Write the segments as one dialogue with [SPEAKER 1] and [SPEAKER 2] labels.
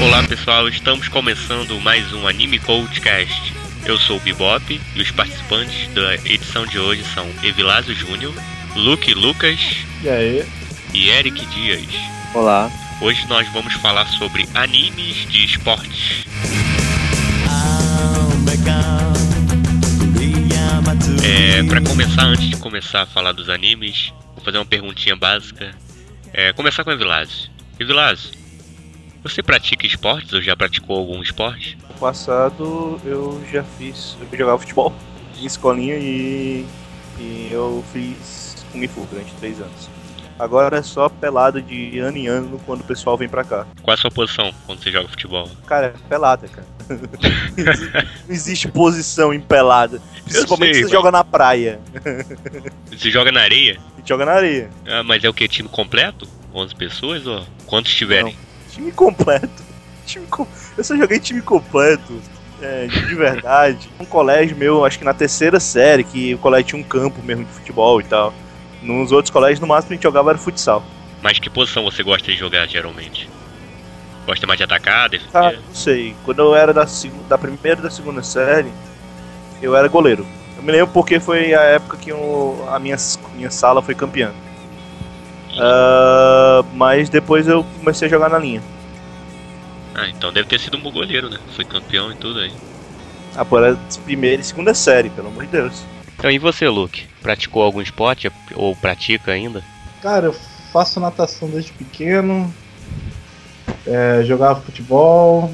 [SPEAKER 1] Olá pessoal, estamos começando mais um Anime Coachcast. Eu sou o Bebop e os participantes da edição de hoje são Evilásio Júnior, Luke Lucas
[SPEAKER 2] E aí?
[SPEAKER 1] e Eric Dias.
[SPEAKER 3] Olá.
[SPEAKER 1] Hoje nós vamos falar sobre animes de esportes. É, para começar, antes de começar a falar dos animes, vou fazer uma perguntinha básica. É, começar com Evilásio. Evilásio, você pratica esportes ou já praticou algum esporte?
[SPEAKER 3] No passado eu já fiz. Eu jogava futebol em escolinha e, e eu fiz um Kung Fu durante três anos. Agora é só pelado de ano em ano quando o pessoal vem pra cá.
[SPEAKER 1] Qual é a sua posição quando você joga futebol?
[SPEAKER 3] Cara, é pelada, cara. Não existe posição em pelada. Principalmente
[SPEAKER 1] sei,
[SPEAKER 3] se
[SPEAKER 1] mas-
[SPEAKER 3] você joga na praia.
[SPEAKER 1] Você joga na areia?
[SPEAKER 3] A gente joga na areia.
[SPEAKER 1] Ah, mas é o que? Time completo? 11 pessoas ou quantos tiverem?
[SPEAKER 3] Time completo. Time com- Eu só joguei time completo. é, de verdade. um colégio meu, acho que na terceira série, que o colégio tinha um campo mesmo de futebol e tal. Nos outros colégios, no máximo, a gente jogava era futsal.
[SPEAKER 1] Mas que posição você gosta de jogar geralmente? Gosta mais de atacar, defender?
[SPEAKER 3] Ah, não sei. Quando eu era da, segu- da primeira e da segunda série, eu era goleiro. Eu me lembro porque foi a época que o- a minha, s- minha sala foi campeã. Ah, mas depois eu comecei a jogar na linha.
[SPEAKER 1] Ah, então deve ter sido um bom goleiro, né? Foi campeão e tudo aí.
[SPEAKER 3] Ah, pô, era primeira e segunda série, pelo amor de Deus.
[SPEAKER 1] Então e você, Luke? Praticou algum esporte ou pratica ainda?
[SPEAKER 2] Cara, eu faço natação desde pequeno, é, jogava futebol,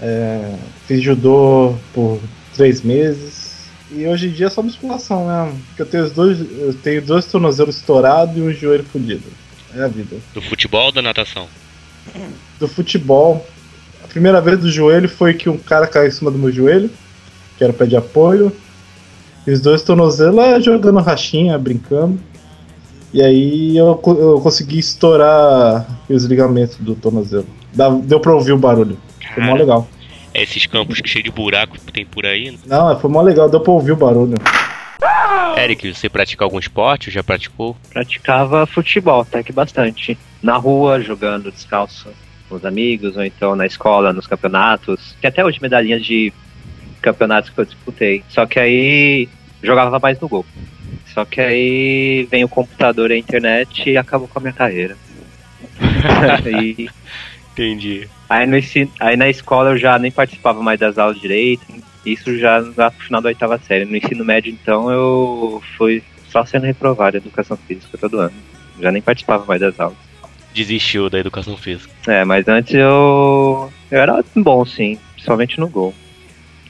[SPEAKER 2] é, fiz judô por três meses. E hoje em dia é só musculação, né? Porque eu tenho os dois. Eu tenho dois tornozelos estourados e um joelho fudido. É a vida.
[SPEAKER 1] Do futebol ou da natação?
[SPEAKER 2] do futebol. A primeira vez do joelho foi que um cara caiu em cima do meu joelho, que era o pé de apoio. E os dois tornozelos é, jogando rachinha, brincando. E aí eu, co- eu consegui estourar os ligamentos do tornozelo. Dá- deu pra ouvir o barulho. Foi mó legal.
[SPEAKER 1] é esses campos cheios de buracos que tem por aí. né?
[SPEAKER 2] Não, foi mó legal, deu pra ouvir o barulho.
[SPEAKER 1] Eric, você pratica algum esporte? Já praticou?
[SPEAKER 4] praticava futebol até que bastante. Na rua, jogando descalço com os amigos, ou então na escola, nos campeonatos. Tem até hoje medalhinhas de campeonatos que eu disputei. Só que aí jogava mais no gol. Só que aí vem o computador e a internet e acabou com a minha carreira. e
[SPEAKER 1] Entendi.
[SPEAKER 4] aí, no ensino- aí na escola eu já nem participava mais das aulas direito. Isso já no final da oitava série. No ensino médio, então, eu fui só sendo reprovado em educação física todo ano. Já nem participava mais das aulas.
[SPEAKER 1] Desistiu da educação física.
[SPEAKER 4] É, mas antes eu. Eu era bom, sim. Principalmente no gol.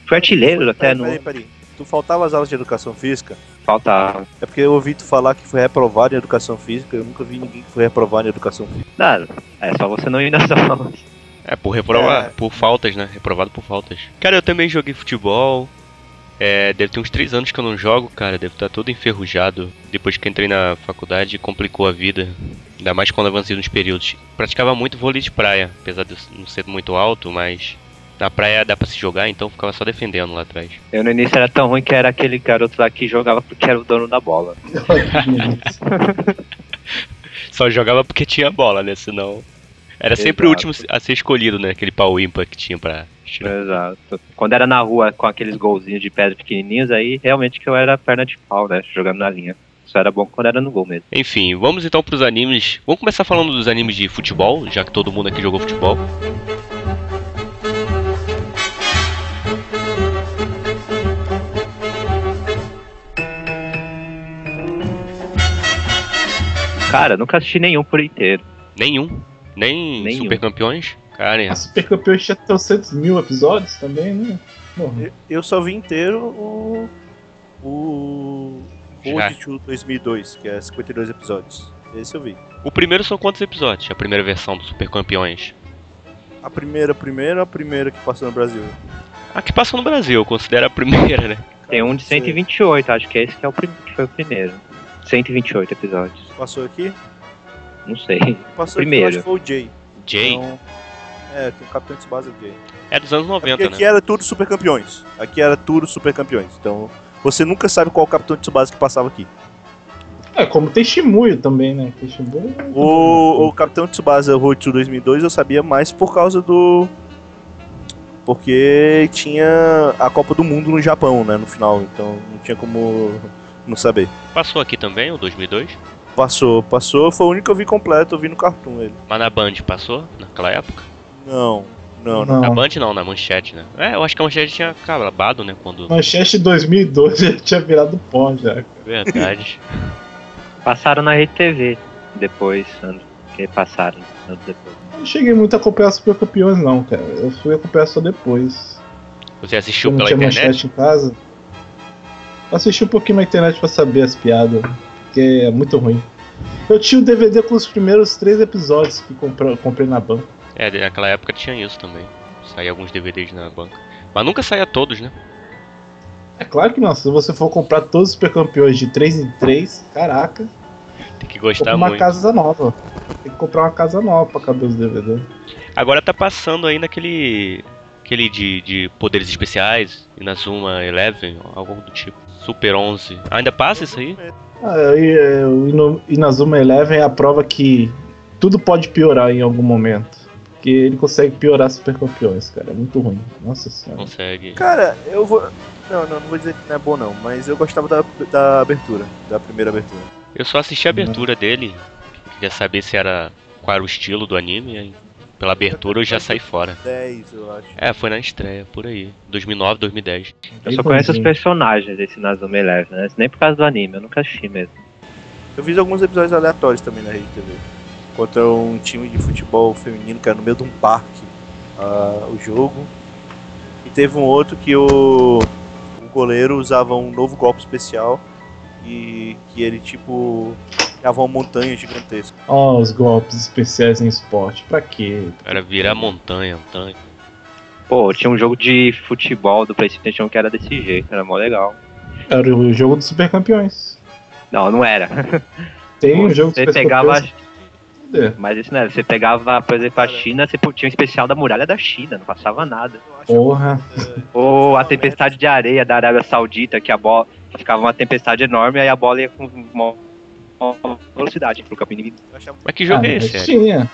[SPEAKER 4] Fui artilheiro até
[SPEAKER 3] Peraí,
[SPEAKER 4] no.
[SPEAKER 3] peraí, peraí. Tu faltava às aulas de educação física?
[SPEAKER 4] Faltava.
[SPEAKER 3] É porque eu ouvi tu falar que foi reprovado em educação física, eu nunca vi ninguém que foi reprovado em educação física.
[SPEAKER 4] Nada. É só você não ir nas aulas.
[SPEAKER 1] É, por reprovar,
[SPEAKER 3] É.
[SPEAKER 1] por faltas, né? Reprovado por faltas. Cara, eu também joguei futebol. É, deve ter uns três anos que eu não jogo, cara. Deve estar todo enferrujado. Depois que entrei na faculdade, complicou a vida. Ainda mais quando avancei nos períodos. Praticava muito vôlei de praia, apesar de eu não ser muito alto, mas na praia dá pra se jogar, então ficava só defendendo lá atrás.
[SPEAKER 4] Eu no início era tão ruim que era aquele garoto lá que jogava porque era o dono da bola.
[SPEAKER 1] Só jogava porque tinha bola, né? Senão. Era sempre o
[SPEAKER 4] Exato.
[SPEAKER 1] último a ser escolhido, né? Aquele pau ímpar que tinha pra tirar.
[SPEAKER 4] Exato. Quando era na rua com aqueles golzinhos de pedra pequenininhos, aí realmente que eu era perna de pau, né? Jogando na linha. Só era bom quando era no gol mesmo.
[SPEAKER 1] Enfim, vamos então pros animes. Vamos começar falando dos animes de futebol, já que todo mundo aqui jogou futebol.
[SPEAKER 4] Cara, nunca assisti nenhum por inteiro.
[SPEAKER 1] Nenhum. Nem
[SPEAKER 4] Nenhum.
[SPEAKER 1] super campeões. Cara, é.
[SPEAKER 2] A Super Campeões tinha 300 mil episódios também, né? Porra.
[SPEAKER 3] Eu, eu só vi inteiro o. O.
[SPEAKER 1] Já.
[SPEAKER 3] Road to 2002, que é 52 episódios. Esse eu vi.
[SPEAKER 1] o primeiro são quantos episódios? A primeira versão do Super Campeões.
[SPEAKER 3] A primeira, a primeira, a primeira que passou no Brasil.
[SPEAKER 1] A que passa no Brasil, eu considero a primeira, né?
[SPEAKER 4] Tem um de
[SPEAKER 3] Sei.
[SPEAKER 4] 128, acho que é esse que, é o prim... que foi o primeiro. 128 episódios.
[SPEAKER 3] Passou aqui?
[SPEAKER 4] Não sei.
[SPEAKER 3] Passou
[SPEAKER 4] Primeiro.
[SPEAKER 3] aqui, eu acho que foi o Jay.
[SPEAKER 1] Jay.
[SPEAKER 3] Então, é, tem o Capitão de Base Jay. É
[SPEAKER 1] É dos anos
[SPEAKER 3] porque
[SPEAKER 1] 90,
[SPEAKER 3] aqui
[SPEAKER 1] né?
[SPEAKER 3] era tudo super campeões. Aqui era tudo super campeões. Então, você nunca sabe qual Capitão de Base que passava aqui.
[SPEAKER 2] É, como tem Shimuyo também, né? Tem Shimuyo.
[SPEAKER 3] O, o Capitão Tsubasa Road to 2002 eu sabia mais por causa do Porque tinha a Copa do Mundo no Japão, né, no final, então não tinha como não saber.
[SPEAKER 2] é-
[SPEAKER 1] Passou aqui também, o 2002?
[SPEAKER 3] Passou, passou, foi o único que eu vi completo, eu vi no Cartoon ele.
[SPEAKER 1] Mas na Band passou, naquela época?
[SPEAKER 3] Não, não, não.
[SPEAKER 2] Não.
[SPEAKER 1] Na Band não, na Manchete, né? É, eu acho que a Manchete tinha acabado, né, quando...
[SPEAKER 2] Manchester 2002 já tinha virado pó já.
[SPEAKER 1] Verdade.
[SPEAKER 4] Passaram na RTV depois, anos que passaram, anos depois.
[SPEAKER 2] Eu não cheguei muito a acompanhar as Super Campeões, não, cara. Eu fui acompanhar só depois.
[SPEAKER 1] Você
[SPEAKER 2] Eu
[SPEAKER 1] assistiu
[SPEAKER 2] não
[SPEAKER 1] pela
[SPEAKER 2] tinha
[SPEAKER 1] internet?
[SPEAKER 2] manchete em casa. Eu Assisti um pouquinho na internet pra saber as piadas, porque é muito ruim. Eu tinha o DVD com os primeiros três episódios que compra- comprei na banca.
[SPEAKER 1] É, naquela época tinha isso também. Saía alguns DVDs na banca. Mas nunca saía todos, né?
[SPEAKER 2] É claro que não, se você for comprar todos os supercampeões de 3 em 3, caraca,
[SPEAKER 1] Tem que
[SPEAKER 2] compra
[SPEAKER 1] gostar
[SPEAKER 2] uma
[SPEAKER 1] muito.
[SPEAKER 2] casa nova. Tem que comprar uma casa nova pra caber os DVD.
[SPEAKER 1] Agora tá passando aí naquele. aquele de, de poderes especiais, Inazuma Eleven, algo do tipo. Super 11. Ainda passa isso aí?
[SPEAKER 2] Ah, e, eh, o Ino- Inazuma Eleven é a prova que tudo pode piorar em algum momento. Porque ele consegue piorar supercampeões, cara. É muito ruim. Nossa senhora.
[SPEAKER 1] Consegue.
[SPEAKER 3] Cara, eu vou. Não, não, não vou dizer que não é bom não, mas eu gostava da, da abertura, da primeira abertura.
[SPEAKER 1] Eu só assisti a abertura dele. Queria saber se era. qual era o estilo do anime. Aí, pela abertura eu já saí fora.
[SPEAKER 3] 10, eu acho.
[SPEAKER 1] É, foi na estreia, por aí. 2009, 2010.
[SPEAKER 2] É
[SPEAKER 4] Eu só conheço os
[SPEAKER 2] Ruimzinho.
[SPEAKER 4] personagens desse Nazuma Eleven, né? Nem por causa do anime, eu nunca assisti mesmo.
[SPEAKER 3] Eu fiz alguns episódios aleatórios também na Rede TV. Contra um time de futebol feminino que era no meio de um parque ah, o jogo. E teve um outro que o, o goleiro usava um novo golpe especial e que ele tipo criava uma montanha gigantesca.
[SPEAKER 2] Ó, os golpes especiais em esporte. Pra quê?
[SPEAKER 1] Era virar montanha, montanha.
[SPEAKER 4] Pô, tinha um jogo de futebol do Playstation que era desse jeito, era mó legal.
[SPEAKER 2] Era o jogo dos supercampeões.
[SPEAKER 4] Não, não era.
[SPEAKER 2] Tem um jogo dos
[SPEAKER 4] você pegava.
[SPEAKER 2] supercampeões. Cadê?
[SPEAKER 4] Mas isso não era. Você pegava, por exemplo, a China, você tinha um especial da muralha da China, não passava nada.
[SPEAKER 2] Porra.
[SPEAKER 3] é
[SPEAKER 4] Ou a tempestade de areia da Arábia Saudita, que a bola ficava uma tempestade enorme, aí a bola ia com uma uma velocidade pro campo inimigo.
[SPEAKER 3] Eu achava
[SPEAKER 1] Mas que jogo
[SPEAKER 2] Ah,
[SPEAKER 1] é
[SPEAKER 2] mas
[SPEAKER 1] esse? Eric?
[SPEAKER 2] Tinha.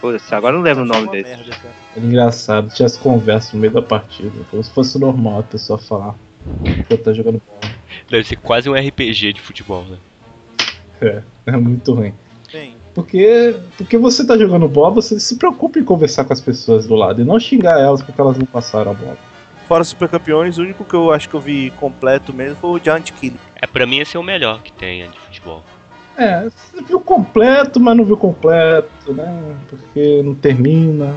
[SPEAKER 4] Putz, agora eu não lembro o nome
[SPEAKER 3] uma
[SPEAKER 4] desse.
[SPEAKER 3] merda, cara.
[SPEAKER 2] Era engraçado. Tinha as conversas no meio da partida. Como se fosse normal a pessoa falar. que tá jogando bola.
[SPEAKER 1] Deve ser quase um RPG de futebol, né?
[SPEAKER 2] É muito ruim.
[SPEAKER 3] Bem,
[SPEAKER 2] Porque, porque você tá jogando bola, você se preocupa em conversar com as pessoas do lado e não xingar elas porque elas não passaram a bola.
[SPEAKER 3] fora Super Campeões, o único que eu acho que eu vi completo mesmo foi o Giant Killer.
[SPEAKER 1] É, pra mim esse é o melhor que tem de futebol.
[SPEAKER 2] É, você viu completo, mas não viu completo, né? Porque não termina,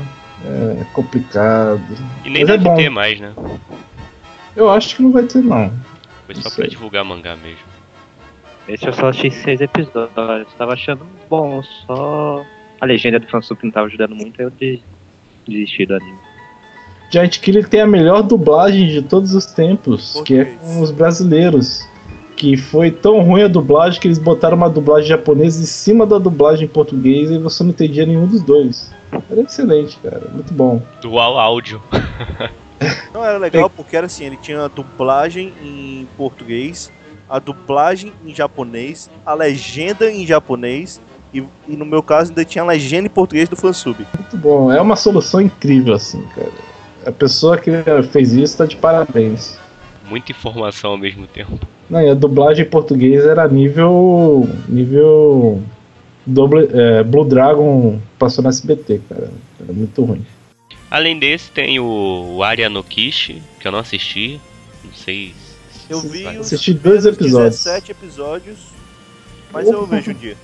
[SPEAKER 2] é complicado.
[SPEAKER 1] E nem
[SPEAKER 2] Mas é
[SPEAKER 1] deve
[SPEAKER 2] bom.
[SPEAKER 1] ter mais, né?
[SPEAKER 2] Eu acho que não vai ter, não.
[SPEAKER 1] Foi só
[SPEAKER 2] Isso
[SPEAKER 1] pra
[SPEAKER 2] aí.
[SPEAKER 1] divulgar mangá mesmo.
[SPEAKER 4] Esse eu só assisti seis episódios. Tava achando bom, só. A legenda do Fansub não tava ajudando muito, aí eu des- desisti do anime.
[SPEAKER 2] Giant Killer tem a melhor dublagem de todos os tempos, que é
[SPEAKER 3] Português.
[SPEAKER 2] com os brasileiros. Que foi tão ruim a dublagem que eles botaram uma dublagem japonesa em cima da dublagem em português e você não entendia nenhum dos dois. Era excelente, cara. Muito bom.
[SPEAKER 1] Dual áudio.
[SPEAKER 3] Não, era legal porque era assim, ele tinha a dublagem em português, a dublagem em japonês, a legenda em japonês e, e no meu caso ainda tinha a legenda em português do fansub.
[SPEAKER 2] Muito bom, é uma solução incrível, assim, cara. A pessoa que fez isso tá de parabéns.
[SPEAKER 1] Muita informação ao mesmo tempo.
[SPEAKER 2] Não, e a dublagem em português era nível. nível. Doble, é, Blue Dragon passou na SBT, cara. Era muito ruim.
[SPEAKER 1] Além desse, tem o, o Aria no Kishi, que eu não assisti. Não sei. se-
[SPEAKER 3] Eu vi os
[SPEAKER 2] Assisti dois episódios.
[SPEAKER 3] 17 episódios, mas eu
[SPEAKER 2] Opa.
[SPEAKER 3] vejo um dia.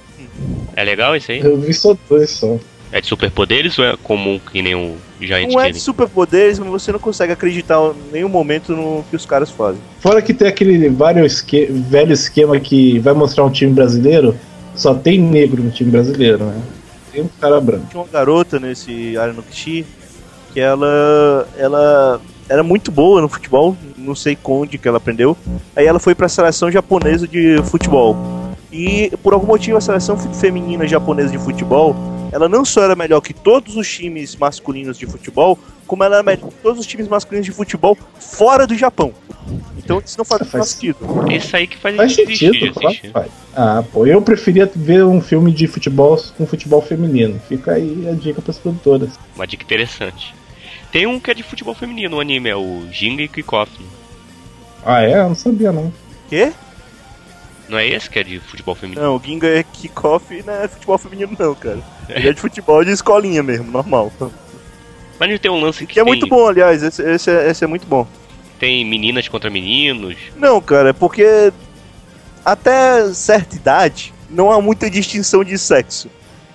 [SPEAKER 1] É legal isso aí?
[SPEAKER 2] Eu vi só dois só.
[SPEAKER 1] É de superpoderes ou é comum que nem o Giant
[SPEAKER 3] Não é de
[SPEAKER 1] Killing?
[SPEAKER 3] superpoderes, mas você não consegue acreditar em nenhum momento no que os caras fazem.
[SPEAKER 2] Fora que tem aquele vário esque- velho esquema que vai mostrar um time brasileiro, só tem negro no time brasileiro, né? Tem um cara branco.
[SPEAKER 3] Tinha uma garota nesse Aranukishi que ela ela era muito boa no futebol, não sei onde que ela aprendeu. Aí ela foi pra seleção japonesa de futebol. E por algum motivo a seleção fe- feminina japonesa de futebol, ela não só era melhor que todos os times masculinos de futebol, como ela era melhor que todos os times masculinos de futebol fora do Japão. Então isso não faz,
[SPEAKER 2] Faz
[SPEAKER 3] sentido.
[SPEAKER 1] Isso aí que faz, a
[SPEAKER 2] Faz
[SPEAKER 1] gente desistir
[SPEAKER 2] sentido,
[SPEAKER 1] de
[SPEAKER 2] claro
[SPEAKER 1] assistir.
[SPEAKER 2] que faz. Ah, pô, eu preferia ver um filme um de futebol com futebol feminino. Fica aí a dica pras produtoras.
[SPEAKER 1] Uma dica interessante. Tem um que é de futebol feminino, um anime, é o Jinga e Kickoff.
[SPEAKER 2] Ah, é? Eu não sabia, não.
[SPEAKER 3] Quê?
[SPEAKER 1] Não é esse que é de futebol feminino?
[SPEAKER 3] Não, o Ginga é kickoff não é futebol feminino, não, cara. Ele é de futebol de escolinha mesmo, normal.
[SPEAKER 1] Mas não tem um lance que,
[SPEAKER 3] Que é
[SPEAKER 1] tem,
[SPEAKER 3] muito bom, aliás, esse, esse é, esse é muito bom.
[SPEAKER 1] tem meninas contra meninos.
[SPEAKER 3] Não, cara, é porque até certa idade não há muita distinção de sexo.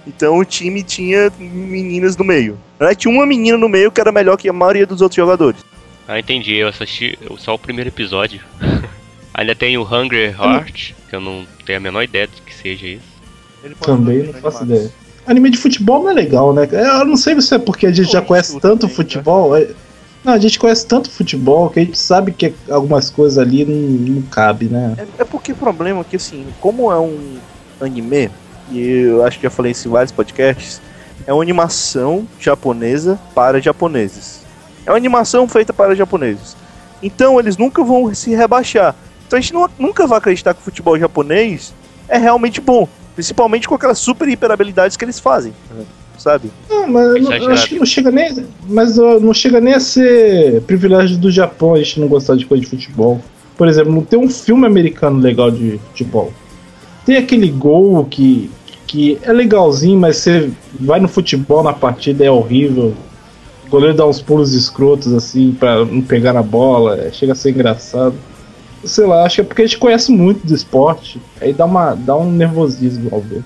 [SPEAKER 3] Então o time tinha meninas no meio. Na verdade, Tinha uma menina no meio que era melhor que a maioria dos outros jogadores.
[SPEAKER 1] Ah, entendi. Eu assisti só o primeiro episódio. Ainda tem o Hungry Heart, que eu não tenho a menor ideia do que seja isso.
[SPEAKER 2] Também não faço ideia. Anime de futebol não é legal, né? Eu não sei se é porque a gente
[SPEAKER 3] Pô,
[SPEAKER 2] já
[SPEAKER 3] isso
[SPEAKER 2] conhece tanto
[SPEAKER 3] também, né?
[SPEAKER 2] futebol. é- Não, a gente conhece tanto futebol que a gente sabe que algumas coisas ali não, não cabe, né?
[SPEAKER 3] É, é porque o problema é que, assim, como é um anime, e eu acho que já falei isso em vários podcasts, é uma animação japonesa para japoneses. É uma animação feita para japoneses. Então eles nunca vão se rebaixar. Então a gente nu- nunca vai acreditar que o futebol japonês é realmente bom. Principalmente com aquelas super hiper habilidades que eles fazem, sabe?
[SPEAKER 2] Não, mas eu não- eu acho que não chega nem. Mas ó, não chega nem a ser privilégio do Japão a gente não gostar de coisa de futebol. Por exemplo, não tem um filme americano legal de futebol. Tem aquele gol que, que é legalzinho, mas você vai no futebol na partida é horrível. O goleiro dá uns pulos escrotos assim pra não pegar na bola, é, chega a ser engraçado. Sei lá, acho que é porque a gente conhece muito do esporte, aí dá, uma, dá um nervosismo ao ver.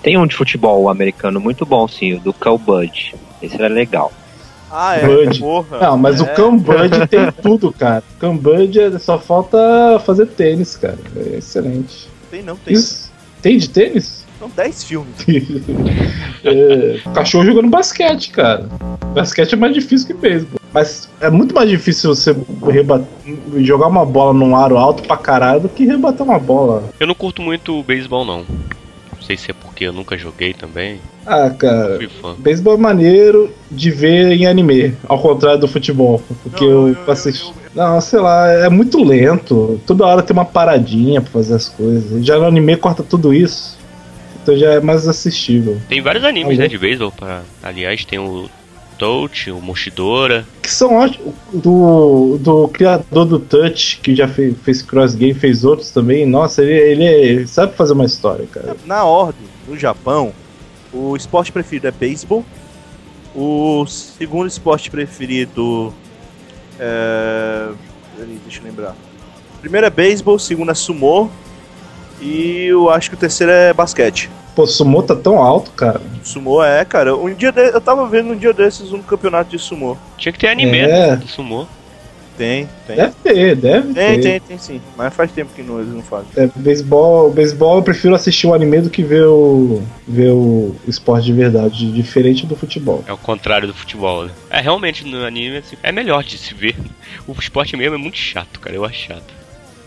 [SPEAKER 4] Tem um de futebol americano muito bom, sim, o do Cowbud. Esse era legal.
[SPEAKER 3] Ah,
[SPEAKER 2] é, Bud.
[SPEAKER 3] porra. É,
[SPEAKER 2] Não, mas o Cambud tem tudo, cara. Cambud é- só falta fazer tênis, cara. É excelente.
[SPEAKER 3] Tem não, tem.
[SPEAKER 2] Isso. Tem de tênis?
[SPEAKER 3] São 10 filmes.
[SPEAKER 2] É, cachorro jogando basquete, cara. Basquete é mais difícil que beisebol. Mas é muito mais difícil você reba- jogar uma bola num aro alto pra caralho do que rebater uma bola.
[SPEAKER 1] Eu não curto muito o beisebol, não. Não sei se é porque eu nunca joguei também.
[SPEAKER 2] Ah, cara.
[SPEAKER 1] Fui fã.
[SPEAKER 2] Beisebol é maneiro de ver em anime, ao contrário do futebol. Porque
[SPEAKER 3] Não,
[SPEAKER 2] eu
[SPEAKER 3] eu-
[SPEAKER 2] passei.
[SPEAKER 3] eu-
[SPEAKER 2] Não, sei lá, é muito lento. Toda hora tem uma paradinha pra fazer as coisas. Já no anime corta tudo isso. Então já é mais assistível.
[SPEAKER 1] Tem vários animes,
[SPEAKER 2] Alô?
[SPEAKER 1] né, de beisebol. Pra... Aliás, tem o Touch, o Mochidora.
[SPEAKER 2] Que são ótimos. Do, do criador do Touch, que já fe- fez Cross Game, fez outros também. Nossa, ele, ele, é- ele sabe fazer uma história, cara.
[SPEAKER 3] Na ordem, no Japão, o esporte preferido é beisebol. O segundo esporte preferido é. peraí, Deixa eu lembrar. Primeiro é beisebol, segundo é sumô. E eu acho que o terceiro é basquete.
[SPEAKER 2] Pô, sumô tá tão alto, cara.
[SPEAKER 3] Sumô é, cara. Um dia de- eu tava vendo um dia desses um campeonato de sumô.
[SPEAKER 1] Tinha que ter anime,
[SPEAKER 2] É.
[SPEAKER 1] né, do sumô.
[SPEAKER 3] Tem, tem.
[SPEAKER 2] Deve ter, deve
[SPEAKER 3] Tem,
[SPEAKER 2] ter.
[SPEAKER 3] tem, tem sim. Mas faz tempo que não, eles não fazem.
[SPEAKER 2] É, beisebol, beisebol eu prefiro assistir o anime do que ver o, ver o esporte de verdade, diferente do futebol.
[SPEAKER 1] É o contrário do futebol, né? É, realmente, no anime, assim, é melhor de se ver. O esporte mesmo é muito chato, cara. Eu acho chato.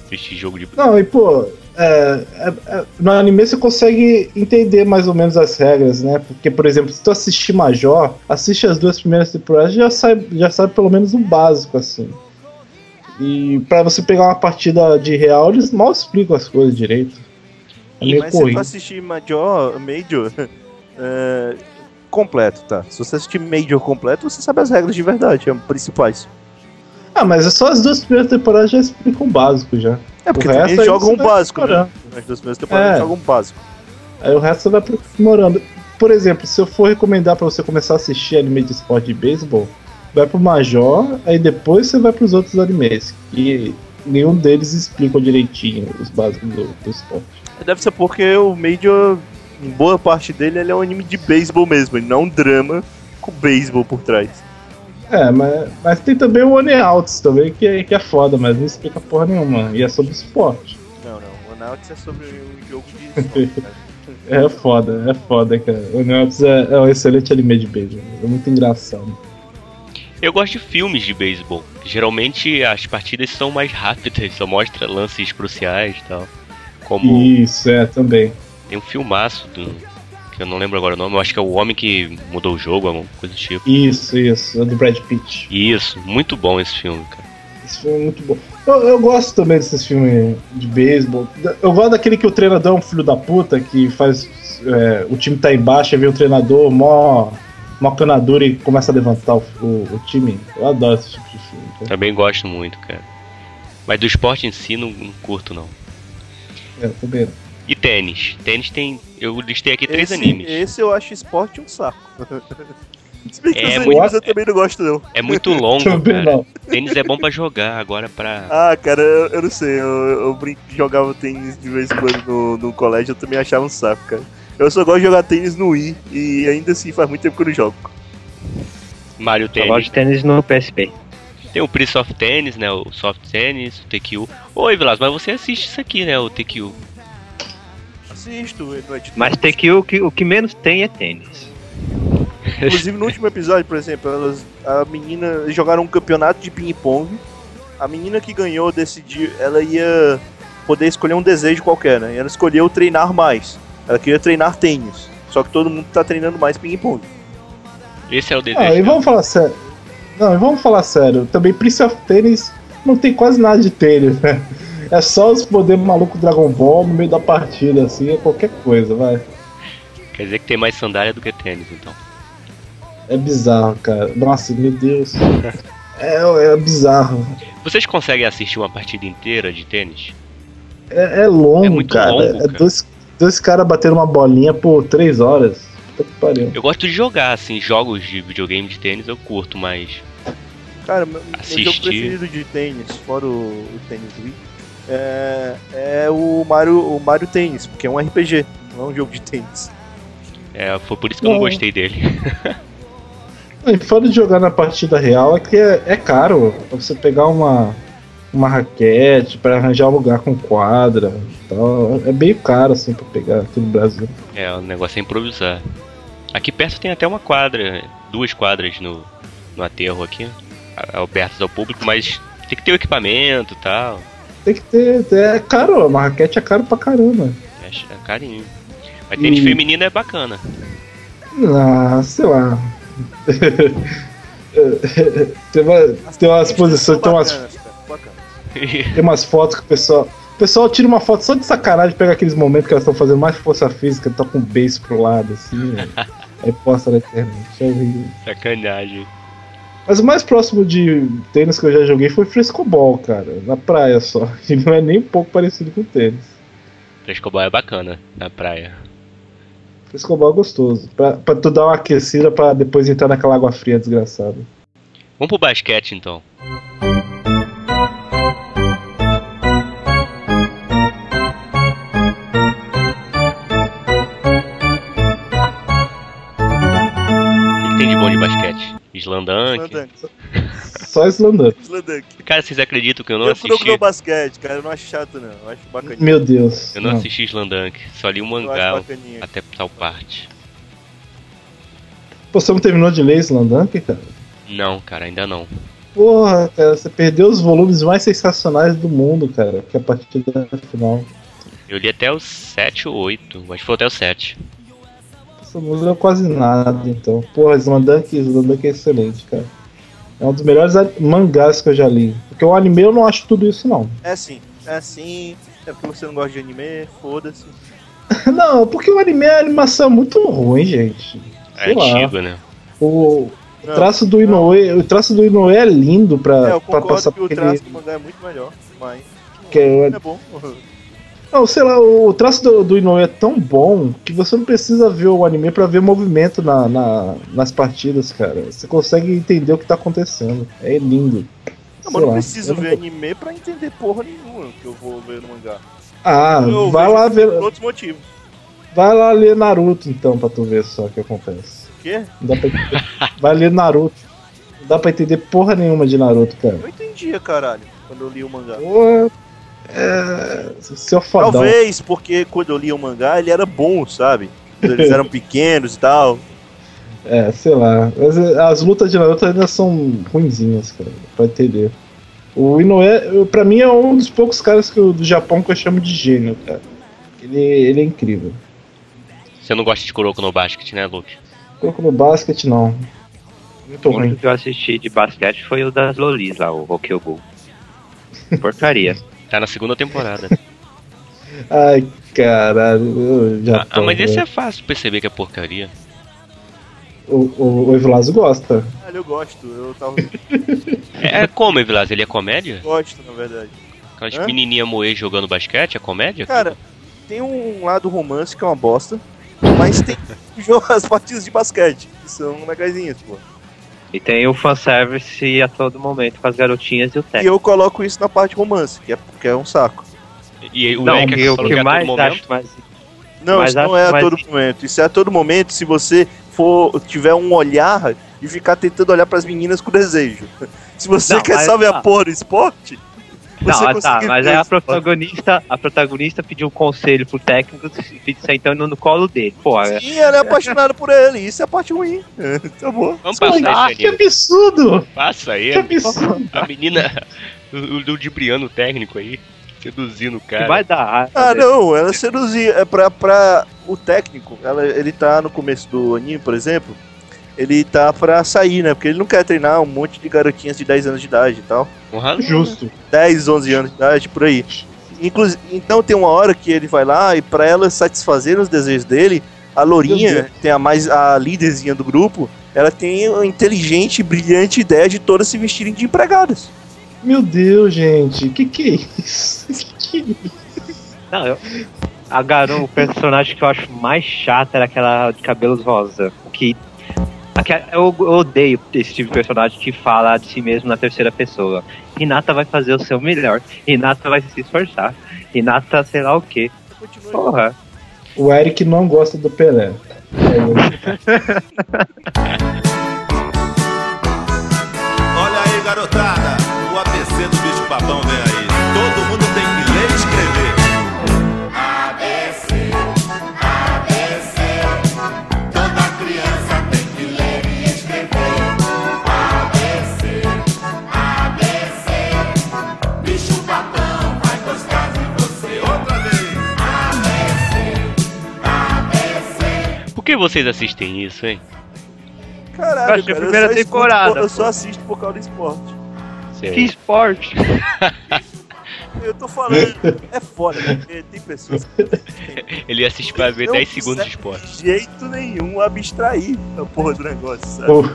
[SPEAKER 1] Assistir jogo de...
[SPEAKER 2] Não, e pô, é, é, é, no anime você consegue entender mais ou menos as regras, né? Porque, por exemplo, se tu assistir Major, assiste as duas primeiras temporadas já sabe, já sabe pelo menos o básico, assim. E pra você pegar uma partida de real, eles mal explicam as coisas direito. É meio
[SPEAKER 3] Mas se tu
[SPEAKER 2] corrido.
[SPEAKER 3] assistir Major, Major, é, completo, tá? Se você assistir Major completo, você sabe as regras de verdade, as principais.
[SPEAKER 2] Ah, mas é só as duas primeiras temporadas já explicam o básico já.
[SPEAKER 3] É porque
[SPEAKER 2] O resto
[SPEAKER 3] também
[SPEAKER 2] aí
[SPEAKER 3] jogam
[SPEAKER 2] você
[SPEAKER 3] um
[SPEAKER 2] vai
[SPEAKER 3] básico, né?
[SPEAKER 2] explorando.
[SPEAKER 3] Nas duas primeiras temporadas
[SPEAKER 2] É.
[SPEAKER 3] jogam um básico.
[SPEAKER 2] Aí o resto você vai aprimorando. Por exemplo, se eu for recomendar pra você começar a assistir anime de esporte de beisebol, vai pro Major, aí depois você vai pros outros animes. E nenhum deles explica direitinho os básicos do, do esporte.
[SPEAKER 3] Deve ser porque o Major, em boa parte dele, ele é um anime de beisebol mesmo, ele não é um drama com beisebol por trás.
[SPEAKER 2] É, mas, mas tem também o One Outs também, que é, que é foda, mas não explica porra nenhuma. E é sobre esporte.
[SPEAKER 3] Não, não. O Nauts é sobre um jogo de
[SPEAKER 2] É foda, é foda, cara. O One Outs é, é um excelente anime de beisebol. É muito engraçado.
[SPEAKER 1] Eu gosto de filmes de beisebol. Geralmente, as partidas são mais rápidas. Só mostra lances cruciais e tal. Como...
[SPEAKER 2] Isso, é, também.
[SPEAKER 1] Tem um filmaço do. que eu não lembro agora o nome, eu acho que é o homem que mudou o jogo, alguma coisa do tipo.
[SPEAKER 2] Isso, isso. É do Brad Pitt.
[SPEAKER 1] Isso, muito bom esse filme, cara.
[SPEAKER 2] Esse filme é muito bom. Eu, eu gosto também desses filmes de beisebol. Da- Eu gosto daquele que o treinador é um filho da puta que faz. é, o time tá embaixo e vem o treinador mó uma canadura e começa a levantar o, o- o time. Eu adoro esse tipo de filme. cara.
[SPEAKER 1] Também gosto muito, cara. Mas do esporte em si não, não curto, não.
[SPEAKER 2] Eu também.
[SPEAKER 1] E tênis. Tênis tem. Eu listei aqui três
[SPEAKER 3] esse,
[SPEAKER 1] animes.
[SPEAKER 3] Esse eu acho esporte um saco. Se bem que
[SPEAKER 1] É
[SPEAKER 3] os animes
[SPEAKER 1] muito-
[SPEAKER 3] eu também não gosto, não.
[SPEAKER 1] É muito longo,
[SPEAKER 2] Também
[SPEAKER 1] cara.
[SPEAKER 2] não.
[SPEAKER 1] Tênis é bom pra jogar, agora pra.
[SPEAKER 3] Ah, cara, eu, eu não sei. Eu, eu brin- jogava tênis de vez em quando no, no colégio, eu também achava um saco, cara. Eu só gosto de jogar tênis no Wii e ainda assim faz muito tempo que eu não jogo.
[SPEAKER 1] Mario
[SPEAKER 3] tá
[SPEAKER 4] Eu gosto
[SPEAKER 1] Tênis.
[SPEAKER 4] de tênis no PSP.
[SPEAKER 1] Tem o Prince of Tennis, né? O Soft Tennis, o TQ. Oi, Vilas, mas você assiste isso aqui, né? O TQ.
[SPEAKER 3] Assisto, não é de-
[SPEAKER 4] Mas tem que o que, o que menos tem é tênis.
[SPEAKER 3] Inclusive no último episódio, por exemplo, elas, a menina eles jogaram um campeonato de ping-pong. A menina que ganhou decidiu, ela ia poder escolher um desejo qualquer, né? E ela escolheu treinar mais. Ela queria treinar tênis. Só que todo mundo tá treinando mais ping-pong.
[SPEAKER 1] Esse é o desenho.
[SPEAKER 2] Ah, e vamos falar sério. Não, e vamos falar sério. Também Prince of Tennis não tem quase nada de tênis, né? É só os poderes malucos Dragon Ball no meio da partida, assim, é qualquer coisa, vai.
[SPEAKER 1] Quer dizer que tem mais sandália do que tênis, então.
[SPEAKER 2] É bizarro, cara. Nossa, meu Deus. É, é bizarro.
[SPEAKER 1] Vocês conseguem assistir uma partida inteira de tênis?
[SPEAKER 2] É, é longo,
[SPEAKER 1] É muito
[SPEAKER 2] cara.
[SPEAKER 1] longo,
[SPEAKER 2] É
[SPEAKER 1] cara.
[SPEAKER 2] dois, dois caras batendo uma bolinha por três horas. Puta que pariu.
[SPEAKER 1] Eu gosto de jogar, assim, jogos de videogame de tênis eu curto, mas.
[SPEAKER 3] Cara, meu, meu jogo
[SPEAKER 1] Assistir.
[SPEAKER 3] preferido de tênis, fora o, o tênis Wii, é, é o Mario, o Mario Tênis, porque é um RPG, não é um jogo de tênis.
[SPEAKER 1] É, foi por isso que eu não
[SPEAKER 2] É.
[SPEAKER 1] gostei dele.
[SPEAKER 2] E fora de jogar na partida real, é que é, é caro. Pra você pegar uma, uma raquete, pra arranjar um lugar com quadra e tal. É bem caro, assim, pra pegar aqui no Brasil.
[SPEAKER 1] É, o negócio é improvisar. Aqui perto tem até uma quadra, duas quadras no, no aterro aqui, a- abertas ao público, mas tem que ter o equipamento e tal.
[SPEAKER 2] Tem que ter. É caro, uma raquete é caro pra caramba.
[SPEAKER 1] É ch- é carinho. Mas tênis
[SPEAKER 2] Hum.
[SPEAKER 1] feminino é bacana.
[SPEAKER 2] Ah, sei lá. tem, uma- tem umas posições, tem umas
[SPEAKER 3] Bacanas, um cara, bacanas.
[SPEAKER 2] Tem umas fotos que o pessoal. O pessoal tira uma foto só de sacanagem, pega aqueles momentos que elas estão fazendo mais força física, tá com o beijo pro lado, assim. né? aí posta na internet. É horrível.
[SPEAKER 1] Sacanagem.
[SPEAKER 2] Mas o mais próximo de tênis que eu já joguei foi frescobol, cara. Na praia só. E não é nem um pouco parecido com tênis.
[SPEAKER 1] Frescobol é bacana na praia.
[SPEAKER 2] Frescobol é gostoso. Pra, pra tu dar uma aquecida pra depois entrar naquela água fria desgraçada.
[SPEAKER 1] Vamos pro basquete então. O que que tem de bom de basquete? Slandank.
[SPEAKER 3] Slandank,
[SPEAKER 2] Só Islandano.
[SPEAKER 3] Slandank.
[SPEAKER 1] Cara, vocês acreditam que eu não
[SPEAKER 3] Eu procuro no
[SPEAKER 1] assisti?
[SPEAKER 3] basquete, cara, eu não acho chato não, eu acho bacaninha.
[SPEAKER 2] Meu Deus.
[SPEAKER 1] Eu não
[SPEAKER 2] não.
[SPEAKER 1] assisti Slandank, só li o
[SPEAKER 3] Eu acho
[SPEAKER 1] mangá
[SPEAKER 3] bacaninha.
[SPEAKER 1] até tal parte.
[SPEAKER 2] Pô, você não terminou de ler Islandunk, cara?
[SPEAKER 1] Não, cara, ainda não.
[SPEAKER 2] Porra, cara, você perdeu os volumes mais sensacionais do mundo, cara, que é a partida final.
[SPEAKER 1] Eu li até o 7 ou 8, acho que foi até o 7.
[SPEAKER 2] Essa música é quase nada, então. Porra, Slandank, Slandank é excelente, cara. É um dos melhores a- mangás que eu já li. Porque o anime eu não acho tudo isso, não.
[SPEAKER 3] É sim, é sim, é porque você não gosta de anime, foda-se.
[SPEAKER 2] não, porque o anime é uma animação muito ruim, gente.
[SPEAKER 1] É
[SPEAKER 2] Sei lá.
[SPEAKER 1] antigo, né?
[SPEAKER 2] O
[SPEAKER 3] Não,
[SPEAKER 2] traço do Inoue, o traço do Inoue é lindo pra,
[SPEAKER 3] é, eu
[SPEAKER 2] pra
[SPEAKER 3] concordo que
[SPEAKER 2] passar por
[SPEAKER 3] o
[SPEAKER 2] aquele.
[SPEAKER 3] traço do mangá é muito melhor, mas
[SPEAKER 2] que é-
[SPEAKER 3] é bom.
[SPEAKER 2] Não, sei lá, o traço do, do Inoue é tão bom que você não precisa ver o anime pra ver movimento na, na- nas partidas, cara. Você consegue entender o que tá acontecendo. É lindo.
[SPEAKER 3] Não,
[SPEAKER 2] Sei
[SPEAKER 3] mas não
[SPEAKER 2] lá,
[SPEAKER 3] preciso
[SPEAKER 2] eu não-
[SPEAKER 3] ver anime pra entender porra nenhuma que eu vou ver no mangá.
[SPEAKER 2] Ah,
[SPEAKER 3] Eu
[SPEAKER 2] vai
[SPEAKER 3] vejo
[SPEAKER 2] lá ver.
[SPEAKER 3] Por outros motivos.
[SPEAKER 2] Vai lá ler Naruto então pra tu ver só o que acontece.
[SPEAKER 3] O quê?
[SPEAKER 2] Não dá pra entender. vai ler Naruto. Não dá pra entender porra nenhuma de Naruto, cara.
[SPEAKER 3] Eu entendia, caralho, quando eu li o mangá.
[SPEAKER 2] Porra. É. Seu fodão.
[SPEAKER 3] Talvez porque quando eu li o mangá ele era bom, sabe? Quando Eles eram pequenos e tal.
[SPEAKER 2] É, sei lá. Mas é, as lutas de Naruto ainda são ruinzinhas, cara, pra entender. O Inoue, eu- pra mim, é um dos poucos caras que eu- do Japão que eu chamo de gênio, cara. Ele, ele é incrível.
[SPEAKER 1] Você não gosta de Kuroko no basquete, né, Luke?
[SPEAKER 2] Coloco no basquete, não. Muito
[SPEAKER 4] o único
[SPEAKER 2] ruim.
[SPEAKER 4] que eu assisti de basquete foi o das Lolis lá, o Rock'n'Roll. Porcaria.
[SPEAKER 1] Tá na segunda temporada.
[SPEAKER 2] Ai, caralho, eu já né?
[SPEAKER 1] Ah, mas esse é fácil perceber que é porcaria.
[SPEAKER 2] O, o, o Evilazo gosta.
[SPEAKER 3] Caralho, eu gosto. Eu tava.
[SPEAKER 1] É, é como, Evilas? Ele é comédia?
[SPEAKER 3] gosto, na verdade.
[SPEAKER 1] Aquelas
[SPEAKER 3] Hã?
[SPEAKER 1] menininha moe jogando basquete, é comédia?
[SPEAKER 3] Cara, tem um lado romance que é uma bosta, mas tem o jogo- as partidas de basquete, que são legaisinhas, pô.
[SPEAKER 4] E tem o fanservice a todo momento com as garotinhas e o
[SPEAKER 3] E
[SPEAKER 4] técnico.
[SPEAKER 3] eu coloco isso na parte romance, que é, que é um saco.
[SPEAKER 1] E o
[SPEAKER 4] Não,
[SPEAKER 1] Eca
[SPEAKER 4] e o
[SPEAKER 1] falou
[SPEAKER 4] que
[SPEAKER 1] que a
[SPEAKER 4] mais
[SPEAKER 1] todo momento.
[SPEAKER 4] acho mais
[SPEAKER 3] Não,
[SPEAKER 4] Mas
[SPEAKER 3] isso
[SPEAKER 4] acho
[SPEAKER 3] não é a
[SPEAKER 4] mais-
[SPEAKER 3] todo momento. Isso é a todo momento se você for tiver um olhar e ficar tentando olhar pras meninas com desejo. Se você
[SPEAKER 4] Não,
[SPEAKER 3] quer
[SPEAKER 4] mas-
[SPEAKER 3] só ver
[SPEAKER 4] ah.
[SPEAKER 3] a porra do esporte,
[SPEAKER 4] Não, ah, tá,
[SPEAKER 3] consegue
[SPEAKER 4] mas
[SPEAKER 3] ver
[SPEAKER 4] aí a
[SPEAKER 3] isso, pô.
[SPEAKER 4] protagonista, a protagonista pediu um conselho pro técnico e sentando no colo dele. Pô, é-
[SPEAKER 3] Sim, ela é apaixonada por ele, isso é a parte ruim. tá bom.
[SPEAKER 1] Vamos passar
[SPEAKER 2] Ah,
[SPEAKER 1] isso,
[SPEAKER 2] que
[SPEAKER 1] menino.
[SPEAKER 2] absurdo!
[SPEAKER 1] Passa aí.
[SPEAKER 2] Que absurdo!
[SPEAKER 1] A menina, o, o ludibriano técnico aí, seduzindo o
[SPEAKER 4] que
[SPEAKER 1] cara.
[SPEAKER 4] vai dar. raiva,
[SPEAKER 3] Ah,
[SPEAKER 4] né?
[SPEAKER 3] não, ela seduzia. É pra, pra o técnico, ela, ele tá no começo do anime, por exemplo, ele tá pra sair, né? Porque ele não quer treinar um monte de garotinhas de 10 anos de idade e tal.
[SPEAKER 1] Com razão.
[SPEAKER 2] Justo.
[SPEAKER 3] 10, 11 anos de idade, por aí. Inclusive, então tem uma hora que ele vai lá e pra ela satisfazer os desejos dele, a
[SPEAKER 2] Meu
[SPEAKER 3] Lourinha, tem a mais a líderzinha do grupo, ela tem uma inteligente e brilhante ideia de todas se vestirem de empregadas.
[SPEAKER 2] Meu Deus, gente, que que é isso? Que que...
[SPEAKER 4] Não, eu- a garota, o personagem que eu acho mais chato era aquela de cabelos rosa. Que. aquela- eu, eu odeio esse tipo de personagem que fala de si mesmo na terceira pessoa. Renata vai fazer o seu melhor. Renata vai se esforçar. Renata, sei lá o que. Porra.
[SPEAKER 2] O Eric não gosta do Pelé. É,
[SPEAKER 5] Olha aí, garotada, o ABC do bicho papão vem aí. Todo mundo tem que ler e escrever. ABC, ABC, toda criança tem que ler e escrever. ABC, ABC, bicho papão vai gostar de você. Outra vez.
[SPEAKER 1] Por que vocês assistem isso, hein?
[SPEAKER 3] Caralho,
[SPEAKER 4] Acho que é a
[SPEAKER 3] cara, eu
[SPEAKER 4] primeira
[SPEAKER 3] só escuto
[SPEAKER 4] temporada,
[SPEAKER 3] por- Eu
[SPEAKER 4] pô.
[SPEAKER 3] só assisto por causa do esporte.
[SPEAKER 1] Sério.
[SPEAKER 4] Que esporte!
[SPEAKER 3] Eu tô falando, é foda, porque tem pessoas que
[SPEAKER 1] Ele assiste pra ver
[SPEAKER 3] não
[SPEAKER 1] 10 segundos de
[SPEAKER 3] conseguem
[SPEAKER 1] esporte.
[SPEAKER 3] de jeito nenhum abstrair a porra do negócio, sabe?
[SPEAKER 2] o-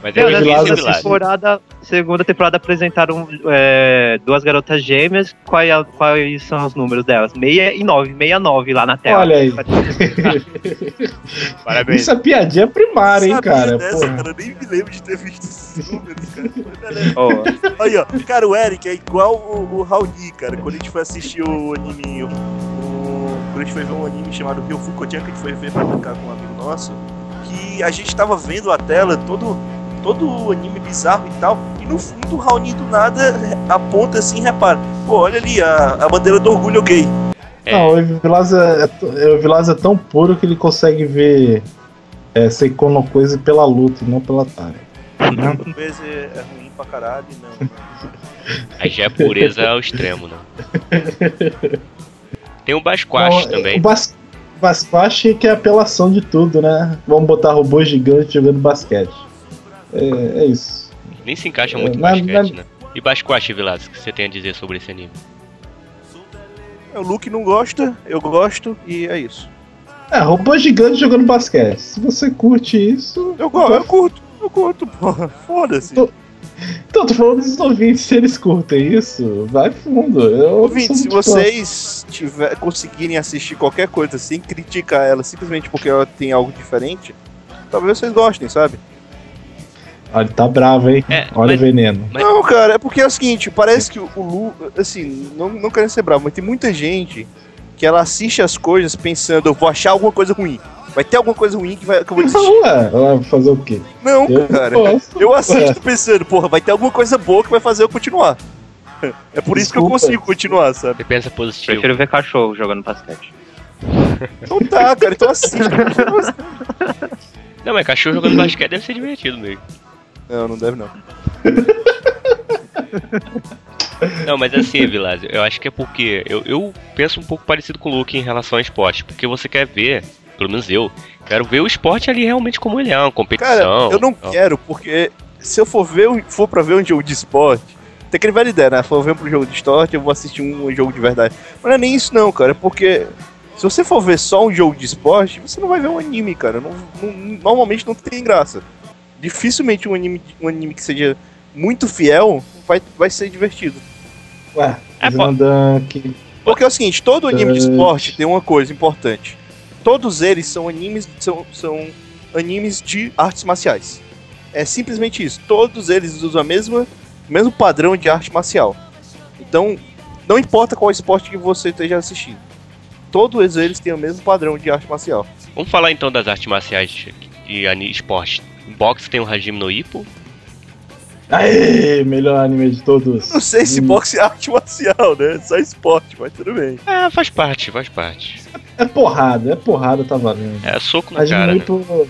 [SPEAKER 1] Mas é
[SPEAKER 4] Não,
[SPEAKER 1] o
[SPEAKER 2] Elas
[SPEAKER 1] Evilas e
[SPEAKER 4] nessa
[SPEAKER 2] Elas
[SPEAKER 4] segunda
[SPEAKER 1] Evilas.
[SPEAKER 2] assistem-
[SPEAKER 4] temporada, segunda temporada apresentaram é, duas garotas gêmeas. Quais, quais são os números delas? Meia e nove, meia nove lá na tela.
[SPEAKER 2] Olha aí.
[SPEAKER 1] Parabéns.
[SPEAKER 2] Isso é piadinha primária, hein,
[SPEAKER 3] Sabia
[SPEAKER 2] cara?
[SPEAKER 3] dessa,
[SPEAKER 2] Porra.
[SPEAKER 3] cara, eu nem me lembro de ter visto esses números, cara. Mas beleza.
[SPEAKER 4] Ó,
[SPEAKER 3] Aí, ó, cara, o Eric é igual o, o Raoni, cara. Quando a gente foi assistir o anime, o, o- quando a gente foi ver um anime chamado Rio Fukotian, que a gente foi ver pra brincar com um amigo nosso, que a gente tava vendo a tela, todo, todo o anime bizarro e tal, e no fundo o Raoni do nada aponta assim, e repara, pô, olha ali, a, a bandeira do orgulho gay.
[SPEAKER 1] É.
[SPEAKER 2] Não, o Evilaza é, t- o Evilás é tão puro que ele consegue ver é, Seikono coisa pela luta e não pela tarefa.
[SPEAKER 3] Não, talvez é, é ruim pra caralho, não.
[SPEAKER 1] Aí já é pureza ao extremo, né? Tem o Basquash
[SPEAKER 2] Não, Então, O
[SPEAKER 1] também.
[SPEAKER 2] bas basquete que é a apelação de tudo, né? Vamos botar robôs gigantes jogando basquete. É, é isso.
[SPEAKER 1] Nem se encaixa muito
[SPEAKER 2] é,
[SPEAKER 1] no
[SPEAKER 2] mas-
[SPEAKER 1] basquete, né? E Basquash, Evilas, o que você tem a dizer sobre esse anime?
[SPEAKER 3] É, O Luke não gosta, eu gosto, e é isso.
[SPEAKER 2] É, robô gigante jogando basquete. Se você curte isso.
[SPEAKER 3] Eu, go eu curto, eu curto, porra. Foda-se.
[SPEAKER 2] Tô- Então, tô falando dos ouvintes, se eles curtem isso, vai fundo. Eu
[SPEAKER 3] Ouvinte,
[SPEAKER 2] sou
[SPEAKER 3] se
[SPEAKER 2] muito fã.
[SPEAKER 3] vocês tiver, conseguirem assistir qualquer coisa sem criticar ela simplesmente porque ela tem algo diferente, talvez vocês gostem, sabe?
[SPEAKER 2] Olha, tá bravo, hein?
[SPEAKER 1] É,
[SPEAKER 2] Olha
[SPEAKER 1] mas-
[SPEAKER 2] o veneno.
[SPEAKER 1] Mas-
[SPEAKER 3] Não, cara, é porque é o seguinte, parece que o Lu, assim, não, não querendo ser bravo, mas tem muita gente que ela assiste as coisas pensando, eu vou achar alguma coisa ruim. Vai ter alguma coisa ruim que, vai, que eu vou assistir.
[SPEAKER 2] Ué, ué, fazer o quê?
[SPEAKER 3] Não,
[SPEAKER 2] Eu
[SPEAKER 3] cara.
[SPEAKER 2] gosto.
[SPEAKER 3] Eu assisto pensando, porra, vai ter alguma coisa boa que vai fazer eu continuar. É por isso que eu
[SPEAKER 2] Desculpa.
[SPEAKER 3] consigo continuar, sabe?
[SPEAKER 1] Você pensa positivo.
[SPEAKER 4] prefiro ver cachorro jogando basquete.
[SPEAKER 3] Então tá, cara, então assiste.
[SPEAKER 1] Não, mas cachorro jogando basquete deve ser divertido mesmo.
[SPEAKER 3] Não, não deve não.
[SPEAKER 1] Não, mas assim, Vilásio, eu acho que é porque eu, eu penso um pouco parecido com o Luke em relação ao esporte, porque você quer ver, pelo menos eu, quero ver o esporte ali realmente como ele é, uma
[SPEAKER 3] Cara,
[SPEAKER 1] competição.
[SPEAKER 3] eu não
[SPEAKER 1] tal.
[SPEAKER 3] quero, porque se eu for ver, um- for pra ver um jogo de esporte, tem aquele velho ideia, né? For ver um jogo de esporte, eu vou assistir um jogo de verdade. Mas não é nem isso não, cara, é porque Se você for ver só um jogo de esporte, você não vai ver um anime, cara. Não- não- normalmente não tem graça. Dificilmente um anime, um anime que seja muito fiel vai, vai ser divertido.
[SPEAKER 2] Ué,
[SPEAKER 1] É, pô.
[SPEAKER 2] Zandank.
[SPEAKER 3] Porque é o seguinte, todo anime de
[SPEAKER 2] Verdade.
[SPEAKER 3] esporte tem uma coisa importante. Todos eles são animes, são, são animes de artes marciais. É simplesmente isso. Todos eles usam a mesma, o mesmo padrão de arte marcial. Então, não importa qual esporte que você esteja assistindo. Todos eles têm o mesmo padrão de arte marcial.
[SPEAKER 1] Vamos falar então das artes marciais e ani- esporte. Em boxe tem o Hajime no Ippo.
[SPEAKER 2] Aê, melhor anime de todos.
[SPEAKER 3] Não sei se
[SPEAKER 2] Hum.
[SPEAKER 3] boxe é arte marcial, né? É Só esporte, mas tudo bem.
[SPEAKER 1] Ah, faz parte, faz parte.
[SPEAKER 2] É porrada, é porrada, tá valendo.
[SPEAKER 1] É soco
[SPEAKER 2] A
[SPEAKER 1] no cara, né?
[SPEAKER 2] Jimnipo,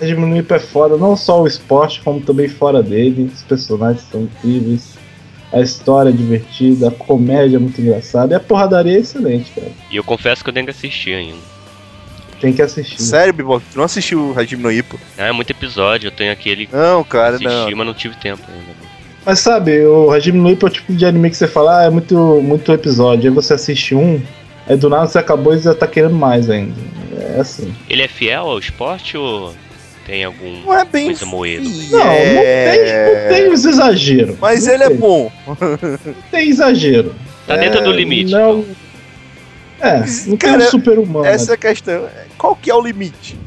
[SPEAKER 2] a Jimnipo é foda, não só o esporte, como também fora dele. Os personagens são incríveis. A história é divertida, a comédia é muito engraçada. E a porradaria é excelente, cara.
[SPEAKER 1] né? E eu confesso que eu tenho que assistir ainda.
[SPEAKER 2] Tem que assistir.
[SPEAKER 3] Sério, Bibop, tu não assistiu o Hajime no Ippo?
[SPEAKER 1] Ah, é muito episódio, eu tenho aquele que
[SPEAKER 3] Não, cara, não.
[SPEAKER 1] assisti, mas não tive tempo ainda. né?
[SPEAKER 2] Mas sabe, o Hajime no Ippo é o tipo de anime que você fala, ah, é muito, muito episódio. Aí você assiste um, aí do nada você acabou e já tá querendo mais ainda. É assim.
[SPEAKER 1] Ele é fiel ao esporte ou tem algum.
[SPEAKER 3] Não é bem.
[SPEAKER 1] Coisa moeda.
[SPEAKER 3] fiel.
[SPEAKER 2] Não, não, tem, não tem os exageros.
[SPEAKER 3] É. Mas
[SPEAKER 2] Não
[SPEAKER 3] ele é
[SPEAKER 2] tem,
[SPEAKER 3] bom.
[SPEAKER 2] Não tem exagero.
[SPEAKER 1] Tá dentro do limite.
[SPEAKER 2] É,
[SPEAKER 1] então.
[SPEAKER 2] Não. um- É, não tem um
[SPEAKER 3] Cara,
[SPEAKER 2] super-humano.
[SPEAKER 3] Essa é a questão. Qual que é o limite?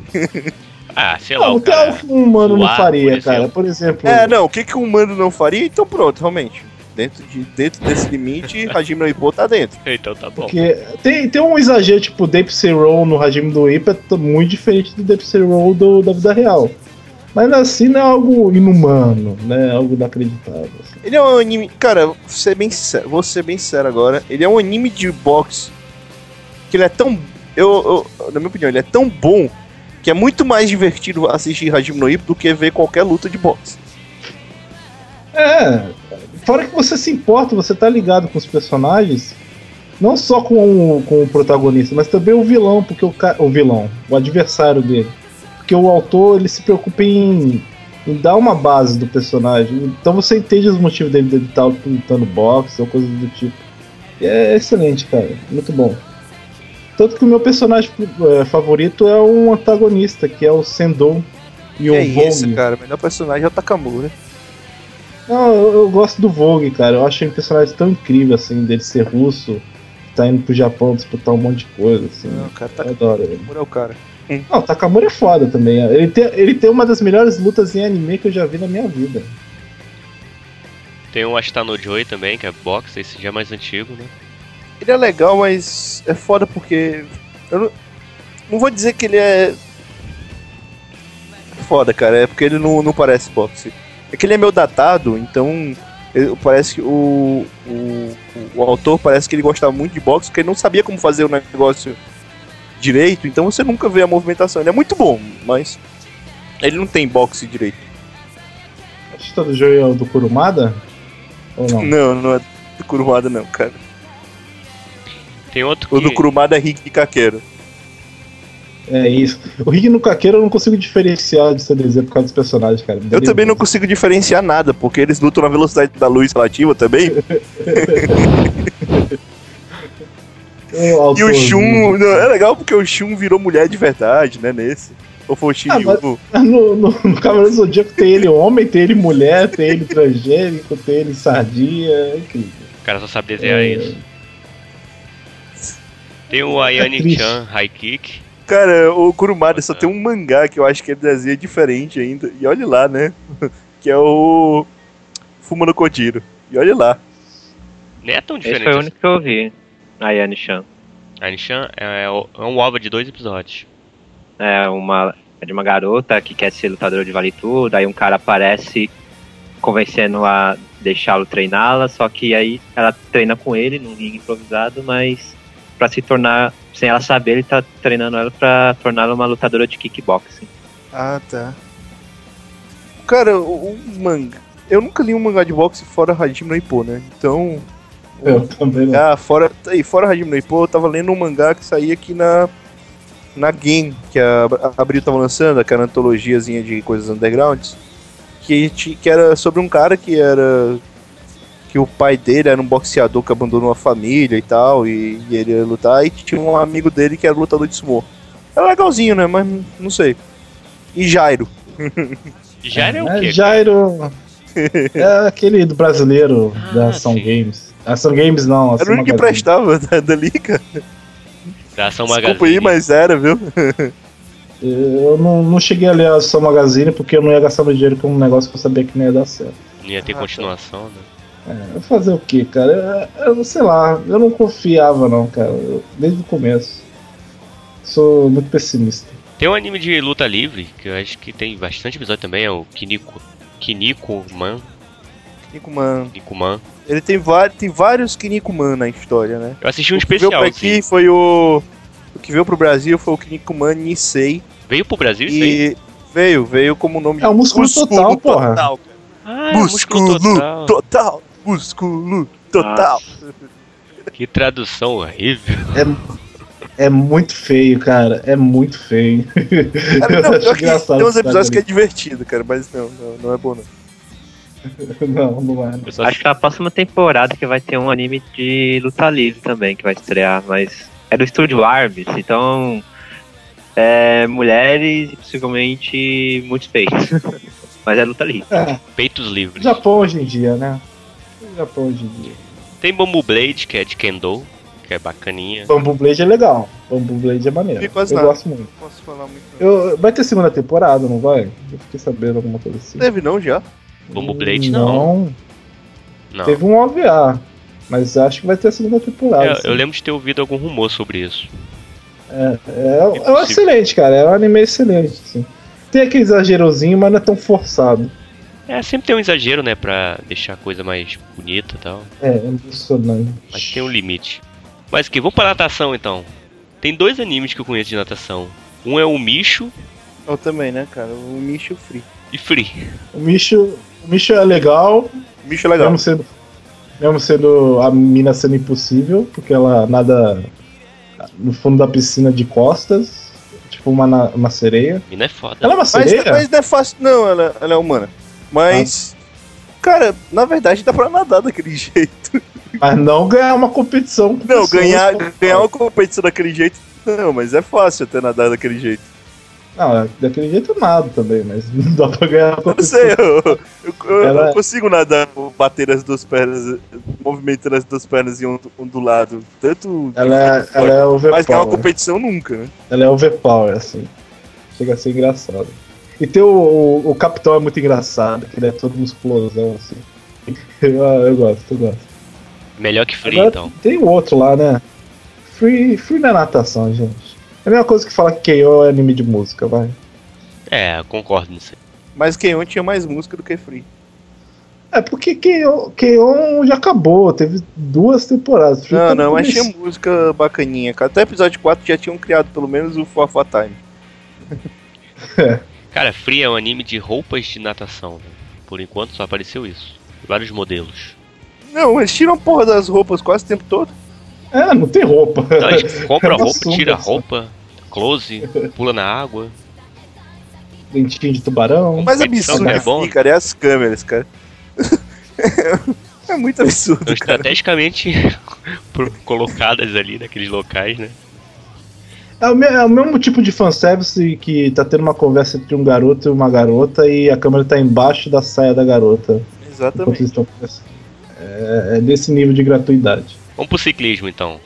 [SPEAKER 1] Ah, sei lá,
[SPEAKER 2] Não,
[SPEAKER 1] o
[SPEAKER 2] que é o
[SPEAKER 1] cara.
[SPEAKER 2] que um humano não
[SPEAKER 1] Suar,
[SPEAKER 2] faria,
[SPEAKER 1] por
[SPEAKER 2] cara.
[SPEAKER 1] exemplo.
[SPEAKER 2] Por exemplo,
[SPEAKER 3] É, não, o que, que um humano não faria? Então pronto, realmente. Dentro, de, dentro desse limite, Hajime no Ippo tá dentro.
[SPEAKER 1] Então tá bom.
[SPEAKER 2] porque tem, tem um exagero, tipo, o Dempsey Roll no regime do Ipa é t- muito diferente do Dempsey Roll do- da vida real. Mas ainda assim não é algo inumano, né? É algo inacreditável. assim.
[SPEAKER 3] Ele é um anime. Cara, vou ser bem sincero, vou ser bem sincero agora. Ele é um anime de boxe. Que ele é tão. Eu, eu- na minha opinião, ele é tão bom que é muito mais divertido assistir Hajime no Ippo do que ver qualquer luta de boxe.
[SPEAKER 2] É, fora que você se importa, você tá ligado com os personagens, não só com o, com o protagonista, mas também o vilão, porque o, ca- o vilão, o adversário dele. Porque o autor ele se preocupa em, em dar uma base do personagem. Então você entende os motivos dele dele estar lutando boxe ou coisas do tipo. E é excelente, cara. Muito bom. Tanto que o meu personagem eh, favorito é um antagonista, que é o Sendou e o
[SPEAKER 3] é isso,
[SPEAKER 2] Vogue.
[SPEAKER 3] cara. O melhor personagem é o Takamura.
[SPEAKER 2] Não, eu, eu gosto do Vogue, cara. Eu acho ele um personagem tão incrível, assim, dele ser russo, tá indo pro Japão disputar um monte de coisa, assim.
[SPEAKER 3] Não, cara,
[SPEAKER 2] Eu
[SPEAKER 3] Takamura
[SPEAKER 2] adoro ele.
[SPEAKER 3] é o cara.
[SPEAKER 2] Não, o Takamura é foda também. Ele tem, ele tem uma das melhores lutas em anime que eu já vi na minha vida.
[SPEAKER 1] Tem o Astano Joy também, que é boxe, esse já é mais antigo, né?
[SPEAKER 3] Ele é legal, mas é foda porque. Eu não, não vou dizer que ele é. Foda, cara, é porque ele não, não parece boxe. É que ele é meio datado, então. eu- Parece que o, o, o autor parece que ele gostava muito de boxe, porque ele não sabia como fazer o negócio direito, então você nunca vê a movimentação. Ele é muito bom, mas ele não tem boxe direito.
[SPEAKER 2] A luta do jogo é do Kurumada? Ou não?
[SPEAKER 3] Não, não é do Kurumada não, cara.
[SPEAKER 1] Tem outro
[SPEAKER 3] O do
[SPEAKER 1] que.
[SPEAKER 3] Kurumada é Rick Kakeiro.
[SPEAKER 2] É isso. O Hig no Kakeiro eu não consigo diferenciar de seu desenho por causa dos personagens, cara.
[SPEAKER 3] Eu também não consigo diferenciar nada, porque eles lutam na velocidade da luz relativa também. E o Shun. não, é legal porque o Shun virou mulher de verdade, né? Nesse. Ou foi o Shiryu.
[SPEAKER 2] Ah, No, no, no Cavaleiro do Zodíaco tem ele homem, tem ele mulher, tem ele transgênico, tem ele sardinha, é incrível.
[SPEAKER 1] O cara só sabe desenhar
[SPEAKER 2] É.
[SPEAKER 1] isso. Tem o Ayane
[SPEAKER 2] É triste.
[SPEAKER 1] Chan High Kick.
[SPEAKER 3] Cara, o Kurumada só tem um mangá que eu acho que ele desenha diferente ainda. E olha lá, né? Que é o. Fuma no Kojiro. E olha lá.
[SPEAKER 1] Nem é tão
[SPEAKER 4] Esse foi o
[SPEAKER 1] diferente.
[SPEAKER 4] único que eu vi. A Yane Chan.
[SPEAKER 1] Ayane Chan é, é um OVA de dois episódios.
[SPEAKER 4] É uma é de uma garota que quer ser lutadora de vale tudo, aí um cara aparece convencendo a deixá-lo treiná-la, só que aí ela treina com ele num ringue improvisado, mas pra se tornar, sem ela saber, ele tá treinando ela pra torná-la uma lutadora de kickboxing.
[SPEAKER 3] Ah, tá. Cara, o, o mangá. Eu nunca li um mangá de boxe fora Hajime no Ippo, né? Então.
[SPEAKER 2] Eu também não.
[SPEAKER 3] Ah, fora, e fora Hajime no Ippo, eu tava lendo um mangá que saía aqui na na Game, que a a Abril tava lançando, aquela antologiazinha de coisas undergrounds, que, ti- que era sobre um cara que era que o pai dele era um boxeador que abandonou a família e tal, e, e ele ia lutar, e tinha um amigo dele que era lutador de sumo. É legalzinho, né? Mas n- não sei. E Jairo.
[SPEAKER 1] Jairo é o
[SPEAKER 2] É,
[SPEAKER 1] quê?
[SPEAKER 2] Jairo. é aquele do brasileiro da
[SPEAKER 1] Ah,
[SPEAKER 2] Ação
[SPEAKER 1] sim.
[SPEAKER 2] Games. Ação Games não,
[SPEAKER 3] Era o
[SPEAKER 2] Ação
[SPEAKER 3] único que
[SPEAKER 2] Magazine.
[SPEAKER 3] prestava da, dali, cara.
[SPEAKER 1] Da Ação
[SPEAKER 3] Desculpa
[SPEAKER 1] É um Magazine.
[SPEAKER 3] aí, mas era, viu?
[SPEAKER 2] Eu não, não cheguei a ler a Ação Magazine porque eu não ia gastar meu dinheiro com um negócio que eu sabia que não ia dar certo.
[SPEAKER 1] Não ia ter continuação, né?
[SPEAKER 2] É, eu fazer o que, cara? Eu, eu sei lá, eu não confiava não, cara. Eu- desde o começo. Sou muito pessimista.
[SPEAKER 1] Tem um anime de luta livre, que eu acho que tem bastante episódio também, é o Kiniko. Kiniko Man.
[SPEAKER 3] Kinnikuman.
[SPEAKER 1] Kiniko Man.
[SPEAKER 3] Ele tem, va- tem vários Kinnikuman na história, né?
[SPEAKER 1] Eu assisti um
[SPEAKER 3] o que veio
[SPEAKER 1] especial,
[SPEAKER 3] pra
[SPEAKER 1] assim.
[SPEAKER 3] aqui foi o. O que veio pro Brasil foi o Kinnikuman Nisei.
[SPEAKER 1] Veio pro Brasil isso aí?
[SPEAKER 3] E veio, veio como nome
[SPEAKER 2] É o músculo total, porra.
[SPEAKER 3] total, cara.
[SPEAKER 1] Ah, é
[SPEAKER 3] músculo
[SPEAKER 1] músculo total.
[SPEAKER 3] total. Músculo total.
[SPEAKER 1] Que tradução horrível.
[SPEAKER 2] É muito feio, cara. É muito feio.
[SPEAKER 3] Cara, É, não,
[SPEAKER 2] Eu acho
[SPEAKER 3] pior que
[SPEAKER 2] engraçado
[SPEAKER 3] tem uns
[SPEAKER 2] esse
[SPEAKER 3] episódios que é divertido, cara, mas não, não, não é bom não.
[SPEAKER 2] Não, não é.
[SPEAKER 1] Eu só
[SPEAKER 4] Acho que é a próxima temporada que vai ter um anime de luta livre também que vai estrear, mas é do estúdio Arms, então é mulheres e possivelmente muitos peitos. mas é luta livre.
[SPEAKER 2] É,
[SPEAKER 1] peitos livres.
[SPEAKER 2] Japão hoje em dia, né? Japão hoje em dia.
[SPEAKER 1] Tem Bamboo Blade, que é de Kendo, que é bacaninha.
[SPEAKER 2] Bamboo Blade é legal. Bamboo Blade é maneiro.
[SPEAKER 3] Vi quase
[SPEAKER 2] eu
[SPEAKER 3] nada.
[SPEAKER 2] gosto muito.
[SPEAKER 3] Não posso falar muito não.
[SPEAKER 2] Eu, vai ter segunda temporada, não vai? Eu fiquei sabendo alguma coisa assim.
[SPEAKER 3] Teve não já?
[SPEAKER 1] Bamboo Blade,
[SPEAKER 2] não.
[SPEAKER 1] Não.
[SPEAKER 2] Teve um OVA, mas acho que vai ter a segunda temporada.
[SPEAKER 1] Eu,
[SPEAKER 2] assim.
[SPEAKER 1] eu lembro de ter ouvido algum rumor sobre isso.
[SPEAKER 2] É, é um
[SPEAKER 1] Impossível.
[SPEAKER 2] excelente, cara. É um anime excelente. assim. Tem aquele exagerozinho, mas não é tão forçado.
[SPEAKER 1] É, sempre tem um exagero, né, pra deixar a coisa mais bonita e tal.
[SPEAKER 2] É, é impressionante.
[SPEAKER 1] Mas tem um limite. Mas que, vamos pra natação então. Tem dois animes que eu conheço de natação. Um é o Micho
[SPEAKER 3] Eu também, né, cara? O Micho Free.
[SPEAKER 1] e Free.
[SPEAKER 2] O Micho, o Micho é legal,
[SPEAKER 3] O Micho é legal.
[SPEAKER 2] Mesmo sendo, mesmo sendo a mina sendo impossível, porque ela nada no fundo da piscina de costas, tipo uma, na- uma sereia.
[SPEAKER 1] E não é foda.
[SPEAKER 2] Ela é uma
[SPEAKER 3] Mas,
[SPEAKER 2] sereia?
[SPEAKER 3] mas não é fácil. Não, ela, ela é humana. Mas.
[SPEAKER 2] Ah.
[SPEAKER 3] Cara, na verdade dá pra nadar daquele jeito.
[SPEAKER 2] Mas não ganhar uma competição. com
[SPEAKER 3] Não,
[SPEAKER 2] pessoas
[SPEAKER 3] ganhar,
[SPEAKER 2] com-
[SPEAKER 3] ganhar uma competição daquele jeito, não, mas é fácil até nadar daquele jeito.
[SPEAKER 2] Não, é daquele jeito nada também, mas não dá pra ganhar uma
[SPEAKER 3] Eu não
[SPEAKER 2] competição.
[SPEAKER 3] sei, eu, eu- eu
[SPEAKER 2] Ela-
[SPEAKER 3] não consigo nadar, bater as duas pernas, movimentando as duas pernas em um, um do lado. Tanto.
[SPEAKER 2] Ela, é-
[SPEAKER 3] mas
[SPEAKER 2] ela é
[SPEAKER 3] ganhar uma
[SPEAKER 2] overpower.
[SPEAKER 3] competição nunca, né?
[SPEAKER 2] Ela é overpower, assim. Chega a ser engraçado. E tem o, o, o capitão é muito engraçado, que ele é todo musculosão, assim. Eu, eu gosto, eu gosto.
[SPEAKER 1] Melhor que Free
[SPEAKER 2] Agora,
[SPEAKER 1] então.
[SPEAKER 2] Tem o outro lá, né? Free, free na natação, gente. É a mesma coisa que falar que KO é anime de música, vai.
[SPEAKER 1] É, eu concordo nisso. aí.
[SPEAKER 3] Mas Keon tinha mais música do que Free.
[SPEAKER 2] É porque KO, KO já acabou, teve duas temporadas. Free
[SPEAKER 3] Não,
[SPEAKER 2] tá
[SPEAKER 3] não,
[SPEAKER 2] no
[SPEAKER 3] mas tinha
[SPEAKER 2] começo.
[SPEAKER 3] música bacaninha, cara. Até o episódio 4 já tinham criado pelo menos o Fafa Time.
[SPEAKER 1] Cara, Free é um anime de roupas de natação. né? Por enquanto só apareceu isso. Vários modelos.
[SPEAKER 3] Não, eles tiram a porra das roupas quase o tempo todo.
[SPEAKER 2] É, não tem roupa.
[SPEAKER 1] Então, eles compram a
[SPEAKER 2] É uma
[SPEAKER 1] roupa,
[SPEAKER 2] sunga
[SPEAKER 1] tira a
[SPEAKER 2] só.
[SPEAKER 1] roupa, close, pula na água.
[SPEAKER 2] Dentinho de tubarão.
[SPEAKER 3] Mas
[SPEAKER 1] Competição,
[SPEAKER 3] absurdo
[SPEAKER 1] né?
[SPEAKER 3] é
[SPEAKER 1] Bom.
[SPEAKER 3] Free, cara, é as câmeras, cara. é muito absurdo,
[SPEAKER 1] Estão
[SPEAKER 3] cara.
[SPEAKER 1] Então, estrategicamente pro- colocadas ali naqueles locais, né?
[SPEAKER 2] É o, me- é o mesmo tipo de fanservice que tá tendo uma conversa entre um garoto e uma garota e a câmera tá embaixo da saia da garota. Enquanto
[SPEAKER 3] Exatamente.
[SPEAKER 2] eles estão conversando. É, é desse nível de gratuidade.
[SPEAKER 1] Vamos pro ciclismo então.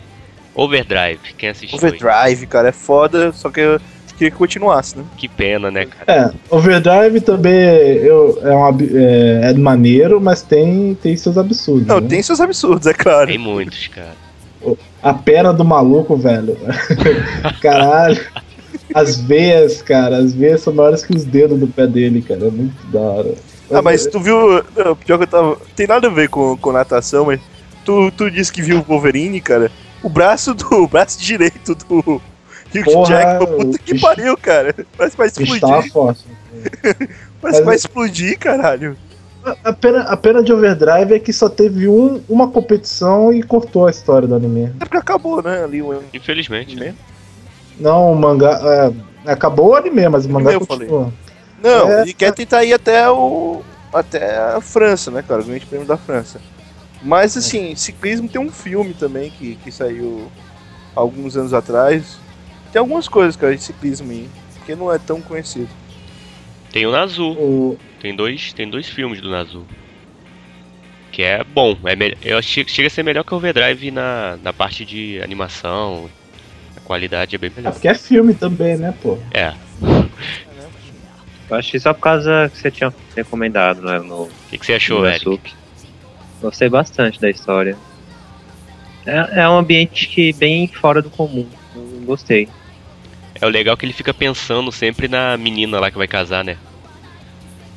[SPEAKER 1] Overdrive, quem assistiu? aí?
[SPEAKER 3] Overdrive, cara, é foda, só que eu queria que continuasse, né?
[SPEAKER 1] Que pena, né, cara?
[SPEAKER 2] É, Overdrive também eu, é, um, ab- é, é maneiro, mas tem, tem seus absurdos.
[SPEAKER 3] Não,
[SPEAKER 2] né?
[SPEAKER 3] tem seus absurdos, é claro.
[SPEAKER 1] Tem muitos, cara.
[SPEAKER 2] A perna do maluco, velho. Caralho. As veias, cara, as veias são maiores que os dedos do pé dele, cara. É muito da hora.
[SPEAKER 3] Ah, mas tu viu. não, pior que eu tava. Tem nada a ver com, com natação, mas. Tu, tu disse que viu o Wolverine, cara. O braço do. O braço direito do. Hugh
[SPEAKER 2] Porra,
[SPEAKER 3] Jackman, puta
[SPEAKER 2] o
[SPEAKER 3] que
[SPEAKER 2] bicho-
[SPEAKER 3] pariu, cara. Parece que vai
[SPEAKER 2] O bicho
[SPEAKER 3] explodir.
[SPEAKER 2] tava forte.
[SPEAKER 3] Parece que vai
[SPEAKER 2] mas-
[SPEAKER 3] explodir, caralho.
[SPEAKER 2] A- A pena, a pena de Overdrive é que só teve um, uma competição e cortou a história do anime.
[SPEAKER 3] É porque acabou, né? Ali o anime
[SPEAKER 1] Infelizmente. né?
[SPEAKER 3] mesmo.
[SPEAKER 2] Não, o mangá. é, acabou o anime, mas o mangá
[SPEAKER 3] eu falei.
[SPEAKER 2] continua.
[SPEAKER 3] Não,
[SPEAKER 2] É.
[SPEAKER 3] ele quer tentar ir até o. Até a França, né, cara? O grande prêmio da França. Mas
[SPEAKER 2] É.
[SPEAKER 3] assim, ciclismo tem um filme também que, que saiu há alguns anos atrás. Tem algumas coisas, cara, de ciclismo aí, que não é tão conhecido.
[SPEAKER 1] Tem o Nazu.
[SPEAKER 2] O,
[SPEAKER 1] Tem dois, tem dois filmes do Nazu. Que é bom. É me- eu acho que chega a ser melhor que o Overdrive na, na parte de animação. A qualidade é bem
[SPEAKER 2] ah,
[SPEAKER 1] melhor.
[SPEAKER 2] porque é filme também, né, pô?
[SPEAKER 1] É,
[SPEAKER 4] Eu achei só por causa que você tinha recomendado, né? No,
[SPEAKER 1] o que, que você achou,
[SPEAKER 4] no
[SPEAKER 1] Eric?
[SPEAKER 4] Suki. Gostei bastante da história. É, é um ambiente que bem fora do comum. Eu gostei.
[SPEAKER 1] É o legal que ele fica pensando sempre na menina lá que vai casar, né?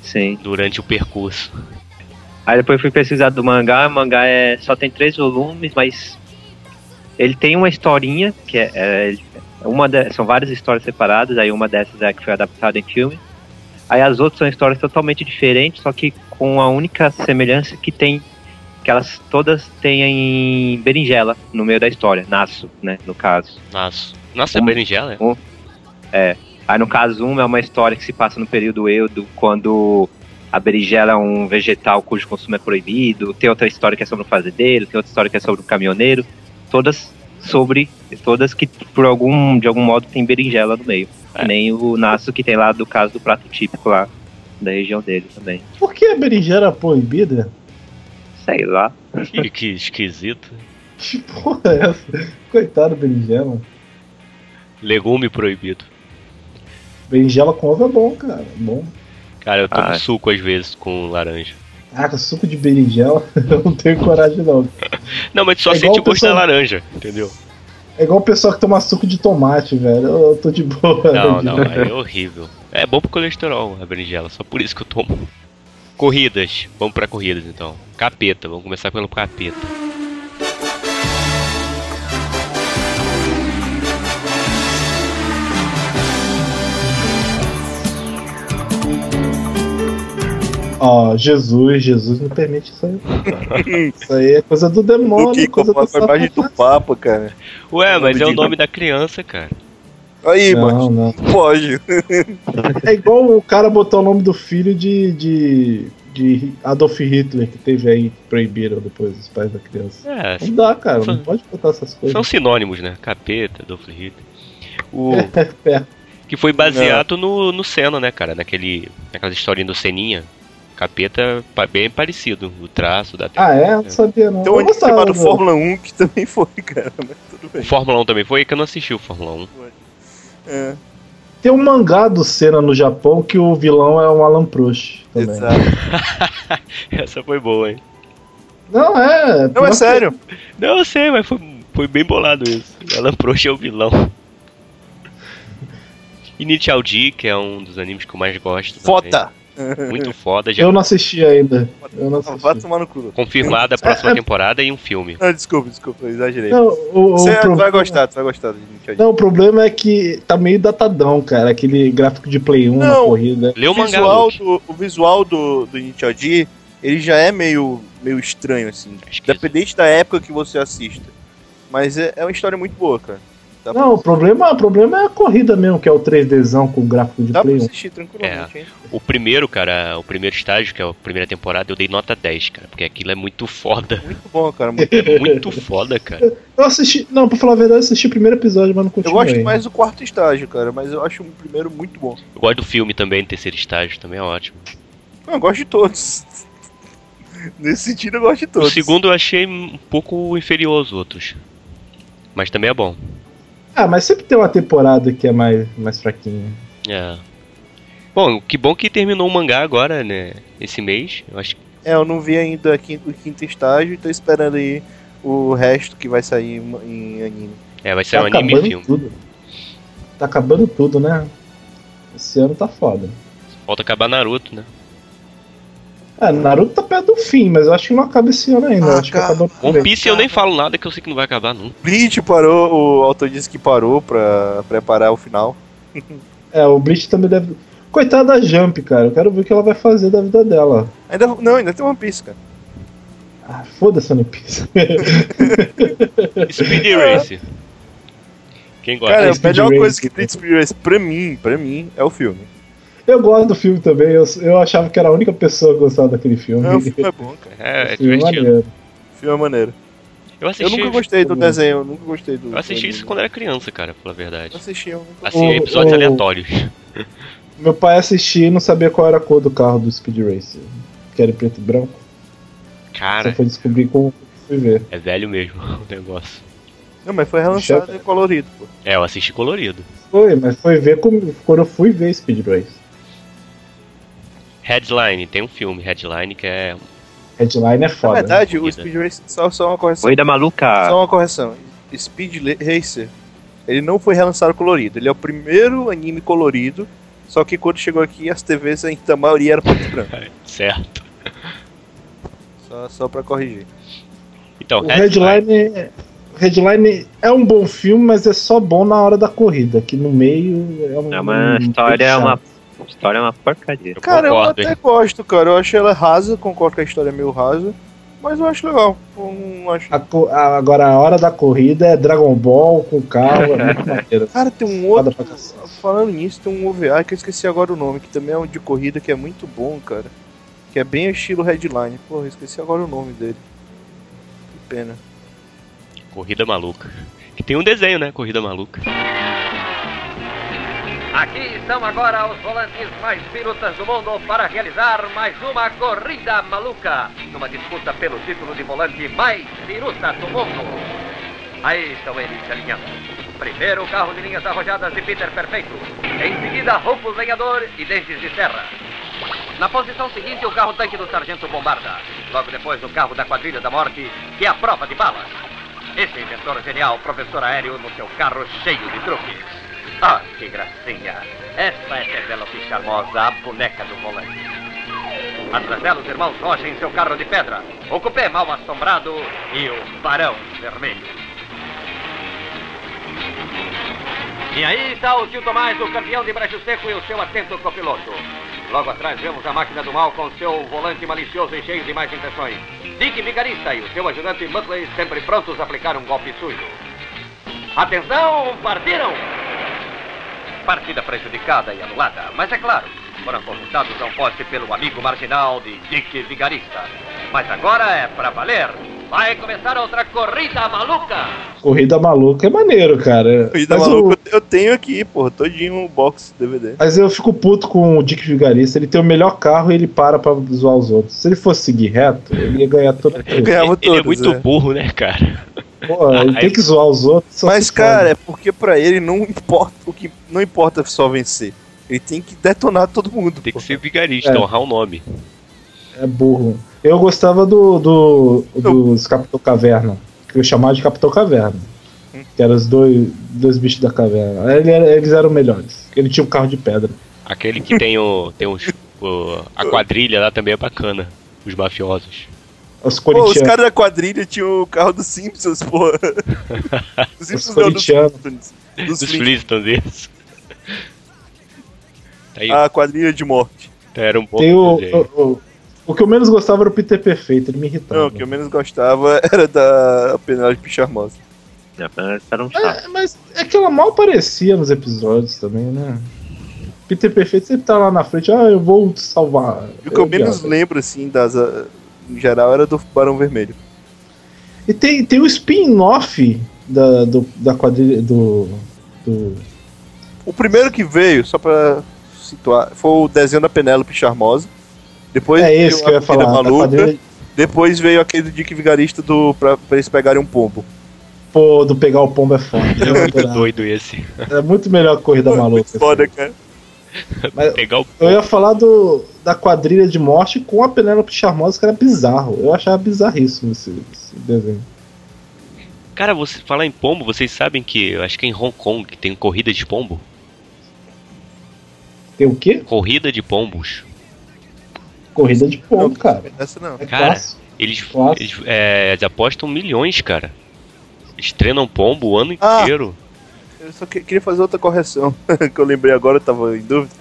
[SPEAKER 4] Sim.
[SPEAKER 1] Durante o percurso.
[SPEAKER 4] Aí depois fui pesquisar do mangá, o mangá é, só tem três volumes, mas ele tem uma historinha, que é, é- é uma de- são várias histórias separadas, aí uma dessas é a que foi adaptada em filme. Aí as outras são histórias totalmente diferentes, só que com a única semelhança que tem que elas todas têm em berinjela no meio da história, naço, né, no caso.
[SPEAKER 1] Nossa. Nossa, é
[SPEAKER 4] Hum.
[SPEAKER 1] berinjela, é?
[SPEAKER 4] Aí no caso uma é uma história que se passa no período Eudo, quando a berinjela é um vegetal cujo consumo é proibido, tem outra história que é sobre um fazendeiro, tem outra história que é sobre um caminhoneiro, todas sobre todas que por algum de algum modo tem berinjela no meio.
[SPEAKER 1] É.
[SPEAKER 4] Nem o Nasso que tem lá do caso do prato típico lá da região dele também.
[SPEAKER 2] Por que a berinjela é proibida?
[SPEAKER 4] Sei lá.
[SPEAKER 1] Que, que esquisito.
[SPEAKER 2] Que porra é essa? Coitado da berinjela.
[SPEAKER 1] Legume proibido.
[SPEAKER 2] Berinjela com ovo é bom, cara. é Bom.
[SPEAKER 1] Cara, eu tomo
[SPEAKER 4] Ah.
[SPEAKER 1] suco às vezes com laranja.
[SPEAKER 2] Ah, com suco de berinjela, eu não tenho coragem, não.
[SPEAKER 1] Não, mas tu só
[SPEAKER 2] É igual
[SPEAKER 1] sente o
[SPEAKER 2] o
[SPEAKER 1] gosto da
[SPEAKER 2] pessoal-
[SPEAKER 1] laranja, entendeu?
[SPEAKER 2] É igual o pessoal que toma suco de tomate, velho. Eu, eu tô de boa. né,
[SPEAKER 1] Não, não,
[SPEAKER 2] velho.
[SPEAKER 1] é horrível. É bom pro colesterol a berinjela, só por isso que eu tomo. Corridas, vamos pra corridas então. Capeta, vamos começar pelo capeta.
[SPEAKER 2] Ó, Jesus, Jesus não permite isso aí. Isso aí é coisa do
[SPEAKER 3] o
[SPEAKER 2] demônio,
[SPEAKER 3] Kiko
[SPEAKER 2] coisa do
[SPEAKER 3] foi mais do
[SPEAKER 2] satanás.
[SPEAKER 3] Papa, cara.
[SPEAKER 1] Ué, mas é o
[SPEAKER 3] Nome de-
[SPEAKER 1] nome da criança, cara.
[SPEAKER 3] Aí, mano,
[SPEAKER 2] Não, não.
[SPEAKER 3] pode.
[SPEAKER 2] É igual o cara botar o nome do filho de, de, de Adolf Hitler, que teve aí, que proibiram depois os pais da criança.
[SPEAKER 1] É,
[SPEAKER 2] Não dá, cara, não pode botar essas
[SPEAKER 1] são
[SPEAKER 3] um
[SPEAKER 2] coisas.
[SPEAKER 1] sinônimos, né? Capeta, Dolph Hitler. O
[SPEAKER 2] É.
[SPEAKER 1] que foi baseado no, no Senna, né, cara? Naquele, naquela historinha do Seninha. Capeta pa- bem parecido, o traço da
[SPEAKER 2] Ah, é? Não sabia, não.
[SPEAKER 3] Tem um
[SPEAKER 2] Eu
[SPEAKER 3] anime
[SPEAKER 2] gostava,
[SPEAKER 3] chamado
[SPEAKER 2] velho.
[SPEAKER 3] Fórmula 1 que também foi, cara, mas tudo
[SPEAKER 1] O
[SPEAKER 3] bem.
[SPEAKER 1] Fórmula 1 também foi, que eu não assisti o Fórmula 1.
[SPEAKER 3] É,
[SPEAKER 2] Tem um mangá do Senna no Japão que o vilão é um Alan Proust também.
[SPEAKER 3] exato.
[SPEAKER 1] Essa foi boa, hein?
[SPEAKER 2] Não, é.
[SPEAKER 3] Não, é sério.
[SPEAKER 1] Não, eu sei, mas foi, foi bem bolado isso. Alan Prost é o vilão. Initial D, que é um dos animes que eu mais gosto. também.
[SPEAKER 3] Foda.
[SPEAKER 1] Muito foda. Já
[SPEAKER 2] Eu não assisti ainda. Eu
[SPEAKER 3] Não,
[SPEAKER 2] não
[SPEAKER 3] Vá
[SPEAKER 2] assisti.
[SPEAKER 3] tomar no cu.
[SPEAKER 1] confirmada a próxima
[SPEAKER 2] É, é-
[SPEAKER 1] temporada e um filme.
[SPEAKER 3] Não, desculpa, desculpa, eu exagerei.
[SPEAKER 2] Não, o, o
[SPEAKER 3] Você
[SPEAKER 2] pro-
[SPEAKER 3] vai gostar, tu vai gostar. Gente.
[SPEAKER 2] Não, o problema é que tá meio datadão, cara. Aquele gráfico de Play 1 na
[SPEAKER 3] Não.
[SPEAKER 2] corrida.
[SPEAKER 1] Leu o mangá,
[SPEAKER 3] visual
[SPEAKER 1] Luke.
[SPEAKER 3] do, o visual do, do Initial D, ele já é meio, meio estranho, assim.
[SPEAKER 1] Acho que-
[SPEAKER 3] Dependente da época que você assista. Mas é, é uma história muito boa, cara. Dá pra-
[SPEAKER 2] Não, o problema, o problema é a corrida mesmo, que é o 3Dzão com o gráfico de
[SPEAKER 3] Dá pra
[SPEAKER 2] Play 1.
[SPEAKER 3] assistir tranquilamente, hein?
[SPEAKER 1] O primeiro, cara, o primeiro estágio, que é a primeira temporada, eu dei nota 10, cara. Porque aquilo é muito foda.
[SPEAKER 3] Muito bom, cara. muito-
[SPEAKER 1] É muito foda, cara.
[SPEAKER 2] um. Eu assisti. Não, pra falar a verdade, eu assisti o primeiro episódio, mas não
[SPEAKER 3] Eu
[SPEAKER 2] continuei.
[SPEAKER 3] gosto mais do quarto estágio, cara, mas eu acho o primeiro muito bom.
[SPEAKER 1] Eu gosto do filme também, terceiro estágio, também é ótimo.
[SPEAKER 3] Não, eu gosto de todos. Nesse sentido, eu gosto de
[SPEAKER 1] O
[SPEAKER 3] todos.
[SPEAKER 1] segundo eu achei um pouco inferior aos outros. Mas também é bom.
[SPEAKER 2] Ah, mas sempre tem uma temporada que é mais, mais fraquinha.
[SPEAKER 1] É. Bom, que bom que terminou o mangá agora, né? Esse mês. Eu acho que
[SPEAKER 3] É, eu não vi ainda quin- o quinto estágio e tô esperando aí o resto que vai sair em, em anime.
[SPEAKER 1] é, vai ser
[SPEAKER 2] Tá
[SPEAKER 1] um anime e
[SPEAKER 2] acabando
[SPEAKER 1] filme.
[SPEAKER 2] tudo. Tá acabando tudo, né? Esse ano tá foda.
[SPEAKER 1] Falta acabar Naruto,
[SPEAKER 2] Tá
[SPEAKER 1] né?
[SPEAKER 2] É, Naruto tá perto do fim, mas eu acho que não acaba esse ano ainda.
[SPEAKER 3] Ah,
[SPEAKER 2] eu acho
[SPEAKER 3] cara.
[SPEAKER 2] que acaba ano
[SPEAKER 1] One
[SPEAKER 2] que vem.
[SPEAKER 1] Piece eu nem falo nada que eu sei que não vai acabar nunca.
[SPEAKER 3] Bleach parou, o autor disse que parou pra preparar o final.
[SPEAKER 2] É, o Bleach também deve. Coitada da Jump, cara. Eu quero ver o que ela vai fazer da vida dela.
[SPEAKER 3] Ainda, não, ainda tem One Piece, cara.
[SPEAKER 2] Ah, foda-se One Piece.
[SPEAKER 1] Speed Race. Quem gosta?
[SPEAKER 3] Cara, a
[SPEAKER 2] Speed
[SPEAKER 3] melhor
[SPEAKER 2] Race,
[SPEAKER 3] coisa que
[SPEAKER 2] né?
[SPEAKER 3] tem de Speed Race pra mim, pra mim, é o filme.
[SPEAKER 2] eu gosto do filme
[SPEAKER 4] É um
[SPEAKER 2] também. Eu, eu achava que era a única pessoa que gostava daquele filme.
[SPEAKER 3] Não, o filme é bom, cara.
[SPEAKER 1] é, é
[SPEAKER 2] Filme
[SPEAKER 1] divertido.
[SPEAKER 2] maneiro.
[SPEAKER 3] O Filme é maneiro.
[SPEAKER 1] Eu
[SPEAKER 3] Eu
[SPEAKER 1] assisti,
[SPEAKER 3] nunca gostei do
[SPEAKER 2] também.
[SPEAKER 3] desenho, eu nunca gostei do.
[SPEAKER 1] eu assisti
[SPEAKER 3] do
[SPEAKER 1] isso
[SPEAKER 3] anime.
[SPEAKER 1] quando era criança, cara, pela verdade.
[SPEAKER 3] Eu assisti, eu nunca
[SPEAKER 1] Assim,
[SPEAKER 2] O-
[SPEAKER 1] episódios
[SPEAKER 2] o-
[SPEAKER 1] aleatórios.
[SPEAKER 2] Meu pai assistia e não sabia qual era a cor do carro do Speed Racer. Que era preto e branco.
[SPEAKER 1] Cara,
[SPEAKER 2] Só
[SPEAKER 4] é.
[SPEAKER 2] foi descobrir como fui ver.
[SPEAKER 1] é velho mesmo o negócio.
[SPEAKER 3] Não, mas foi relançado
[SPEAKER 2] Deixa
[SPEAKER 3] e colorido, pô.
[SPEAKER 1] É, eu assisti colorido.
[SPEAKER 2] Foi, mas foi ver como- quando eu fui ver Speed Racer.
[SPEAKER 1] Headline, tem um filme, Headline, que é.
[SPEAKER 2] Headline
[SPEAKER 3] Na
[SPEAKER 2] é foda.
[SPEAKER 3] verdade, o
[SPEAKER 1] Corrida.
[SPEAKER 3] Speed Racer, só, só uma correção.
[SPEAKER 4] Corrida Maluca.
[SPEAKER 3] Só uma correção. Speed Le- Racer, ele não foi relançado colorido. Ele é o primeiro anime colorido. Só que quando chegou aqui, as TVs, em a maioria, eram preto e branco.
[SPEAKER 1] Certo.
[SPEAKER 3] Só, só pra corrigir.
[SPEAKER 1] Então,
[SPEAKER 2] né? O Headline, Headline é um bom filme, mas é só bom na hora da corrida, que no meio é um.
[SPEAKER 4] É uma história, é uma, história é uma porcaria.
[SPEAKER 1] Eu
[SPEAKER 3] Cara,
[SPEAKER 1] concordo,
[SPEAKER 3] eu até
[SPEAKER 1] hein?
[SPEAKER 3] gosto, cara. Eu acho ela rasa, concordo que a história é meio rasa. Mas eu acho legal. Eu não acho...
[SPEAKER 2] A co- a- agora a hora da corrida é Dragon Ball com carro, é muito maneiro.
[SPEAKER 3] Cara, tem um
[SPEAKER 2] Foda
[SPEAKER 3] outro.
[SPEAKER 2] pra cacete.
[SPEAKER 3] Falando nisso, tem um OVA que eu esqueci agora o nome, que também é um de corrida que é muito bom, cara. Que é bem estilo headline. Porra, eu esqueci agora o nome dele. Que pena.
[SPEAKER 1] Corrida Maluca. Que tem um desenho, né? Corrida Maluca.
[SPEAKER 6] Aqui estão agora os volantes mais pirutas do mundo para realizar mais uma corrida maluca. Numa disputa pelo título de volante mais piruta do mundo. Aí estão eles alinhando. Primeiro o carro de linhas arrojadas de Peter Perfeito. Em seguida, Rufus Lenhador e Dentes de Serra. Na posição seguinte, o carro tanque do Sargento Bombarda. Logo depois, o carro da Quadrilha da Morte, que é a prova de balas. Esse inventor genial, professor aéreo, no seu carro cheio de truques. Ah, que gracinha! Essa é Penélope Charmosa, a boneca do volante. Atrás dela, os irmãos Rocha em seu carro de pedra, o cupê mal assombrado e o Barão Vermelho. E aí está o tio Tomás, o campeão de Brejo Seco e o seu atento copiloto. Logo atrás vemos a máquina do mal com seu volante malicioso e cheio de más intenções. Dick Vigarista e o seu ajudante Muttley sempre prontos a aplicar um golpe sujo. Atenção, partiram! Partida prejudicada e anulada, mas é claro, foram consultados ao poste pelo amigo marginal de Dick Vigarista. Mas agora é para valer. Vai começar outra corrida maluca!
[SPEAKER 2] Corrida maluca é maneiro, cara.
[SPEAKER 3] Corrida
[SPEAKER 2] mas,
[SPEAKER 3] maluca,
[SPEAKER 2] o-
[SPEAKER 3] eu- eu tenho aqui, porra, todinho um box DVD.
[SPEAKER 2] mas eu fico puto com o Dick Vigarista. Ele tem o melhor carro e ele para pra zoar os outros. Se ele fosse seguir reto, ele ia ganhar toda a
[SPEAKER 3] Eu
[SPEAKER 2] corrida.
[SPEAKER 3] ganhava
[SPEAKER 1] Ele, ele é
[SPEAKER 3] todos,
[SPEAKER 1] muito
[SPEAKER 3] é.
[SPEAKER 1] burro, né, cara?
[SPEAKER 2] Pô, ele tem que zoar os outros. só
[SPEAKER 3] Mas,
[SPEAKER 2] se foda.
[SPEAKER 3] cara, é porque pra ele não importa o que. Não importa só vencer. Ele tem que detonar todo mundo.
[SPEAKER 1] Tem que
[SPEAKER 3] pô.
[SPEAKER 1] ser vigarista,
[SPEAKER 2] É.
[SPEAKER 1] honrar o nome.
[SPEAKER 2] É burro. Eu gostava do, do, dos Capitão Caverna, que eu chamava de Capitão Caverna. Que eram os dois, dois bichos da caverna. Ele era- eles eram melhores. Ele tinha um carro de pedra.
[SPEAKER 1] Aquele que tem o. tem os, o- a quadrilha lá também é bacana. Os mafiosos.
[SPEAKER 2] Os
[SPEAKER 3] Pô, os
[SPEAKER 2] corintianos.
[SPEAKER 3] caras da quadrilha tinham o carro dos Simpsons, porra. Os Simpsons não, dos
[SPEAKER 2] corintianos.
[SPEAKER 3] Simpsons.
[SPEAKER 1] Dos
[SPEAKER 3] Dos Flintstones.
[SPEAKER 1] Flintstones, isso. Aí,
[SPEAKER 3] A quadrilha de morte.
[SPEAKER 1] era um bom
[SPEAKER 2] Tem o,
[SPEAKER 1] desenho.
[SPEAKER 2] o, o- o que eu menos gostava era o Peter Perfeito, ele me irritava.
[SPEAKER 3] Não, o que eu menos gostava era da Penelope Charmosa.
[SPEAKER 4] Isso era um chato.
[SPEAKER 2] É, mas é que ela mal aparecia nos episódios também, né? Peter Perfeito sempre tá lá na frente, ah, eu vou te salvar.
[SPEAKER 3] E o que eu
[SPEAKER 2] É,
[SPEAKER 3] menos
[SPEAKER 2] viado.
[SPEAKER 3] lembro, assim, das. ah, Em geral, era do Barão Vermelho.
[SPEAKER 2] E tem, tem o spin-off da, do, da quadrilha. Do, do-
[SPEAKER 3] O primeiro que veio, só pra situar, foi o desenho da Penélope Charmosa. Depois
[SPEAKER 2] É
[SPEAKER 3] veio
[SPEAKER 2] esse que eu
[SPEAKER 3] a
[SPEAKER 2] ia
[SPEAKER 3] Corrida
[SPEAKER 2] falar. da
[SPEAKER 3] Maluca.
[SPEAKER 2] quadrilha,
[SPEAKER 3] Depois veio aquele do Dick Vigarista do, pra, pra eles pegarem um pombo.
[SPEAKER 2] pô, do pegar o pombo é foda.
[SPEAKER 1] É muito
[SPEAKER 2] É,
[SPEAKER 1] doido esse.
[SPEAKER 2] muito melhor que Corrida Maluca.
[SPEAKER 3] é Foda,
[SPEAKER 2] assim.
[SPEAKER 3] cara.
[SPEAKER 2] Mas
[SPEAKER 1] Pegar o.
[SPEAKER 2] eu ia falar do, da quadrilha de morte com a Penélope Charmosa, que era bizarro. Eu achava bizarríssimo esse, esse desenho.
[SPEAKER 1] Cara, você falar em pombo, vocês sabem que. eu Acho que é em Hong Kong que tem corrida de pombo.
[SPEAKER 2] Tem o quê?
[SPEAKER 1] Corrida de pombos.
[SPEAKER 2] Corrida de pombo, cara.
[SPEAKER 3] Essa não.
[SPEAKER 2] É
[SPEAKER 1] Cara,
[SPEAKER 2] clássico.
[SPEAKER 1] Eles,
[SPEAKER 2] Nossa.
[SPEAKER 1] eles, é, eles apostam milhões, cara. Eles treinam pombo o ano
[SPEAKER 3] Ah.
[SPEAKER 1] inteiro.
[SPEAKER 3] Eu só que- queria fazer outra correção, que eu lembrei agora, eu tava em dúvida.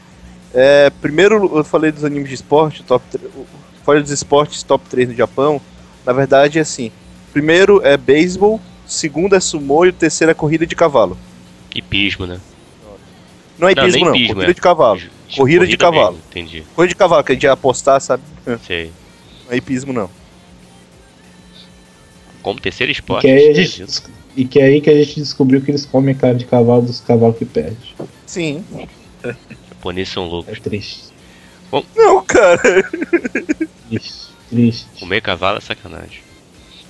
[SPEAKER 3] É, primeiro, eu falei dos animes de esporte, o top tre- o- fora dos esportes, top 3 no Japão. Na verdade, é assim: primeiro é beisebol, segundo é sumô e o terceiro é corrida de cavalo.
[SPEAKER 1] E pismo, né?
[SPEAKER 3] Não é
[SPEAKER 1] Não,
[SPEAKER 3] hipismo,
[SPEAKER 1] nem
[SPEAKER 3] não,
[SPEAKER 1] hipismo,
[SPEAKER 3] corrida
[SPEAKER 1] é.
[SPEAKER 3] de cavalo.
[SPEAKER 1] Corrida,
[SPEAKER 3] Ah, Corrida de cavalo.
[SPEAKER 1] mesmo, entendi.
[SPEAKER 3] Corrida de cavalo, que a gente ia apostar, sabe?
[SPEAKER 1] Sei.
[SPEAKER 3] Não é hipismo, não.
[SPEAKER 1] Como terceiro
[SPEAKER 2] E
[SPEAKER 1] esporte. é
[SPEAKER 2] que, é aí a gente, des- e que aí que a gente descobriu que eles comem carne de cavalo dos cavalos que perde.
[SPEAKER 3] Sim.
[SPEAKER 1] Os japoneses são loucos.
[SPEAKER 2] É triste.
[SPEAKER 3] Não, cara.
[SPEAKER 2] Triste. Triste.
[SPEAKER 1] Comer cavalo é sacanagem.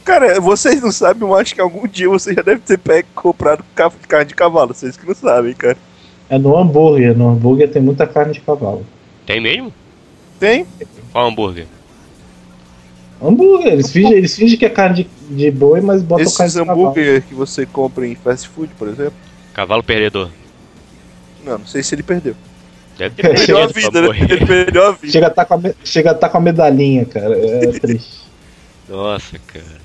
[SPEAKER 3] Cara, vocês não sabem, eu acho que algum dia você já deve ter pego, comprado ca- carne de cavalo. Vocês que não sabem, cara.
[SPEAKER 2] É no hambúrguer. No hambúrguer tem muita carne de cavalo.
[SPEAKER 1] Tem mesmo?
[SPEAKER 3] Tem?
[SPEAKER 1] Qual hambúrguer?
[SPEAKER 2] Hambúrguer. Eles fingem, eles fingem que é carne de, de boi, mas botam carne
[SPEAKER 3] Esses
[SPEAKER 2] de cavalo.
[SPEAKER 3] hambúrguer que você compra em fast food, por exemplo.
[SPEAKER 1] Cavalo perdedor.
[SPEAKER 3] Não, não sei se ele perdeu.
[SPEAKER 1] Deve ter
[SPEAKER 2] Ele
[SPEAKER 1] perdido
[SPEAKER 3] Perdeu a
[SPEAKER 1] esse
[SPEAKER 3] vida, né?
[SPEAKER 1] hambúrguer.
[SPEAKER 3] Ele perdeu a vida.
[SPEAKER 2] Chega a, tá com a, me- chega a tá com a medalhinha, cara. É triste.
[SPEAKER 1] Nossa, cara.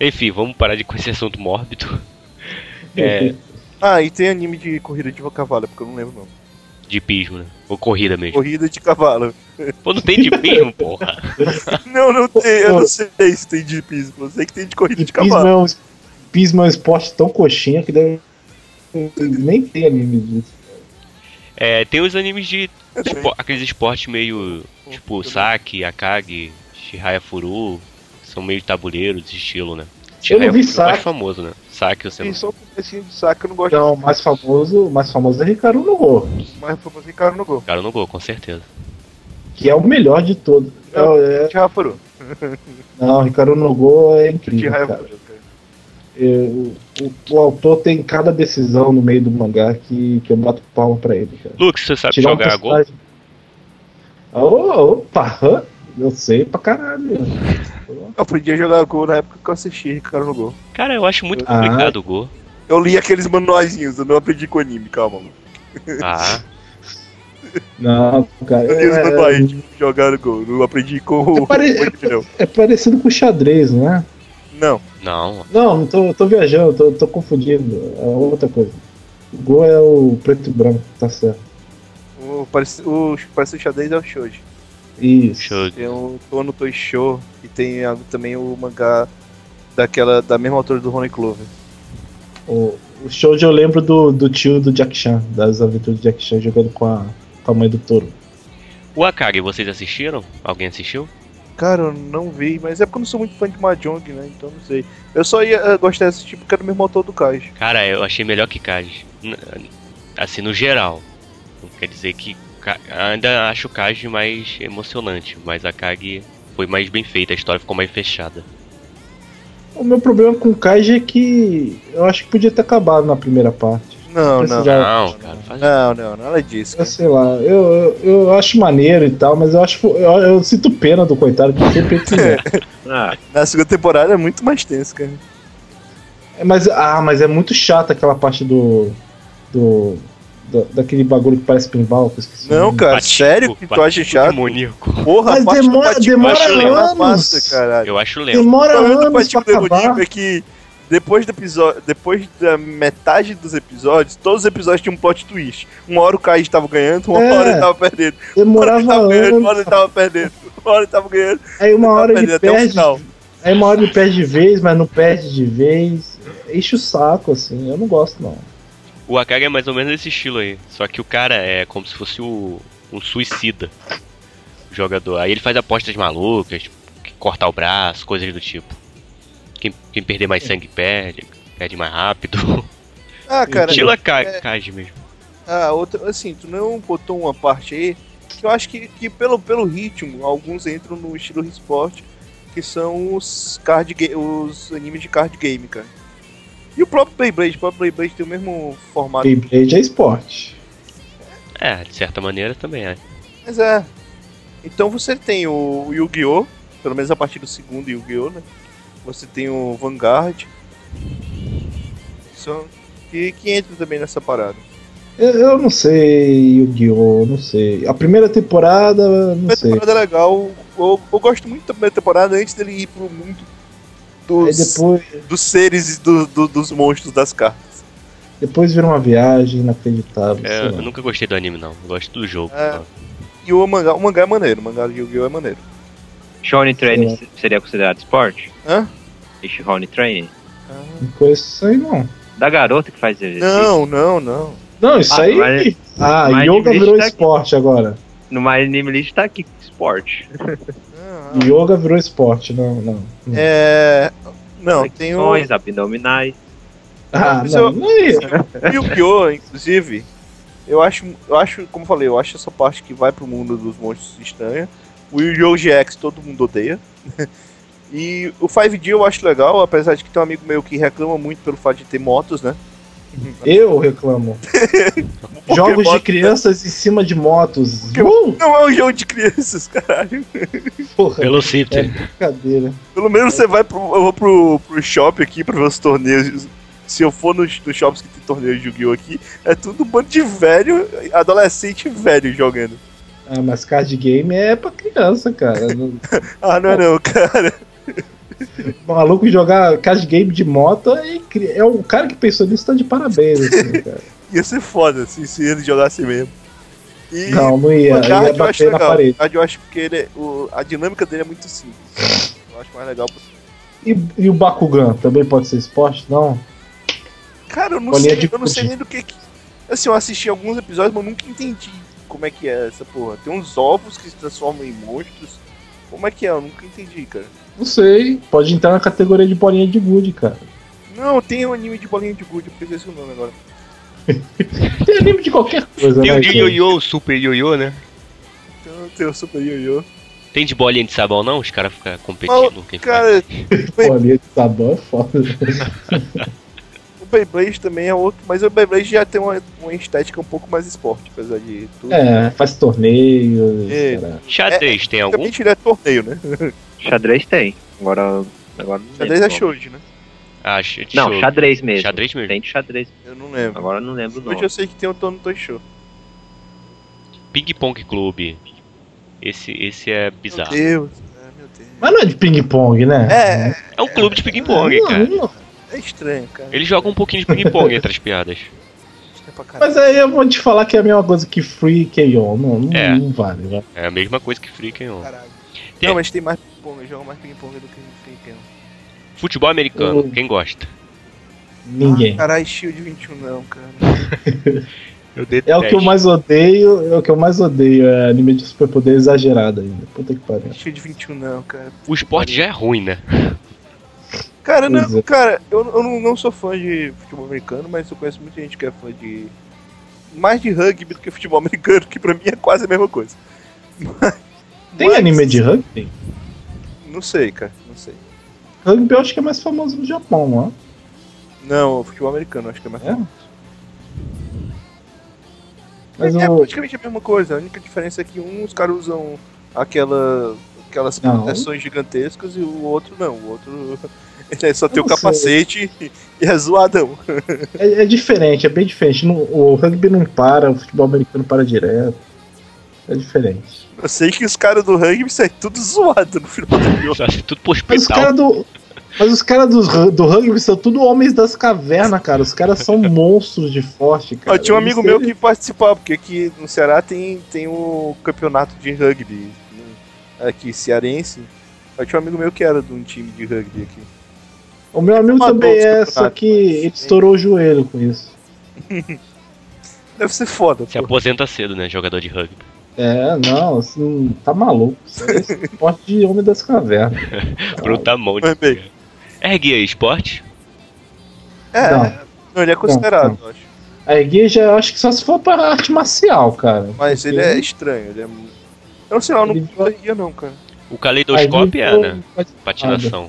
[SPEAKER 1] Enfim, vamos parar de com esse assunto mórbido. É.
[SPEAKER 3] Ah, e tem anime de corrida de cavalo, porque eu não lembro o nome.
[SPEAKER 1] De pismo, né? Ou corrida mesmo.
[SPEAKER 3] Corrida de cavalo.
[SPEAKER 1] Pô, não tem de pismo, porra.
[SPEAKER 3] Não, não tem. Eu não sei se tem de piso. Eu sei que tem de corrida
[SPEAKER 2] E
[SPEAKER 3] de
[SPEAKER 2] pismo
[SPEAKER 3] cavalo.
[SPEAKER 2] é, um, es- pismo é um esporte tão coxinha que deve. Nem tem anime disso.
[SPEAKER 1] É, tem os animes de.
[SPEAKER 3] É assim.
[SPEAKER 1] espo- aqueles esportes meio.
[SPEAKER 3] né?
[SPEAKER 1] Tipo, saque, akagi, shihaya furu. que São meio tabuleiro de estilo, né?
[SPEAKER 2] Eu não
[SPEAKER 1] Shihaya
[SPEAKER 2] vi
[SPEAKER 1] Furu é o mais
[SPEAKER 2] saque.
[SPEAKER 1] famoso, né? Saque, você
[SPEAKER 3] Tem
[SPEAKER 1] não.
[SPEAKER 3] só um comecinho de saco, eu não gosto
[SPEAKER 2] Então, o mais famoso, o mais famoso é Ricardo no gol,
[SPEAKER 3] mais pra fazer cara no gol.
[SPEAKER 1] Cara no gol, com certeza.
[SPEAKER 2] que é o melhor de todo. Não, é,
[SPEAKER 3] De Rafaru.
[SPEAKER 2] não Ricardo no gol é
[SPEAKER 3] De
[SPEAKER 2] incrível. Cara.
[SPEAKER 3] Rafaru. cara.
[SPEAKER 2] É, o, o- o autor tem cada decisão no meio do mangá que, que eu bato palma pra ele, cara.
[SPEAKER 1] Lux, você sabe
[SPEAKER 2] Tirar um
[SPEAKER 1] jogar gol?
[SPEAKER 2] personagem- Ô, opa, hã? eu sei pra caralho.
[SPEAKER 3] Eu aprendi a jogar gol na época que eu assisti cara no gol.
[SPEAKER 1] Cara, eu acho muito
[SPEAKER 2] Ah.
[SPEAKER 1] complicado o gol.
[SPEAKER 3] Eu li aqueles manuaizinhos, eu não aprendi com anime, calma, mano.
[SPEAKER 1] Ah,
[SPEAKER 2] Não, cara.
[SPEAKER 3] Eu li os
[SPEAKER 2] É,
[SPEAKER 3] manuais de jogar gol, não aprendi com o.
[SPEAKER 2] É pare-
[SPEAKER 3] com o anime, não.
[SPEAKER 2] é parecido com xadrez, né?
[SPEAKER 3] Não.
[SPEAKER 1] não.
[SPEAKER 2] Não, não tô, eu tô viajando, tô, tô confundindo. É outra coisa. O gol é o preto e branco, tá certo.
[SPEAKER 3] O, parece, o, parece o xadrez é o Shoji.
[SPEAKER 2] Isso.
[SPEAKER 1] Show.
[SPEAKER 3] Tem o Tono Toy Show e tem a- também o mangá daquela da mesma autora do Ronnie Clover.
[SPEAKER 2] O, o show eu lembro do, do tio do Jack Chan, das aventuras do Jack Chan jogando com a, com a mãe do touro.
[SPEAKER 1] O Akagi, vocês assistiram? Alguém assistiu?
[SPEAKER 3] Cara, eu não vi, mas é porque eu não sou muito fã de Mahjong, né? Então não sei. Eu só ia eh, gostar desse tipo porque era o mesmo autor do Kaiji.
[SPEAKER 1] Cara, eu achei melhor que Kaj. N- Assim, no geral. Não quer dizer que. Ka- Ainda acho Kaj mais emocionante, mas a Kag foi mais bem feita, a história ficou mais fechada.
[SPEAKER 2] O meu problema com o Kaiji é que eu acho que podia ter acabado na primeira parte.
[SPEAKER 3] Não, não.
[SPEAKER 2] Precisava-
[SPEAKER 1] Não, cara, faz
[SPEAKER 3] Não, não, nada disso.
[SPEAKER 2] Eu
[SPEAKER 3] cara.
[SPEAKER 2] sei lá, eu, eu, eu acho maneiro e tal, mas eu acho. Eu, eu sinto pena do coitado que sempre fizer.
[SPEAKER 4] Ah,
[SPEAKER 3] Na segunda temporada é muito mais tenso, cara.
[SPEAKER 2] É, Mas, ah, mas é muito chato aquela parte do. do. da- daquele bagulho que parece pinball, que eu esqueci. o
[SPEAKER 3] Não,
[SPEAKER 2] nome.
[SPEAKER 3] cara,
[SPEAKER 1] Hum, Bate-
[SPEAKER 3] É, sério que tu
[SPEAKER 1] bate-
[SPEAKER 3] acha chato?
[SPEAKER 1] tipo, demoníaco.
[SPEAKER 3] Porra,
[SPEAKER 2] Mas
[SPEAKER 3] a parte do
[SPEAKER 2] demora-
[SPEAKER 3] Patico
[SPEAKER 2] demora
[SPEAKER 3] Demoníaco é
[SPEAKER 2] anos.
[SPEAKER 3] massa, caralho.
[SPEAKER 1] Eu acho lento.
[SPEAKER 2] Demora
[SPEAKER 3] problema do
[SPEAKER 2] anos pra
[SPEAKER 3] Patico Demoníaco
[SPEAKER 2] acabar.
[SPEAKER 3] é que depois do episódio. Depois da metade dos episódios, todos os episódios tinham um plot twist. Uma hora o Kai tava ganhando, uma
[SPEAKER 2] É.
[SPEAKER 3] hora ele tava perdendo. Uma hora ele
[SPEAKER 2] Demorava
[SPEAKER 3] tava ganhando, uma
[SPEAKER 2] anos.
[SPEAKER 3] hora ele tava perdendo. Uma hora ele tava ganhando,
[SPEAKER 2] Aí uma
[SPEAKER 3] uma
[SPEAKER 2] hora
[SPEAKER 3] hora
[SPEAKER 2] ele
[SPEAKER 3] ele tava perdendo Tá até o
[SPEAKER 2] perde.
[SPEAKER 3] final.
[SPEAKER 2] Aí uma hora ele perde de vez, mas não perde de vez. Enche o saco, assim. Eu não gosto, não.
[SPEAKER 1] O Akagi é mais ou menos desse estilo aí. Só que o cara é como se fosse o, um suicida. O jogador. Aí ele faz apostas malucas, tipo, que cortar o braço, coisas do tipo. Quem, quem perder mais sangue perde, perde mais rápido.
[SPEAKER 3] Ah, cara,
[SPEAKER 1] Estilo Akagi Akagi mesmo.
[SPEAKER 3] ah, outra, assim, tu não botou uma parte aí que eu acho que, que pelo, pelo ritmo, alguns entram no estilo esporte, que são os card ga- os animes de card game, cara. E o próprio Beyblade, o próprio Beyblade tem o mesmo formato.
[SPEAKER 2] Beyblade é esporte.
[SPEAKER 1] É, de certa maneira também é.
[SPEAKER 3] Mas é. Então você tem o Yu-Gi-Oh! Pelo menos a partir do segundo Yu-Gi-Oh! né? Você tem o Vanguard. São... Que, que entra também nessa parada.
[SPEAKER 2] Eu, eu não sei, Yu-Gi-Oh! Não sei. A primeira temporada, eu não
[SPEAKER 3] A
[SPEAKER 2] sei.
[SPEAKER 3] temporada é legal. Eu, eu gosto muito da primeira temporada antes dele ir pro mundo
[SPEAKER 2] Aí
[SPEAKER 3] dos,
[SPEAKER 2] depois,
[SPEAKER 3] dos seres e do- do- dos monstros das cartas.
[SPEAKER 2] depois vira uma viagem inacreditável. assim.
[SPEAKER 1] É,
[SPEAKER 2] sei
[SPEAKER 1] Eu
[SPEAKER 2] lá.
[SPEAKER 1] nunca gostei do anime, não. Eu gosto do jogo.
[SPEAKER 3] É.
[SPEAKER 1] só.
[SPEAKER 3] E o mangá, o mangá é maneiro, o mangá de Yu-Gi-Oh! é maneiro.
[SPEAKER 4] Shonen Training seria considerado esporte?
[SPEAKER 3] Hã?
[SPEAKER 4] E Shonen Training?
[SPEAKER 2] Não conheço isso aí, não.
[SPEAKER 4] Da garota que faz exercício.
[SPEAKER 3] Não, não, não.
[SPEAKER 2] Não, isso
[SPEAKER 4] Ah,
[SPEAKER 2] aí.
[SPEAKER 4] mas-
[SPEAKER 2] ah,
[SPEAKER 4] mas
[SPEAKER 2] yoga
[SPEAKER 4] de
[SPEAKER 2] virou
[SPEAKER 4] vez tá-
[SPEAKER 2] esporte agora.
[SPEAKER 4] No My Name List tá aqui, esporte.
[SPEAKER 2] Yoga virou esporte, não, não.
[SPEAKER 3] Ah. É. Não, tem o.
[SPEAKER 4] Flexões, abdominais.
[SPEAKER 2] Ah,
[SPEAKER 3] mas
[SPEAKER 2] não,
[SPEAKER 3] eu-
[SPEAKER 2] não é isso.
[SPEAKER 3] E o pior, inclusive, eu acho, eu acho, como eu falei, eu acho essa parte que vai pro mundo dos monstros estranha. O Yu-Gi-Oh! GX todo mundo odeia. E o 5D eu acho legal, apesar de que tem um amigo meu que reclama muito pelo fato de ter motos, né?
[SPEAKER 2] Eu reclamo.
[SPEAKER 3] Porque
[SPEAKER 2] Jogos de
[SPEAKER 3] moto-
[SPEAKER 2] crianças em cima de motos. Uh,
[SPEAKER 3] Não é um jogo de crianças, caralho.
[SPEAKER 2] porra,
[SPEAKER 1] Pelo City.
[SPEAKER 3] É,
[SPEAKER 2] brincadeira.
[SPEAKER 3] Pelo menos você vai pro. Eu vou pro, pro shopping aqui pra ver os torneios. Se eu for nos, nos shops que tem torneio de Yu-Gi-Oh! aqui, é tudo um bando de velho, adolescente velho jogando.
[SPEAKER 2] Ah, mas card game é pra criança, cara. Não-
[SPEAKER 3] Ah, não é não, cara.
[SPEAKER 2] O maluco jogar card game de moto é, incri- é o cara que pensou nisso tá de parabéns, assim, cara.
[SPEAKER 3] Ia ser foda se, se ele jogasse mesmo. E
[SPEAKER 2] Não, não ia. Ele ia
[SPEAKER 3] Vanguard eu acho
[SPEAKER 2] bater na
[SPEAKER 3] legal.
[SPEAKER 2] parede.
[SPEAKER 3] Vanguard eu acho que ele, é- o, a dinâmica dele é muito simples. Eu acho mais legal. porque-
[SPEAKER 2] E, e o Bakugan também pode ser esporte? Não?
[SPEAKER 3] Cara, eu não,
[SPEAKER 2] Bolinha
[SPEAKER 3] sei,
[SPEAKER 2] de
[SPEAKER 3] eu não sei
[SPEAKER 2] gude.
[SPEAKER 3] nem do que, que. Assim, eu assisti alguns episódios, mas eu nunca entendi como é que é essa porra. Tem uns ovos que se transformam em monstros. Como é que é? Eu nunca entendi, cara.
[SPEAKER 2] Não sei. Pode entrar na categoria de bolinha de gude, cara.
[SPEAKER 3] Não, tem um anime de bolinha de gude, eu esqueci o nome agora.
[SPEAKER 2] Tem anime de qualquer coisa,
[SPEAKER 1] Tem
[SPEAKER 2] né?
[SPEAKER 1] o de
[SPEAKER 2] gente?
[SPEAKER 1] ioiô, o super ioiô, né?
[SPEAKER 3] Então, tem o Super Yo-Yo.
[SPEAKER 1] Tem de bolinha de sabão não? Os caras ficam competindo. quem faz.
[SPEAKER 3] Cara,
[SPEAKER 2] Bolinha de sabão é foda.
[SPEAKER 3] o Beyblade também é outro, mas o Beyblade já tem uma, uma estética um pouco mais esporte, apesar de tudo.
[SPEAKER 2] É, faz torneio.
[SPEAKER 3] É.
[SPEAKER 2] cara.
[SPEAKER 1] Xadrez, tem algum?
[SPEAKER 3] Obviamente ele é torneio, né?
[SPEAKER 4] Xadrez tem. Agora. agora não
[SPEAKER 3] Xadrez é
[SPEAKER 4] lembro o nome.
[SPEAKER 3] Shoji, né?
[SPEAKER 1] Ah, sh-
[SPEAKER 4] Não,
[SPEAKER 1] show.
[SPEAKER 4] xadrez mesmo.
[SPEAKER 1] Xadrez mesmo.
[SPEAKER 4] Tem de xadrez.
[SPEAKER 3] Eu não lembro.
[SPEAKER 4] Agora eu não lembro o
[SPEAKER 3] Hoje
[SPEAKER 4] nome.
[SPEAKER 3] eu sei que tem o Tono Toy Show.
[SPEAKER 1] Ping Pong Clube. Esse, esse é bizarro.
[SPEAKER 3] Meu Deus, é, meu Deus.
[SPEAKER 2] Mas não é de ping-pong, né?
[SPEAKER 3] É,
[SPEAKER 1] É um clube de ping pong,
[SPEAKER 2] Não,
[SPEAKER 1] cara.
[SPEAKER 2] não.
[SPEAKER 3] é estranho, cara.
[SPEAKER 1] Ele joga um pouquinho de ping pong entre as piadas.
[SPEAKER 3] Estranho pra caralho.
[SPEAKER 2] Mas aí eu vou te falar que é a mesma coisa que Free e KO. Não, não,
[SPEAKER 1] É.
[SPEAKER 2] não vale, né?
[SPEAKER 1] É a mesma coisa que Freaking On.
[SPEAKER 3] Caralho.
[SPEAKER 1] Tem-
[SPEAKER 3] é- Não, mas tem mais ping-pong, eu jogo mais ping-pong do que ping-pong.
[SPEAKER 1] Futebol americano,
[SPEAKER 2] Hum.
[SPEAKER 1] quem gosta?
[SPEAKER 2] Ninguém.
[SPEAKER 3] Ah, Caralho, Shield 21 não, cara.
[SPEAKER 1] Eu detesto.
[SPEAKER 2] É o que eu mais odeio, é o que eu mais odeio, é anime de superpoder exagerado ainda. Puta que pariu.
[SPEAKER 3] Shield 21 não, cara.
[SPEAKER 1] O esporte já é ruim, né?
[SPEAKER 3] Cara, não,
[SPEAKER 2] Pois é.
[SPEAKER 3] cara, eu, eu não, não sou fã de futebol americano, mas eu conheço muita gente que é fã de. Mais de rugby do que futebol americano, que pra mim é quase a mesma coisa.
[SPEAKER 2] Tem
[SPEAKER 3] Mas-
[SPEAKER 2] anime de rugby?
[SPEAKER 3] Não sei, cara, não sei.
[SPEAKER 2] Rugby eu acho que é mais famoso no Japão, não
[SPEAKER 3] Não, o futebol americano, acho que é mais.
[SPEAKER 2] É? Mas
[SPEAKER 3] é
[SPEAKER 2] o.
[SPEAKER 3] praticamente a mesma coisa, a única diferença é que um os caras usam aquela, aquelas
[SPEAKER 2] Não.
[SPEAKER 3] proteções gigantescas e o outro não. O outro ele só tem
[SPEAKER 2] Eu
[SPEAKER 3] o
[SPEAKER 2] não
[SPEAKER 3] capacete e é zoadão.
[SPEAKER 2] É, é diferente, é bem diferente. Não- o rugby não para, o futebol americano para direto. É diferente.
[SPEAKER 3] Eu sei que os caras do rugby saem tudo zoado no final do jogo.
[SPEAKER 1] Só se tudo pro
[SPEAKER 2] Mas os
[SPEAKER 1] hospital.
[SPEAKER 2] caras do. Mas os caras dos ru- do rugby são tudo homens das cavernas, cara. Os caras são monstros de forte, cara.
[SPEAKER 3] Eu tinha um amigo
[SPEAKER 2] Isso
[SPEAKER 3] meu
[SPEAKER 2] é-
[SPEAKER 3] que participava, porque aqui no Ceará tem, tem o campeonato de rugby né, aqui, cearense. Eu tinha um amigo meu que era de um time de rugby aqui.
[SPEAKER 2] O meu amigo
[SPEAKER 3] Uma
[SPEAKER 2] também
[SPEAKER 3] dor
[SPEAKER 2] é,
[SPEAKER 3] de
[SPEAKER 2] só que
[SPEAKER 3] campeonato, mas-
[SPEAKER 2] ele estourou o joelho com isso.
[SPEAKER 3] Deve ser foda,
[SPEAKER 1] Se
[SPEAKER 3] pô.
[SPEAKER 1] aposenta cedo, né? Jogador de rugby.
[SPEAKER 2] É, não, assim, tá maluco. Isso é esse esporte de homem das cavernas.
[SPEAKER 1] Bruta monte.
[SPEAKER 3] Mas bem,
[SPEAKER 1] Ergue aí, esporte.
[SPEAKER 3] É,
[SPEAKER 2] Não.
[SPEAKER 3] não, ele é considerado, eu acho.
[SPEAKER 2] A igreja, eu acho que só se for pra arte marcial, cara.
[SPEAKER 3] Mas ele é estranho, ele é. mu- Eu não sei lá, eu não
[SPEAKER 2] Ele-
[SPEAKER 3] gostaria não, cara.
[SPEAKER 1] O caleidoscópio é,
[SPEAKER 2] Aí,
[SPEAKER 1] né?
[SPEAKER 2] eu-
[SPEAKER 1] Patinação.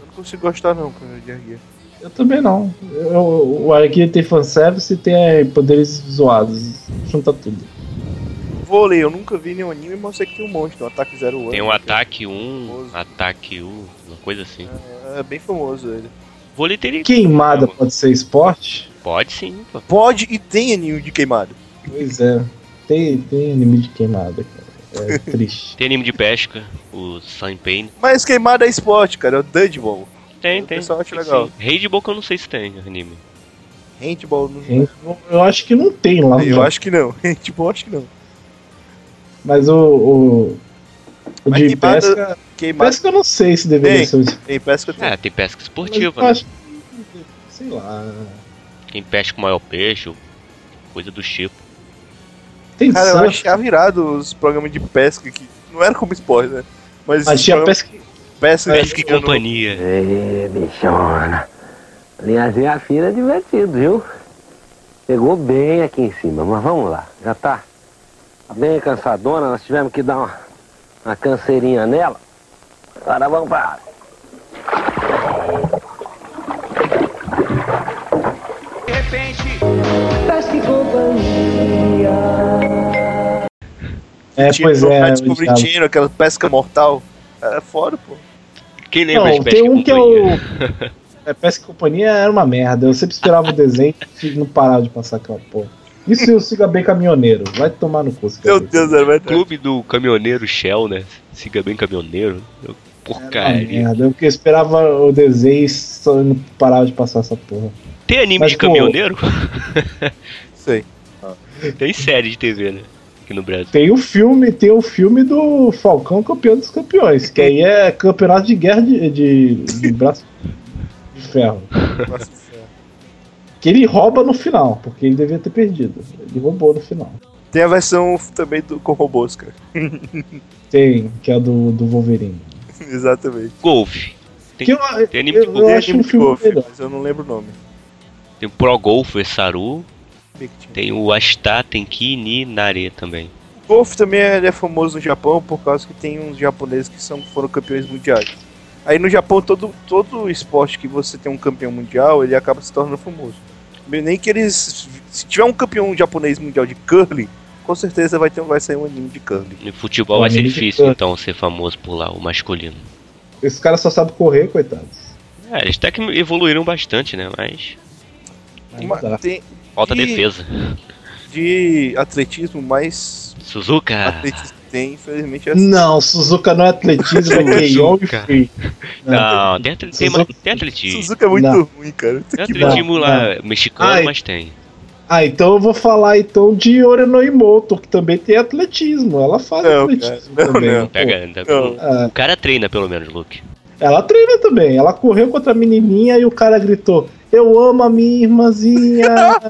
[SPEAKER 3] Eu não consigo gostar não, cara, de Arguia.
[SPEAKER 2] Eu também não. Eu- eu- o Arguia tem fanservice e tem é, poderes zoados. Junta tudo.
[SPEAKER 3] Vôlei, eu nunca vi nenhum anime, mas eu sei que tem um monte, tem um ataque zero One.
[SPEAKER 1] Tem um
[SPEAKER 3] né,
[SPEAKER 1] ataque 1,
[SPEAKER 3] Famoso.
[SPEAKER 1] ataque U, uma coisa assim.
[SPEAKER 3] cara? É bem famoso ele.
[SPEAKER 1] Vôlei teria.
[SPEAKER 2] Queimada pode ser esporte?
[SPEAKER 1] Pode sim, pô.
[SPEAKER 3] Pode e tem anime de queimado.
[SPEAKER 2] Pois é. Tem, tem anime de queimada, cara. É triste.
[SPEAKER 1] Tem anime de pesca, o Sun Pain.
[SPEAKER 3] Mas queimado é esporte, cara, é o Dodgeball.
[SPEAKER 1] Tem,
[SPEAKER 3] O
[SPEAKER 1] tem.
[SPEAKER 3] pessoal acha
[SPEAKER 1] Tem
[SPEAKER 3] legal.
[SPEAKER 1] sim. Rei de boca eu não sei se tem anime.
[SPEAKER 3] Handball não.
[SPEAKER 2] Gente, Eu acho que não tem lá né? no
[SPEAKER 3] Eu
[SPEAKER 2] Japão,
[SPEAKER 3] acho que não, handball acho que não.
[SPEAKER 2] Mas o. o... o
[SPEAKER 3] Mas
[SPEAKER 2] de
[SPEAKER 3] queimada-
[SPEAKER 2] pesca,
[SPEAKER 3] Queimado
[SPEAKER 2] pesca eu não sei se deveria
[SPEAKER 3] Tem.
[SPEAKER 2] ser um esporte.
[SPEAKER 3] tem, pesca tem.
[SPEAKER 1] É, tem pesca
[SPEAKER 2] Mas eu
[SPEAKER 1] esportiva, né?
[SPEAKER 2] acho que- Sei lá.
[SPEAKER 1] Quem pesca o maior peixe, ou coisa do tipo.
[SPEAKER 2] Tem
[SPEAKER 3] Cara, eu
[SPEAKER 2] surf,
[SPEAKER 3] achava virado os programas de pesca que não era como esporte, né? Mas,
[SPEAKER 2] mas tinha
[SPEAKER 3] programa
[SPEAKER 2] pesca.
[SPEAKER 3] de pesca,
[SPEAKER 2] É,
[SPEAKER 1] Pesca e
[SPEAKER 3] que eu não-
[SPEAKER 1] companhia.
[SPEAKER 7] Ê, bichona. Linhazinha fina é divertido, viu? Pegou bem aqui em cima, mas vamos lá. Já tá bem cansadona, nós tivemos que dar uma, uma canseirinha nela. Agora vamos para.
[SPEAKER 2] É,
[SPEAKER 3] Tinha
[SPEAKER 2] pois
[SPEAKER 3] o
[SPEAKER 2] é.
[SPEAKER 3] Descobrir
[SPEAKER 2] Gustavo.
[SPEAKER 3] Tiro, aquela pesca mortal. Era fora, pô.
[SPEAKER 2] É
[SPEAKER 1] Quem
[SPEAKER 3] né,
[SPEAKER 1] lembra
[SPEAKER 2] Não,
[SPEAKER 1] de pesca
[SPEAKER 2] tem
[SPEAKER 1] e
[SPEAKER 2] um que é
[SPEAKER 1] companhia?
[SPEAKER 2] o. É, Pesca e Companhia era uma merda. Eu sempre esperava o desenho e não parava de passar aquela porra. Isso e o Siga Bem Caminhoneiro. Vai tomar no cu, Siga
[SPEAKER 3] Meu
[SPEAKER 2] Bem.
[SPEAKER 3] Deus, era verdade.
[SPEAKER 1] Clube do Caminhoneiro Shell, né? Siga bem caminhoneiro.
[SPEAKER 2] Uma
[SPEAKER 1] Porcaria.
[SPEAKER 2] merda. Eu que esperava o desenho e só não parava de passar essa porra.
[SPEAKER 1] Tem anime
[SPEAKER 2] É, Mas,
[SPEAKER 1] de
[SPEAKER 2] pô-
[SPEAKER 1] caminhoneiro?
[SPEAKER 3] Sei.
[SPEAKER 1] Tem série de TV, né? Aqui no Brasil.
[SPEAKER 2] Tem o filme, tem o filme do Falcão Campeão dos Campeões, que aí é campeonato de guerra de, de, de braço de ferro.
[SPEAKER 3] Nossa Senhora.
[SPEAKER 2] Que ele rouba no final, porque ele devia ter perdido. Ele roubou no final.
[SPEAKER 3] Tem a versão também do, com robôs, cara.
[SPEAKER 2] Tem, que é do, do Wolverine.
[SPEAKER 3] Exatamente.
[SPEAKER 1] Golfe. Tem-
[SPEAKER 2] que eu,
[SPEAKER 1] tem anime de
[SPEAKER 2] eu-
[SPEAKER 1] golfe.
[SPEAKER 2] eu acho um
[SPEAKER 3] Anime de
[SPEAKER 2] filme
[SPEAKER 3] golfe,
[SPEAKER 2] melhor.
[SPEAKER 3] mas eu não lembro o nome.
[SPEAKER 1] Tem o Pro Golfer Saru.
[SPEAKER 3] Tem que tinha.
[SPEAKER 1] Tem o Ashita Tenkini Nare também.
[SPEAKER 3] O golfe também ele é famoso no Japão por causa que tem uns japoneses que são, foram campeões mundiais. Aí no Japão, todo, todo esporte que você tem um campeão mundial, ele acaba se tornando famoso. Nem que eles. Se tiver um campeão japonês mundial de curling, com certeza vai, ter, vai sair um anime de curling.
[SPEAKER 1] No futebol
[SPEAKER 2] Pô,
[SPEAKER 1] vai ser
[SPEAKER 2] anime de
[SPEAKER 1] difícil,
[SPEAKER 2] canto.
[SPEAKER 1] então, ser famoso por lá, o masculino.
[SPEAKER 2] Esse cara só sabe correr, coitados.
[SPEAKER 1] É, eles até que evoluíram bastante, né? Mas
[SPEAKER 2] Aí
[SPEAKER 3] Mas tá.
[SPEAKER 2] dá.
[SPEAKER 3] tem
[SPEAKER 1] falta
[SPEAKER 3] E-
[SPEAKER 1] defesa.
[SPEAKER 3] de atletismo mais
[SPEAKER 1] Suzuka!
[SPEAKER 3] atletismo que tem, infelizmente, é
[SPEAKER 2] Não, Suzuka não é atletismo, é Keion e Free.
[SPEAKER 1] Não, tem, atl- tem,
[SPEAKER 2] Suzuka-
[SPEAKER 1] ma- tem atletismo.
[SPEAKER 3] Suzuka é muito
[SPEAKER 2] Não.
[SPEAKER 3] ruim, cara. Puta
[SPEAKER 1] Tem
[SPEAKER 3] que né?
[SPEAKER 2] Não,
[SPEAKER 1] atletismo lá mexicano,
[SPEAKER 2] Ai.
[SPEAKER 1] mas tem.
[SPEAKER 2] Ah, então eu vou falar então de Orenoimoto, que também tem atletismo. Ela faz
[SPEAKER 3] Não,
[SPEAKER 2] atletismo
[SPEAKER 3] cara, não,
[SPEAKER 2] também.
[SPEAKER 3] não.
[SPEAKER 2] pô.
[SPEAKER 1] Pega, tá-
[SPEAKER 3] Não.
[SPEAKER 2] Ah,
[SPEAKER 1] O cara treina, pelo menos, Luke.
[SPEAKER 2] ela treina também. Ela correu contra a menininha e o cara gritou: Eu amo a minha irmãzinha.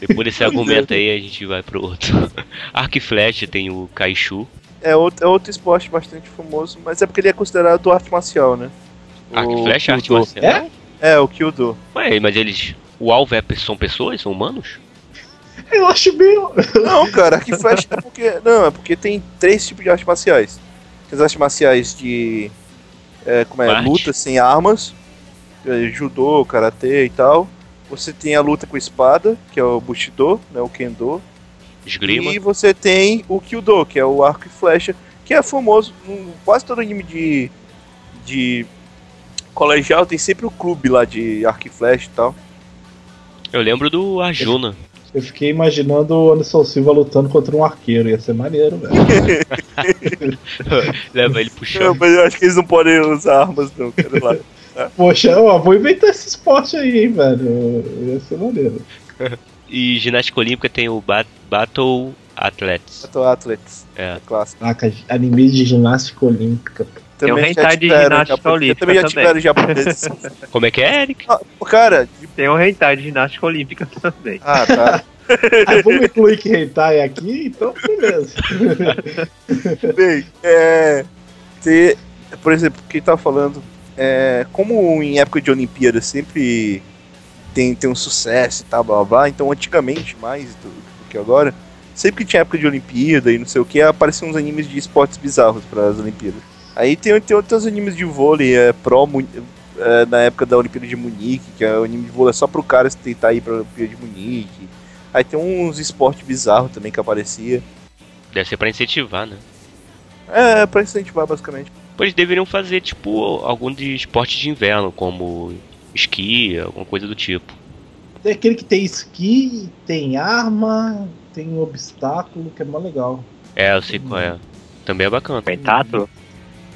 [SPEAKER 1] Depois
[SPEAKER 3] é,
[SPEAKER 1] desse argumento
[SPEAKER 3] né?
[SPEAKER 1] aí, a gente vai pro outro. Arco e flecha tem o Kaishu.
[SPEAKER 3] É outro, é outro esporte bastante famoso, mas é porque ele é considerado arte marcial, né?
[SPEAKER 1] Arco e
[SPEAKER 3] O
[SPEAKER 1] flecha é arte
[SPEAKER 3] Kyudo.
[SPEAKER 1] marcial.
[SPEAKER 2] É?
[SPEAKER 3] É, o Kyudo.
[SPEAKER 1] Ué, mas eles... O alvo é, são pessoas? São humanos?
[SPEAKER 2] eu acho bem.
[SPEAKER 3] Não, cara, arco e flecha é porque. Não, é porque tem três tipos de artes marciais. Tem As artes marciais de. é, como é?
[SPEAKER 1] Combate.
[SPEAKER 3] Luta sem armas. é, judô, karatê e tal. Você tem a luta com espada, que é o Bushido, né? O Kendo.
[SPEAKER 1] Esgrima?
[SPEAKER 3] E você tem o Kyudo, que é o arco e flecha, que é famoso em quase todo anime de, de colegial, tem sempre o clube lá de arco e flecha e tal.
[SPEAKER 1] Eu lembro do Arjuna.
[SPEAKER 2] Eu fiquei imaginando o Anderson Silva lutando contra um arqueiro. Ia ser maneiro, velho.
[SPEAKER 1] Leva ele
[SPEAKER 4] É.
[SPEAKER 3] Eu,
[SPEAKER 1] puxando.
[SPEAKER 3] mas eu acho que eles não podem usar armas não, cara lá.
[SPEAKER 2] Poxa, ó, vou inventar esse esporte aí, hein, velho. Ia ser maneiro.
[SPEAKER 1] E ginástica olímpica tem o Ba- Battle Athletes.
[SPEAKER 3] Battle Athletes,
[SPEAKER 1] É.
[SPEAKER 3] é clássico.
[SPEAKER 2] Caraca, anime de ginástica olímpica.
[SPEAKER 4] Tem o
[SPEAKER 3] já
[SPEAKER 4] hentai tá de
[SPEAKER 3] tiveram
[SPEAKER 4] ginástica
[SPEAKER 3] japonês-
[SPEAKER 4] olímpica
[SPEAKER 3] Também já
[SPEAKER 4] também.
[SPEAKER 3] tiveram japoneses.
[SPEAKER 1] Como é que é, Eric?
[SPEAKER 3] Ah, o cara... de-
[SPEAKER 4] Tem um hentai de ginástica olímpica também.
[SPEAKER 3] Ah, tá.
[SPEAKER 2] Ah, vamos incluir que Hentai aqui, então beleza.
[SPEAKER 3] Bem, é... Ter, por exemplo, quem tá falando... É, como em época de Olimpíada sempre tem, tem um sucesso e tal, blá blá blá. Então, antigamente, mais do, do que agora, sempre que tinha época de Olimpíada e não sei o que, apareciam uns animes de esportes bizarros para as Olimpíadas. Aí tem, tem outros animes de vôlei, é, pro, Mu- é, na época da Olimpíada de Munique, que é um anime de vôlei só pro cara se tentar ir pra Olimpíada de Munique. Aí tem uns esportes bizarros também que aparecia.
[SPEAKER 1] Deve ser pra incentivar, né?
[SPEAKER 3] É, pra incentivar, basicamente.
[SPEAKER 1] Pois deveriam fazer, tipo, algum de esporte de inverno, como esqui, alguma coisa do tipo.
[SPEAKER 2] Tem aquele que tem esqui, tem arma, tem um obstáculo, que é mó legal.
[SPEAKER 1] É, eu sei qual é. Também é bacana.
[SPEAKER 4] Pentátulo?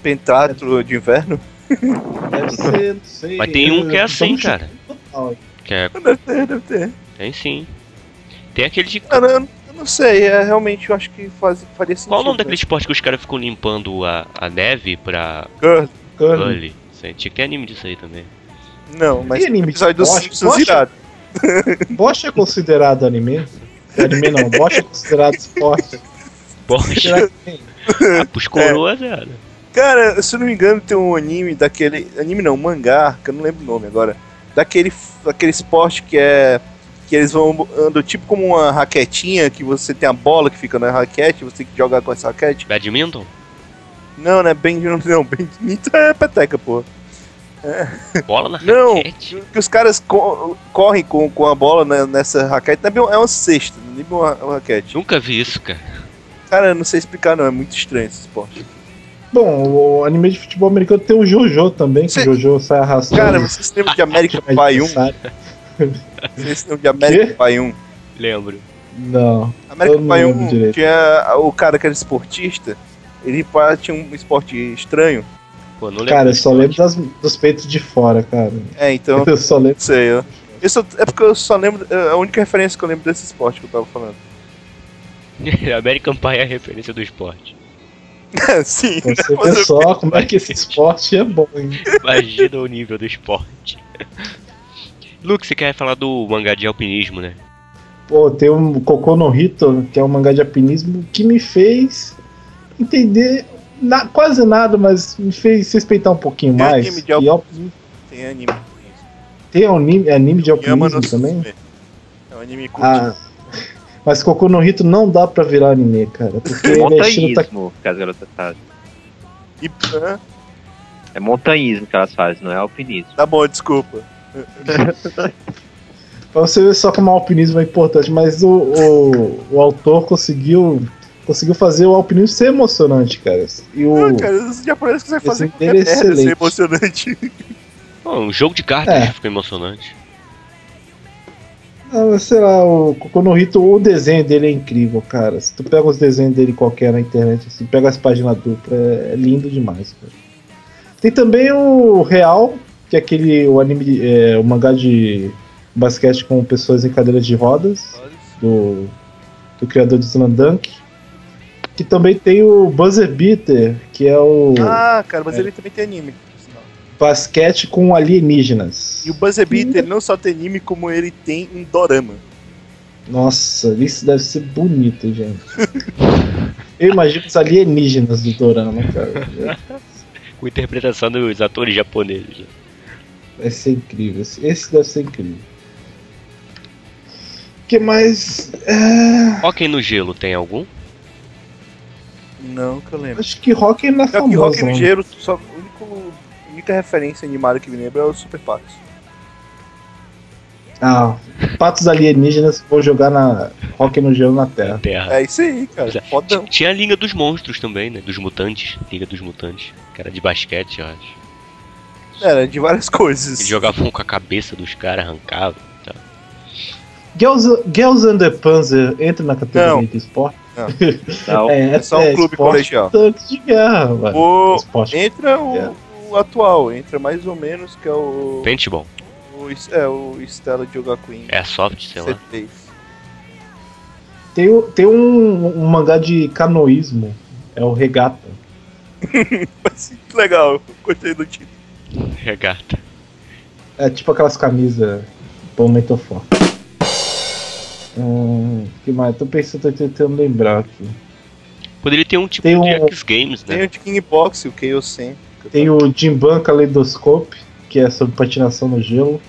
[SPEAKER 3] Pentatlo de inverno.
[SPEAKER 2] Deve ser, não sei.
[SPEAKER 1] Mas tem um que é assim,
[SPEAKER 2] Estamos
[SPEAKER 1] cara.
[SPEAKER 2] total.
[SPEAKER 1] Que é,
[SPEAKER 3] É, deve ter.
[SPEAKER 1] tem sim. Tem aquele de.
[SPEAKER 3] Cara, eu, eu não sei, é, realmente eu acho que faz, faria sentido. né?
[SPEAKER 1] Qual o nome daquele esporte que os caras ficam limpando a, a neve pra
[SPEAKER 3] Girl.
[SPEAKER 2] Curling.
[SPEAKER 1] gully? Tinha que ter anime disso aí também.
[SPEAKER 3] Não, mas
[SPEAKER 2] E anime de
[SPEAKER 3] episódio dos
[SPEAKER 2] esporte?
[SPEAKER 3] Simpsons
[SPEAKER 2] Poxa.
[SPEAKER 3] irado.
[SPEAKER 2] Bocha é considerado anime? Anime não, bocha é considerado esporte.
[SPEAKER 1] Bocha.
[SPEAKER 2] Será que tem?
[SPEAKER 1] Ah, pros coroas, é.
[SPEAKER 3] Cara, se eu não me engano, tem um anime daquele. Anime não, mangá, que eu não lembro o nome agora. Daquele, daquele esporte que é. Que eles vão andando tipo como uma raquetinha, que você tem a bola que fica na raquete, você tem que jogar com essa raquete.
[SPEAKER 1] Badminton?
[SPEAKER 3] Não, né? Bem. Não, bem. Então é peteca, pô.
[SPEAKER 1] Bola na
[SPEAKER 3] Não.
[SPEAKER 1] raquete?
[SPEAKER 3] Que os caras co- correm com, com a bola né, nessa raquete. Não é bem- É uma cesta, não é nem uma, uma raquete. Um
[SPEAKER 1] Nunca vi isso, cara.
[SPEAKER 3] Cara, eu não sei explicar, não. É muito estranho esse esporte.
[SPEAKER 2] Bom, o anime de futebol americano tem o Jojo também, que
[SPEAKER 3] Cê-
[SPEAKER 2] o Jojo sai arrastando.
[SPEAKER 3] Cara, um vocês se lembram de American
[SPEAKER 2] Mas
[SPEAKER 3] Pie 1?
[SPEAKER 2] sabe?
[SPEAKER 3] Vocês se lembram de American Pie 1?
[SPEAKER 1] Lembro.
[SPEAKER 2] Não. Eu
[SPEAKER 3] American
[SPEAKER 2] não
[SPEAKER 3] Pie
[SPEAKER 2] lembro
[SPEAKER 3] 1
[SPEAKER 2] direito.
[SPEAKER 3] tinha é o cara que era esportista, ele pá, tinha um esporte estranho.
[SPEAKER 1] Pô, não lembro.
[SPEAKER 2] Cara, eu só lembro
[SPEAKER 1] disso.
[SPEAKER 2] das- dos peitos de fora, cara.
[SPEAKER 3] É, então, não
[SPEAKER 2] Eu só lembro.
[SPEAKER 3] sei. Eu, eu só- é porque eu só lembro. é A única referência que eu lembro desse esporte que eu tava falando.
[SPEAKER 1] American Pie é a referência do esporte.
[SPEAKER 3] Sim,
[SPEAKER 2] Pra Você
[SPEAKER 3] né, mas
[SPEAKER 2] vê só como é que esse esporte é bom, hein?
[SPEAKER 1] Imagina o nível do esporte. Luke, você quer falar do mangá de alpinismo, né?
[SPEAKER 2] Pô, tem um Cocô no Hito, que é um mangá de alpinismo, que me fez entender na- quase nada, mas me fez respeitar um pouquinho
[SPEAKER 3] Tem
[SPEAKER 2] mais.
[SPEAKER 3] anime de
[SPEAKER 2] E
[SPEAKER 3] alp-
[SPEAKER 2] al-
[SPEAKER 3] eu- tem anime com isso.
[SPEAKER 2] tem anime, anime de
[SPEAKER 3] Yama no
[SPEAKER 2] alpinismo também?
[SPEAKER 3] Suzume. É um anime curto.
[SPEAKER 2] Ah, mas Cocô no Hito não dá pra virar anime, cara. Porque ele é estilo ta-
[SPEAKER 4] Montanhismo que as garotas fazem.
[SPEAKER 3] E, ah,
[SPEAKER 4] É montanhismo que elas fazem, não é alpinismo.
[SPEAKER 3] tá bom, desculpa.
[SPEAKER 2] Pra você ver só como o alpinismo é importante, mas o, o, o autor conseguiu, conseguiu fazer o alpinismo ser emocionante, cara. E o,
[SPEAKER 3] Ah, cara, os japoneses quiserem fazer
[SPEAKER 2] Esse
[SPEAKER 3] qualquer
[SPEAKER 2] dele é
[SPEAKER 3] merda, isso é
[SPEAKER 2] excelente.
[SPEAKER 3] emocionante.
[SPEAKER 2] Tipo,
[SPEAKER 1] Pô, um jogo de cartas
[SPEAKER 2] É.
[SPEAKER 1] ficou emocionante.
[SPEAKER 2] Ah, sei lá, o Kokonohito, o desenho dele é incrível, cara. Se tu pega os desenhos dele qualquer na internet, assim, pega as páginas duplas, é, é lindo demais, cara. Tem também o Real, que é aquele o anime, de- é, o mangá de basquete com pessoas em cadeiras de rodas, do, do criador de Slandunk. Que também tem o Buzzer Beater, que é o
[SPEAKER 3] Ah, cara, mas
[SPEAKER 2] É.
[SPEAKER 3] ele também tem anime. por sinal.
[SPEAKER 2] basquete com alienígenas.
[SPEAKER 3] E o Buzzer Beater ele não só tem anime, como ele tem um dorama.
[SPEAKER 2] Nossa, isso deve ser bonito, gente. Eu imagino os alienígenas do Dorama, cara.
[SPEAKER 1] Com interpretação dos atores japoneses.
[SPEAKER 2] Vai ser incrível. Esse- Esse deve ser incrível. O que mais? É,
[SPEAKER 1] Hockey no gelo, tem algum?
[SPEAKER 3] Não, que eu lembro.
[SPEAKER 2] Acho que Rock não é
[SPEAKER 3] Pior que
[SPEAKER 2] famoso.
[SPEAKER 3] Rock no
[SPEAKER 2] não.
[SPEAKER 3] Gelo, só, o único, a única referência animada que me lembra é o Super Patos.
[SPEAKER 2] Ah, patos alienígenas vão jogar na Rock no Gelo na Terra.
[SPEAKER 1] Terra.
[SPEAKER 3] É isso aí, cara. Fodão.
[SPEAKER 1] Tinha a Liga dos Monstros também, né? Dos Mutantes. Liga dos Mutantes. Que era de basquete, eu acho.
[SPEAKER 3] Era de várias coisas.
[SPEAKER 1] Eles jogavam com a cabeça dos caras, arrancavam.
[SPEAKER 2] Girls, Girls and the Panzer entra na categoria
[SPEAKER 3] Não.
[SPEAKER 2] de esporte.
[SPEAKER 4] Não,
[SPEAKER 3] É só um clube
[SPEAKER 2] esporte
[SPEAKER 3] colegial.
[SPEAKER 2] tanque de guerra, velho.
[SPEAKER 3] O-
[SPEAKER 2] Esporte.
[SPEAKER 3] Entra o,
[SPEAKER 2] É.
[SPEAKER 3] o atual, entra mais ou menos que é o.
[SPEAKER 1] Paintball.
[SPEAKER 3] o é o Stella de Queen.
[SPEAKER 1] Airsoft, sei lá.
[SPEAKER 3] C3.
[SPEAKER 2] Tem, o- tem um, um mangá de canoísmo. É o Regata.
[SPEAKER 3] Mas que legal, eu gostei do título.
[SPEAKER 1] Regata.
[SPEAKER 2] É tipo aquelas camisas pão metofó. Hum, que mais? Tô pensando, tô tentando lembrar aqui.
[SPEAKER 1] Poderia ter um tipo
[SPEAKER 2] Tem um-
[SPEAKER 1] de X Games, né?
[SPEAKER 3] Tem o de King Box, o Chaosen.
[SPEAKER 2] Tem o Jimban Kaleidoscope, que é sobre patinação no gelo.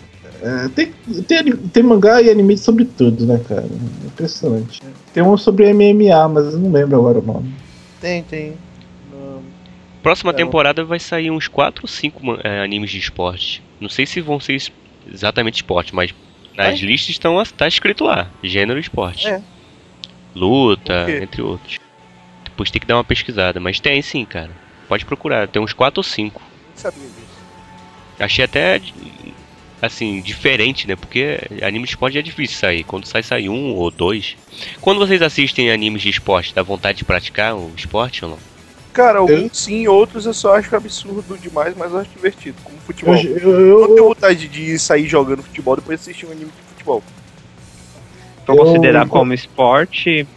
[SPEAKER 2] É, tem, tem, ani- tem mangá e anime sobre tudo, né, cara? Impressionante. Tem um sobre MMA, mas eu não lembro agora o nome.
[SPEAKER 3] Tem, tem. Não,
[SPEAKER 1] Próxima
[SPEAKER 3] Não.
[SPEAKER 1] temporada vai sair uns 4 ou 5 man- eh, animes de esporte. Não sei se vão ser es- exatamente esporte, mas nas listas estão, a- tá escrito lá: gênero esporte.
[SPEAKER 3] É.
[SPEAKER 1] Luta,
[SPEAKER 3] Por quê?
[SPEAKER 1] entre outros. Depois tem que dar uma pesquisada, mas tem sim, cara. Pode procurar, tem uns 4 ou 5.
[SPEAKER 3] não sabia disso.
[SPEAKER 1] Achei até assim, diferente, né? Porque anime de esporte é difícil sair. Quando sai, sai um ou dois. Quando vocês assistem animes de esporte, dá vontade de praticar o esporte ou não?
[SPEAKER 3] Cara, alguns sim, outros eu só acho absurdo demais, mas eu acho divertido. Como futebol.
[SPEAKER 2] Eu- eu-
[SPEAKER 3] Eu não
[SPEAKER 2] eu-
[SPEAKER 3] tenho vontade de sair jogando futebol depois de assistir um anime de futebol.
[SPEAKER 4] pra
[SPEAKER 2] Eu-
[SPEAKER 4] considerar como esporte,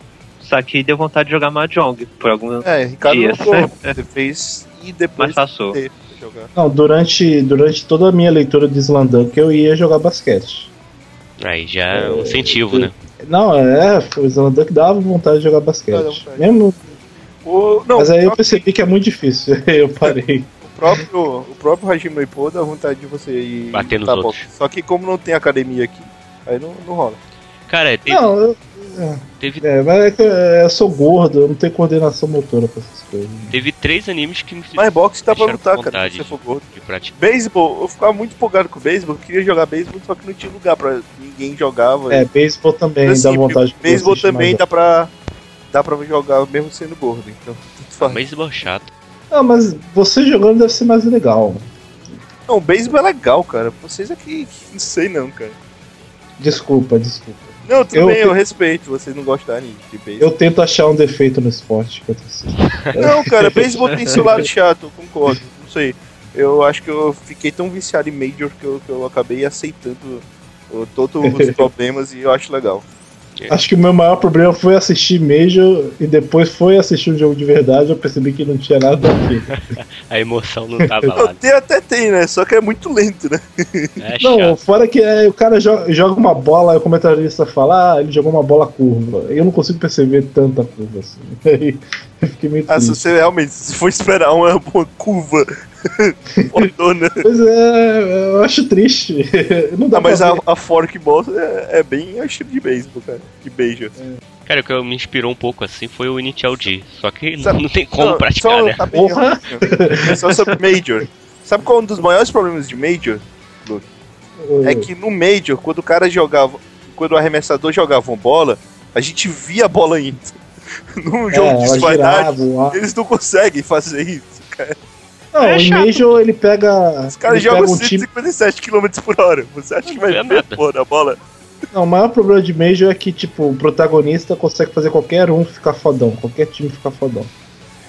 [SPEAKER 4] isso aqui deu vontade de jogar Mahjong por algum.
[SPEAKER 3] É, Ricardo
[SPEAKER 4] Yes.
[SPEAKER 3] jogou, você fez e depois
[SPEAKER 4] Mas passou.
[SPEAKER 3] você jogar.
[SPEAKER 2] não, durante, durante toda a minha leitura de Slandan, que eu ia jogar basquete.
[SPEAKER 3] É.
[SPEAKER 1] Aí já é um incentivo, né?
[SPEAKER 2] Não, é, foi o Zandan que dava vontade de jogar basquete.
[SPEAKER 3] Dava vontade.
[SPEAKER 2] Mesmo,
[SPEAKER 3] O, não,
[SPEAKER 2] mas aí
[SPEAKER 3] o,
[SPEAKER 2] eu
[SPEAKER 3] próprio,
[SPEAKER 2] percebi que é muito difícil, eu parei.
[SPEAKER 3] o próprio o próprio Hajime Noipo dá vontade de você ir
[SPEAKER 1] Bater nos
[SPEAKER 3] lutar
[SPEAKER 1] outros.
[SPEAKER 3] boxe. Só que como não tem academia aqui, aí não, não rola.
[SPEAKER 1] Cara, teve,
[SPEAKER 2] Não, eu,
[SPEAKER 1] teve,
[SPEAKER 2] é, mas é que eu, eu sou gordo, eu não tenho coordenação motora pra essas coisas.
[SPEAKER 1] teve três animes que me fizeram
[SPEAKER 3] Mas boxe dá pra
[SPEAKER 1] Deixaram
[SPEAKER 3] lutar,
[SPEAKER 1] com
[SPEAKER 3] cara, se
[SPEAKER 1] vontade.
[SPEAKER 3] você for gordo.
[SPEAKER 1] de prática.
[SPEAKER 3] Beisebol, eu ficava muito empolgado com o beisebol, eu queria jogar beisebol, só que não tinha lugar pra ninguém jogava.
[SPEAKER 2] É, beisebol também
[SPEAKER 3] Assim,
[SPEAKER 2] dá vontade porque
[SPEAKER 3] Beisebol
[SPEAKER 2] existe
[SPEAKER 3] também
[SPEAKER 2] mais-
[SPEAKER 3] dá pra, dá pra jogar mesmo sendo gordo, então. tanto faz.
[SPEAKER 1] Baseball é chato.
[SPEAKER 2] Ah, mas você jogando deve ser mais legal.
[SPEAKER 3] Não, o beisebol é legal, cara. Vocês aqui, não sei não, cara.
[SPEAKER 2] Desculpa, desculpa.
[SPEAKER 3] Não, tudo
[SPEAKER 2] Eu-
[SPEAKER 3] bem, eu respeito vocês não gostarem de beisebol.
[SPEAKER 2] Eu tento achar um defeito no esporte que eu tô assistindo.
[SPEAKER 3] Não, cara, beisebol tem seu lado chato, eu concordo. Não sei. Eu acho que eu fiquei tão viciado em Major que eu, que eu acabei aceitando uh, todos os problemas e eu acho legal.
[SPEAKER 2] Acho que o meu maior problema foi assistir Major e depois foi assistir um jogo de verdade. Eu percebi que não tinha nada aqui.
[SPEAKER 1] A emoção não tava
[SPEAKER 3] Não,
[SPEAKER 1] lá.
[SPEAKER 3] tem até tem, né? Só que é muito lento, né?
[SPEAKER 1] É
[SPEAKER 2] Não,
[SPEAKER 1] chato.
[SPEAKER 2] fora que é, o cara jo- joga, uma bola, aí o comentarista fala, ah, ele jogou uma bola curva. Eu não consigo perceber tanta curva assim. Aí eu fiquei meio
[SPEAKER 3] Ah, se
[SPEAKER 2] triste.
[SPEAKER 3] você realmente se for esperar uma, uma curva fodona.
[SPEAKER 2] Pois é, eu acho triste. Não dá
[SPEAKER 3] Ah, mas
[SPEAKER 2] pra
[SPEAKER 3] a,
[SPEAKER 2] ver.
[SPEAKER 3] a forkball é, é bem o estilo de beisebol, cara. De beijo.
[SPEAKER 1] Cara, o que me inspirou um pouco assim foi o Initial D. Só que
[SPEAKER 3] Sabe-
[SPEAKER 1] não tem como
[SPEAKER 3] Não,
[SPEAKER 1] praticar,
[SPEAKER 3] só,
[SPEAKER 1] né?
[SPEAKER 3] tá bem
[SPEAKER 2] Porra.
[SPEAKER 3] rapidinho. É só sobre Major. Sabe qual é um dos maiores problemas de Major?
[SPEAKER 2] Hum.
[SPEAKER 3] É que no Major, quando o cara jogava. Quando o arremessador jogava uma bola, a gente via a bola indo. Num
[SPEAKER 2] É,
[SPEAKER 3] jogo de
[SPEAKER 2] ela
[SPEAKER 3] esquadade,
[SPEAKER 2] girava, lá.
[SPEAKER 3] eles não conseguem fazer isso.
[SPEAKER 2] Não,
[SPEAKER 4] É
[SPEAKER 2] o
[SPEAKER 4] chato.
[SPEAKER 2] Major ele pega.
[SPEAKER 3] Os caras
[SPEAKER 2] ele pega
[SPEAKER 3] jogam assim
[SPEAKER 2] um time.
[SPEAKER 3] 157 km por hora. Você acha que vai
[SPEAKER 1] Não é
[SPEAKER 3] ver a
[SPEAKER 1] nada.
[SPEAKER 3] porra da bola?
[SPEAKER 2] Não, o maior problema de Major é que, tipo, o protagonista consegue fazer qualquer um ficar fodão, qualquer time ficar fodão.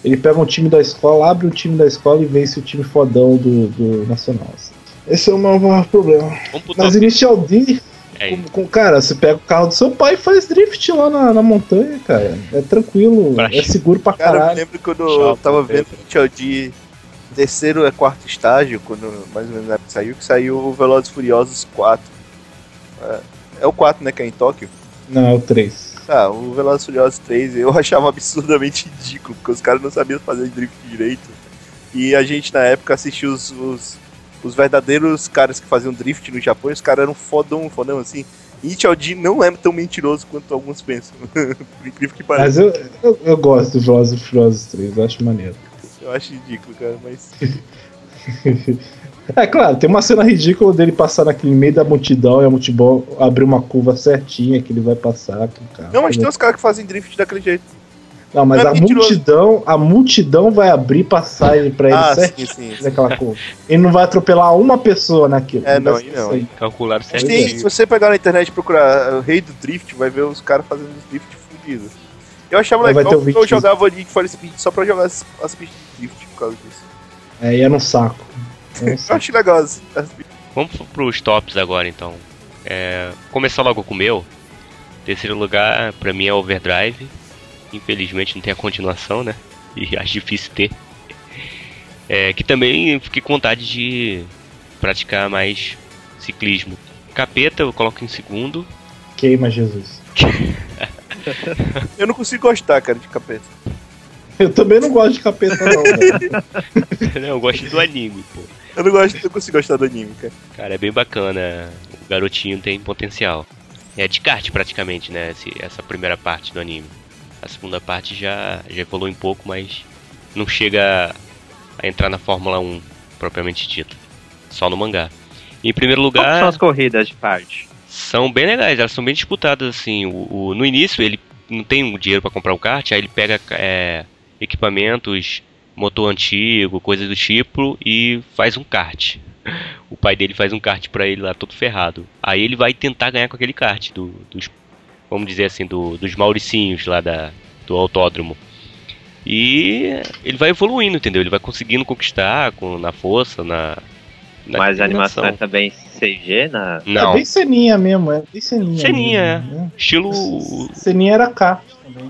[SPEAKER 2] Ele pega um time da escola, abre o time da escola e vence o time fodão do, do Nacional. assim. Esse é o meu maior problema.
[SPEAKER 1] Vamos pro
[SPEAKER 2] Mas
[SPEAKER 1] top.
[SPEAKER 2] Initial D,
[SPEAKER 1] É,
[SPEAKER 2] com, com- cara, você pega o carro do seu pai e faz drift lá na, na montanha, cara. É tranquilo,
[SPEAKER 1] Praxe.
[SPEAKER 2] é seguro pra
[SPEAKER 3] Cara, eu me
[SPEAKER 2] caralho.
[SPEAKER 3] lembro quando eu
[SPEAKER 1] Chato,
[SPEAKER 3] tava
[SPEAKER 1] né?
[SPEAKER 3] vendo que tinha de terceiro a quarto estágio, quando mais ou menos na época que saiu, que saiu o Velozes e Furiosos 4. É, é o 4, né, que é em Tóquio?
[SPEAKER 2] Não, é o 3.
[SPEAKER 3] Ah, o Velozes e Furiosos 3 eu achava absurdamente ridículo, porque os caras não sabiam fazer drift direito. E a gente, na época, assistiu os, os, os verdadeiros caras que faziam drift no Japão, e os caras eram fodão, fodão assim. E D não é tão mentiroso quanto alguns pensam, por incrível que pareça.
[SPEAKER 2] Mas eu, eu, eu gosto do Velozes e Furiosos 3, eu acho maneiro.
[SPEAKER 3] Eu acho ridículo, cara, mas...
[SPEAKER 2] É claro, tem uma cena ridícula dele passar naquele meio da multidão e a multidão abrir uma curva certinha que ele vai passar com o carro.
[SPEAKER 3] Não, mas tem uns caras que fazem drift daquele jeito.
[SPEAKER 2] Não, mas
[SPEAKER 3] não é
[SPEAKER 2] a
[SPEAKER 3] mentiroso.
[SPEAKER 2] multidão, a multidão vai abrir passagem pra ele certinho
[SPEAKER 3] Ah, sim.
[SPEAKER 2] naquela curva. Ele não vai atropelar uma pessoa naquilo.
[SPEAKER 3] É, não,
[SPEAKER 2] vai ser
[SPEAKER 3] não.
[SPEAKER 2] isso aí.
[SPEAKER 1] Calcularam
[SPEAKER 3] Mas
[SPEAKER 2] É
[SPEAKER 3] tem,
[SPEAKER 2] verdade.
[SPEAKER 1] certinho.
[SPEAKER 3] se você pegar na internet e procurar ah, o rei do drift, vai ver os caras fazendo os drift fudidos. Eu achava
[SPEAKER 2] Aí vai
[SPEAKER 3] legal
[SPEAKER 2] ter um o
[SPEAKER 3] porque eu
[SPEAKER 2] Vitinho.
[SPEAKER 3] jogava Need for Speed só pra jogar as, as pistas de drift por causa disso.
[SPEAKER 2] É, e é no saco. É no
[SPEAKER 3] Eu
[SPEAKER 2] saco.
[SPEAKER 3] achei legal assim, tá? as, as pistas.
[SPEAKER 1] Vamos pros tops agora então. É, começar logo com o meu. Terceiro lugar, pra mim, é Overdrive. Infelizmente não tem a continuação, né? E acho difícil ter. É, que também fiquei com vontade de praticar mais ciclismo. Capeta eu coloco em segundo.
[SPEAKER 2] Queima Jesus.
[SPEAKER 3] Eu não consigo gostar, cara, de capeta.
[SPEAKER 2] Eu também não gosto de capeta, não. velho.
[SPEAKER 1] Né, eu gosto do anime, pô.
[SPEAKER 3] Eu não gosto, eu consigo gostar do anime, cara.
[SPEAKER 1] Cara, é bem bacana. O garotinho tem potencial. É de kart praticamente, né? esse- essa primeira parte do anime. A segunda parte já, já evolui um pouco, mas não chega a entrar na Fórmula 1, propriamente dita. Só no mangá. Em primeiro
[SPEAKER 4] Como são
[SPEAKER 1] lugar,
[SPEAKER 4] as corridas de parte?
[SPEAKER 1] são bem legais, elas são bem disputadas, assim. O, o- no início ele não tem o dinheiro pra comprar o kart, aí ele pega é, equipamentos, motor antigo, coisas do tipo, e faz um kart. O pai dele faz um kart pra ele lá todo ferrado. Aí ele vai tentar ganhar com aquele kart do- dos, vamos dizer assim, do- dos Mauricinhos lá da, do autódromo. E ele vai evoluindo, entendeu? Ele vai conseguindo conquistar com, na força, na. na
[SPEAKER 4] Mas a
[SPEAKER 1] determinação.
[SPEAKER 4] animação é também CG na.
[SPEAKER 2] É
[SPEAKER 1] Não,
[SPEAKER 2] bem ceninha mesmo, é bem ceninha.
[SPEAKER 1] Ceninha,
[SPEAKER 2] mesmo, né?
[SPEAKER 1] estilo
[SPEAKER 3] é.
[SPEAKER 2] Ceninha era K.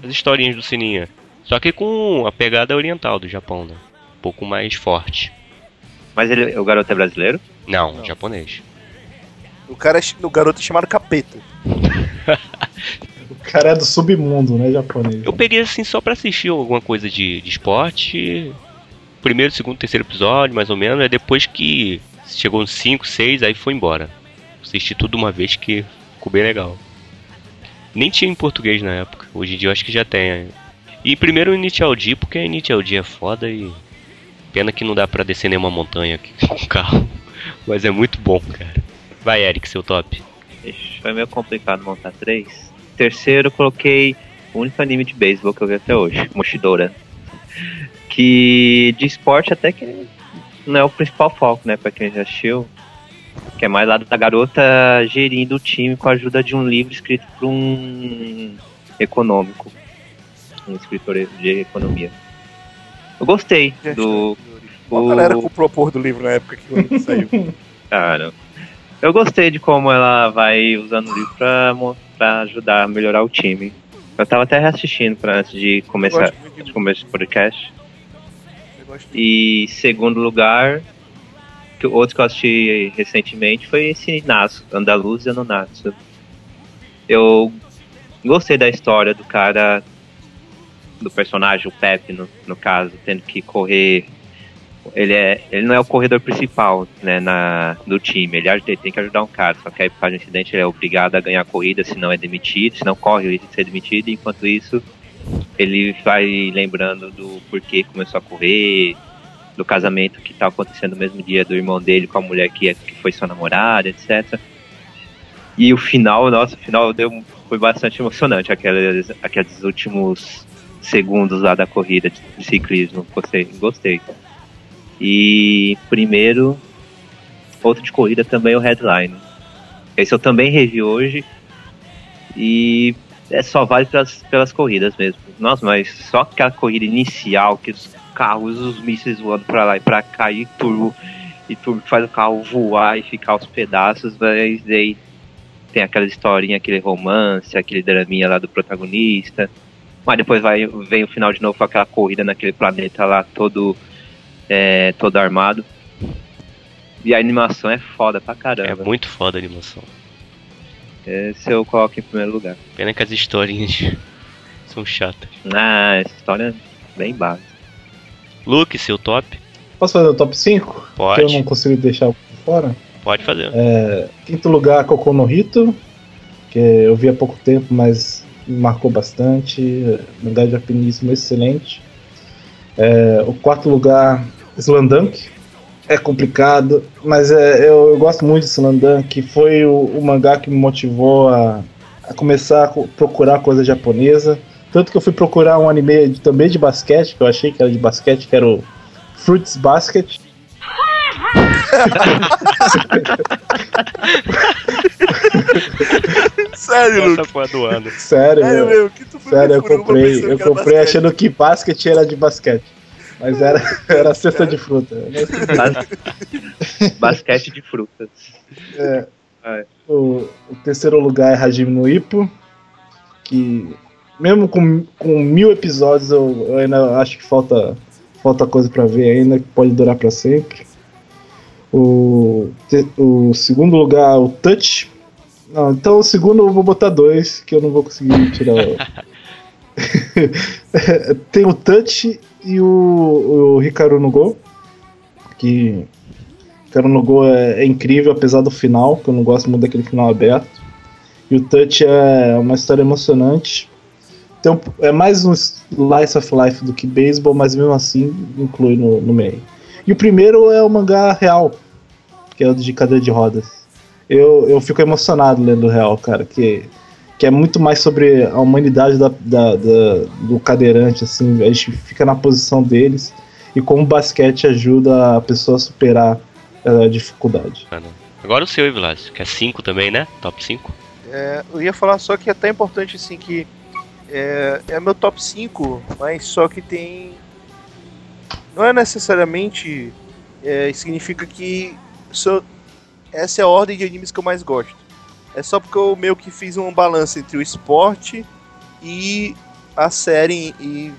[SPEAKER 1] as historinhas do Sininha. Só que com a pegada oriental do Japão, né? Um pouco mais forte.
[SPEAKER 4] Mas ele, o garoto é brasileiro?
[SPEAKER 1] Não,
[SPEAKER 3] Não.
[SPEAKER 1] japonês.
[SPEAKER 3] O cara, é ch- o garoto é chamado capeta.
[SPEAKER 2] cara é do submundo, né, japonês?
[SPEAKER 1] Eu peguei assim só pra assistir alguma coisa de, de esporte. Primeiro, segundo, terceiro episódio, mais ou menos. É depois que chegou uns 5, 6, aí foi embora. Assisti tudo uma vez que ficou bem legal. Nem tinha em português na época. Hoje em dia eu acho que já tem. E primeiro o Initial D, porque Initial D é foda e. Pena que não dá pra descer nenhuma montanha aqui com o carro. Mas é muito bom, cara. Vai, Eric, seu top.
[SPEAKER 4] Ixi, Foi meio complicado montar três. Terceiro, eu coloquei o único anime de beisebol que eu vi até hoje, Mochidora. Que de esporte até que não é o principal foco, né, pra quem já assistiu. Que é mais lá da garota gerindo o time com a ajuda de um livro escrito por um econômico. Um escritor de economia. Eu gostei do...
[SPEAKER 3] Qual
[SPEAKER 4] o-
[SPEAKER 3] a galera comprou a porra do livro na época que o livro saiu?
[SPEAKER 4] Cara, eu gostei de como ela vai usando o livro pra, mo- pra ajudar a melhorar o time. Eu tava até reassistindo pra, antes de
[SPEAKER 3] Eu
[SPEAKER 4] começar,
[SPEAKER 3] gosto muito
[SPEAKER 4] antes
[SPEAKER 3] de-
[SPEAKER 4] de começar esse podcast.
[SPEAKER 3] eu gosto de-
[SPEAKER 4] E segundo lugar, que outro que eu assisti recentemente foi esse Natsu, Andaluzia no Natsu. Eu gostei da história do cara, do personagem, o Pepe, no, no caso, tendo que correr. Ele, é, ele não é o corredor principal né, na, do time, ele, aj- ele tem que ajudar um cara, só que aí por causa de um incidente ele é obrigado a ganhar a corrida, senão é demitido, senão corre o risco de ser demitido, e enquanto isso ele vai lembrando do porquê começou a correr, do casamento que tá acontecendo no mesmo dia do irmão dele com a mulher que, é- que foi sua namorada, etc. E o final, nossa, o final deu, foi bastante emocionante, aqueles, aqueles últimos segundos lá da corrida de, de ciclismo. Gostei, gostei. E primeiro, outro de corrida também, o Headline. Esse eu também revi hoje. E é só vale pelas, pelas corridas mesmo. Nossa, mas só aquela corrida inicial que os carros, os mísseis voando pra lá e pra cá e turbo, e turbo que faz o carro voar e ficar aos pedaços, mas daí tem aquela historinha, aquele romance, aquele draminha lá do protagonista. Mas depois vai, vem o final de novo com aquela corrida naquele planeta lá todo, é, todo armado. E a animação é foda pra
[SPEAKER 1] É
[SPEAKER 4] caramba.
[SPEAKER 1] muito foda a animação.
[SPEAKER 4] Esse eu coloco em primeiro lugar.
[SPEAKER 1] Pena que as historinhas são chatas.
[SPEAKER 4] Ah, essa história é bem básica.
[SPEAKER 1] Luke, seu top?
[SPEAKER 2] Posso fazer o top 5? Que eu
[SPEAKER 1] Pode,
[SPEAKER 2] não consigo deixar fora.
[SPEAKER 1] pode fazer.
[SPEAKER 3] É,
[SPEAKER 2] Quinto lugar, Kokonohito, que eu vi há pouco tempo, mas me marcou bastante. Mangá japonismo excelente. É, o quarto lugar, Slandunk. É complicado, mas é, eu, eu gosto muito de Slandunk. Foi o, o mangá que me motivou a, a começar a co- procurar coisa japonesa. Tanto que eu fui procurar um anime de- também de basquete, que eu achei que era de basquete, que era o Fruits Basket.
[SPEAKER 3] Sério, Luke?
[SPEAKER 1] Essa foi a do ano.
[SPEAKER 2] Sério,
[SPEAKER 3] Sério
[SPEAKER 2] meu.
[SPEAKER 3] mesmo? Que tu foi
[SPEAKER 2] Sério, eu
[SPEAKER 3] procurar uma
[SPEAKER 2] comprei.
[SPEAKER 3] pessoa
[SPEAKER 2] Eu
[SPEAKER 3] que era
[SPEAKER 2] comprei
[SPEAKER 3] basquete?
[SPEAKER 2] achando que basquete era de basquete. Mas era, era cesta de fruta.
[SPEAKER 4] Bas-
[SPEAKER 2] Mas,
[SPEAKER 4] Basquete de frutas.
[SPEAKER 2] é,
[SPEAKER 4] É.
[SPEAKER 2] o, o terceiro lugar é Hajime no Ippo, que mesmo com, com mil episódios eu, eu ainda acho que falta, falta coisa pra ver ainda, que pode durar pra sempre. O, te- o segundo lugar é o Touch. Não, então o segundo eu vou botar dois, que eu não vou conseguir tirar o... Tem o Touch e o, o Hikaru no Gol. Que. Hikaru no Gol é, é incrível, apesar do final, que eu não gosto muito daquele final aberto. E o Touch é uma história emocionante. Então, é mais um slice of life do que beisebol, mas mesmo assim inclui no, no meio. E o primeiro é o mangá real, que é o de cadeira de rodas. Eu, eu fico emocionado lendo o real, cara, que que é muito mais sobre a humanidade da, da- da- do cadeirante, assim, a gente fica na posição deles e como o basquete ajuda a pessoa a superar eh, a dificuldade.
[SPEAKER 1] Agora o seu, Evilásio, que é 5 também, né? Top 5.
[SPEAKER 3] É, eu ia falar só que é até importante assim que é, é meu top 5, mas só que tem. Não é necessariamente. é, significa que sou- essa é a ordem de animes que eu mais gosto. É só porque eu meio que fiz um balanço entre o esporte e a série e,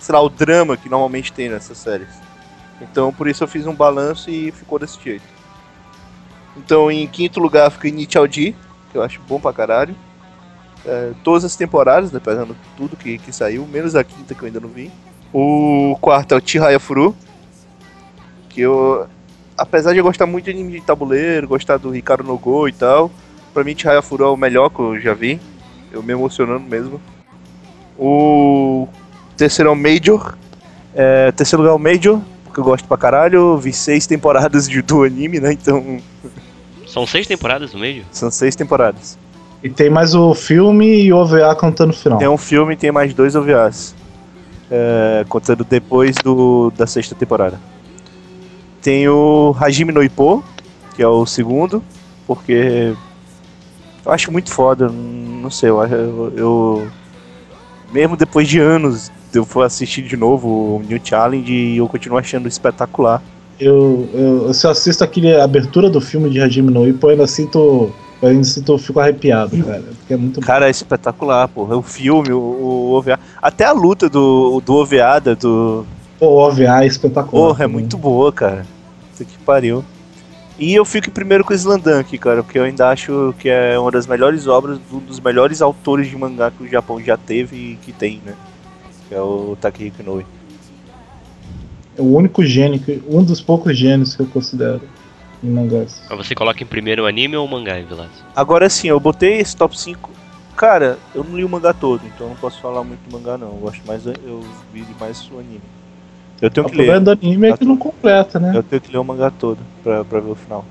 [SPEAKER 3] sei lá, o drama que normalmente tem nessas séries. Então por isso eu fiz um balanço e ficou desse jeito. Então em quinto lugar fica Initial D, que eu acho bom pra caralho. é, todas as temporadas, né, pegando tudo que, que saiu, menos a quinta que eu ainda não vi. O quarto é o Chihaya Furu, que eu, apesar de eu gostar muito de anime de tabuleiro, gostar do Ricardo Nogo e tal, pra mim Chihaya Furu é o melhor que eu já vi, eu me emocionando mesmo. O terceiro é o Major, é, terceiro lugar é o Major, porque eu gosto pra caralho, vi seis temporadas de, do anime, né, então
[SPEAKER 1] São seis temporadas no meio?
[SPEAKER 3] são seis temporadas.
[SPEAKER 2] E tem mais o filme e o OVA contando o final.
[SPEAKER 3] Tem um filme e tem mais dois OVAs. É, contando depois do, da sexta temporada. Tem o Hajime no Ippo, que é o segundo, porque eu acho muito foda, não sei, eu, eu, eu- mesmo depois de anos eu fui assistir de novo o New Challenge e eu continuo achando espetacular.
[SPEAKER 2] Eu, eu, se eu assisto aquele a abertura do filme de Hajime no Ippo, eu ainda sinto. Eu ainda sinto, eu fico arrepiado, cara. Porque é muito
[SPEAKER 3] Cara, é espetacular, porra. O filme, o, o OVA, até a luta do, do OVA, da- do,
[SPEAKER 2] Pô, o OVA é espetacular.
[SPEAKER 3] Porra, é
[SPEAKER 2] também.
[SPEAKER 3] muito boa, cara. Puta que pariu. E eu fico em primeiro com o Slandan aqui, cara, porque eu ainda acho que é uma das melhores obras, um dos melhores autores de mangá que o Japão já teve e que tem, né? Que é o Takehiko Inoue.
[SPEAKER 2] É o único gênio, que- um dos poucos gênios que eu considero em mangás.
[SPEAKER 1] Mas você coloca em primeiro o anime ou o mangá, hein, Vilas?
[SPEAKER 3] Agora sim, eu botei esse top 5. Cara, eu não li o mangá todo, então eu não posso falar muito do mangá, não. Eu gosto mais, eu vi mais o anime. Eu
[SPEAKER 2] O
[SPEAKER 3] tenho que ler.
[SPEAKER 2] problema do anime é que não completa, né?
[SPEAKER 3] Eu tenho que ler o mangá todo pra, pra ver o final.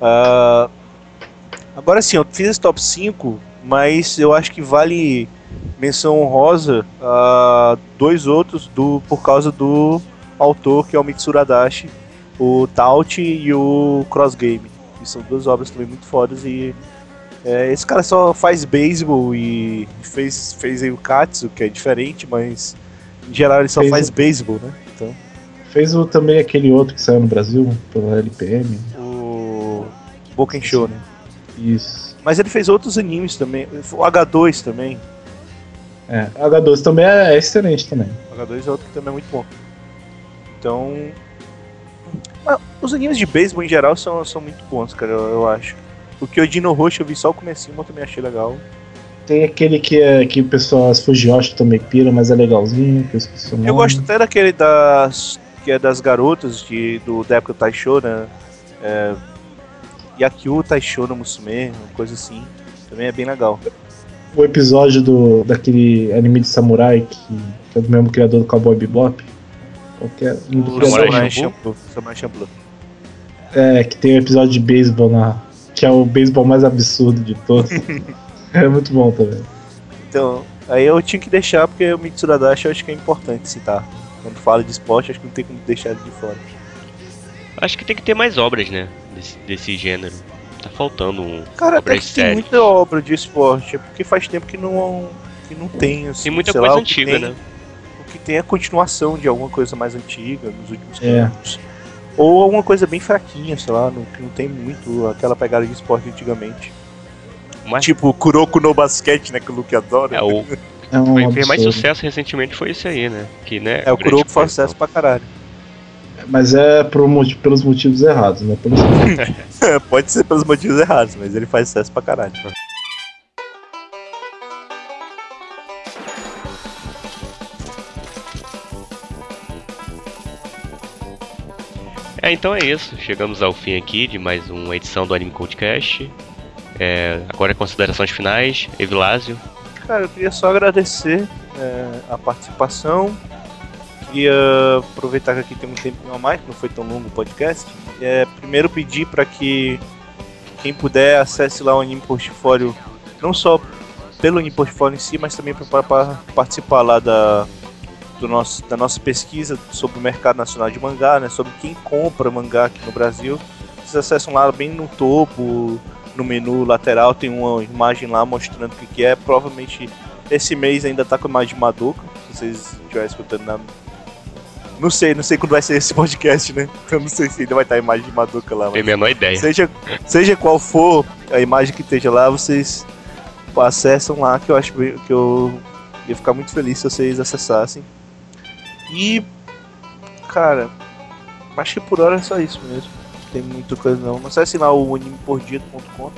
[SPEAKER 3] Ah, agora sim, eu fiz esse top 5, mas eu acho que vale menção honrosa a dois outros do, por causa do autor, que é o Mitsuradashi, o Taut e o Cross Game. Que são duas obras também muito fodas e. é, esse cara só faz beisebol e fez, fez aí o Katsu, que é diferente, mas em geral ele só
[SPEAKER 2] Fez
[SPEAKER 3] faz beisebol, né? Então.
[SPEAKER 2] Fez o, também aquele outro que saiu no Brasil, pela LPM.
[SPEAKER 3] o Bokenshow, né?
[SPEAKER 2] Isso.
[SPEAKER 3] Mas ele fez outros animes também, o H2 também.
[SPEAKER 2] É, H12 também é, é excelente também.
[SPEAKER 3] O H2 é outro que também é muito bom. Então. ah, Os animes de beisebol em geral são, são muito bons, cara, eu, eu acho. O Kyojin no Roxo eu vi só o comecinho, mas eu também achei legal.
[SPEAKER 2] Tem aquele que é que o pessoal, as Fujiyoshi também pira, mas é legalzinho, que eu esqueci o nome.
[SPEAKER 3] Eu gosto até daquele das. que é das garotas de, do, da época do Taisho, né? É, Yakyu Taisho no Musume, uma coisa assim. Também é bem legal.
[SPEAKER 2] O episódio do, daquele anime de samurai que, que é do mesmo criador do Cowboy Bebop. Qualquer, um
[SPEAKER 3] O
[SPEAKER 2] do criador,
[SPEAKER 3] Samurai
[SPEAKER 1] Champloo?
[SPEAKER 3] Champloo. Samurai Champloo.
[SPEAKER 2] é, que tem o episódio de beisebol na. Que é o beisebol mais absurdo de todos. é muito bom também.
[SPEAKER 3] Então, aí eu tinha que deixar porque o Mitsuradashi eu acho que é importante citar. Quando fala de esporte, acho que não tem como deixar ele de fora.
[SPEAKER 1] Acho que tem que ter mais obras, né? Desse, desse gênero. Tá faltando um.
[SPEAKER 3] Cara, até
[SPEAKER 1] Obras
[SPEAKER 3] que tem
[SPEAKER 1] sérias.
[SPEAKER 3] muita obra de esporte, é porque faz tempo que não, que não tem, assim.
[SPEAKER 1] Tem muita
[SPEAKER 3] sei
[SPEAKER 1] coisa
[SPEAKER 3] lá, o que
[SPEAKER 1] antiga,
[SPEAKER 3] tem-
[SPEAKER 1] né?
[SPEAKER 3] O que tem é a continuação de alguma coisa mais antiga, nos últimos
[SPEAKER 2] É.
[SPEAKER 3] tempos. Ou alguma coisa bem fraquinha, sei lá, não, que não tem muito aquela pegada de esporte antigamente.
[SPEAKER 1] Mas-
[SPEAKER 3] Tipo, Kuroko no basquete, né, que o Luke adora.
[SPEAKER 1] É, o
[SPEAKER 2] É um
[SPEAKER 1] que fez mais
[SPEAKER 2] absurdo.
[SPEAKER 1] sucesso recentemente foi esse aí, né? Que, né?
[SPEAKER 3] É, o
[SPEAKER 1] grande
[SPEAKER 3] Kuroko faz
[SPEAKER 1] coisa,
[SPEAKER 3] sucesso pra caralho.
[SPEAKER 2] Mas é por um motivo- pelos motivos errados, né? Pelos-
[SPEAKER 3] Pode ser pelos motivos errados, mas ele faz sucesso pra caralho.
[SPEAKER 1] então. É, então é isso. Chegamos ao fim aqui de mais uma edição do Anime Coldcast. É, agora considerações finais. Evilásio.
[SPEAKER 3] Cara, eu queria só agradecer é, a participação. Queria aproveitar que aqui tem um tempinho a mais, que não foi tão longo o podcast. É, primeiro pedir para que quem puder acesse lá o Anime Portfólio, não só pelo Anime Portfólio em si, mas também para participar lá da, do nosso, da nossa pesquisa sobre o mercado nacional de mangá, né, sobre quem compra mangá aqui no Brasil. Vocês acessam lá bem no topo, no menu lateral tem uma imagem lá mostrando o que, que é. Provavelmente esse mês ainda tá com a imagem de Madoka, se vocês estiverem escutando na. Não sei, não sei quando vai ser esse podcast, né? Eu não sei se ainda vai estar a imagem de Madoka lá.
[SPEAKER 1] Tem a
[SPEAKER 3] Mas
[SPEAKER 1] menor ideia.
[SPEAKER 3] seja, seja qual for a imagem que esteja lá, vocês acessam lá que eu acho bem- que eu ia ficar muito feliz se vocês acessassem. E cara, acho que por hora é só isso mesmo. Não Tem muita coisa não. Acesse lá o animepordia.com.br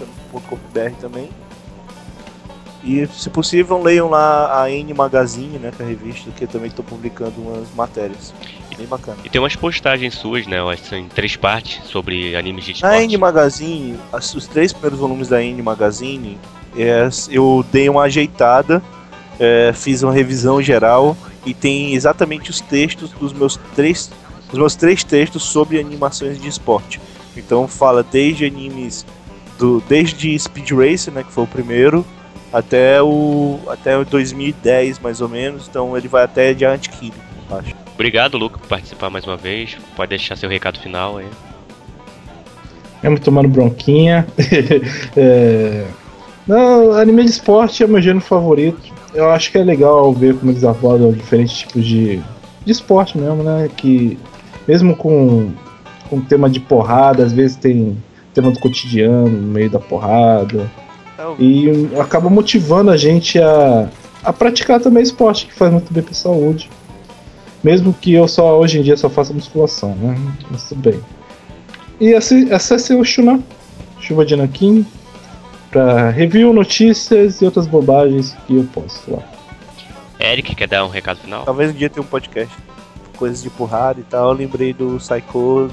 [SPEAKER 3] também. E, se possível, leiam lá a N Magazine, né, que é a revista, que eu também estou publicando umas matérias. Bem bacana.
[SPEAKER 1] E tem umas postagens suas, né? Elas são em três partes sobre animes de
[SPEAKER 3] Na
[SPEAKER 1] esporte.
[SPEAKER 3] N Magazine, as- os três primeiros volumes da N Magazine, é, eu dei uma ajeitada, é, fiz uma revisão geral e tem exatamente os textos dos meus três, dos meus três textos sobre animações de esporte. Então fala desde animes do desde Speed Racer, né, que foi o primeiro, até o até o 2010 mais ou menos. Então ele vai até Giant Kid, eu acho.
[SPEAKER 1] Obrigado, Luca, por participar mais uma vez. Pode deixar seu recado final aí.
[SPEAKER 2] Mesmo É tomando bronquinha. É, Não, anime de esporte é meu gênero favorito. Eu acho que é legal ver como eles abordam diferentes tipos de, de esporte mesmo, né? Que mesmo com, com tema de porrada, às vezes tem tema do cotidiano no meio da porrada. E hum, acaba motivando a gente a, a praticar também esporte, que faz muito bem pra saúde. Mesmo que eu só hoje em dia só faça musculação, né? Mas tudo bem. E acesse, acesse o Shuna, Chuva de Nanquim, pra review, notícias e outras bobagens que eu posto lá.
[SPEAKER 1] Eric, quer dar um recado final?
[SPEAKER 3] Talvez um dia tenha um podcast. Coisas de porrada e tal. Eu lembrei do Psycho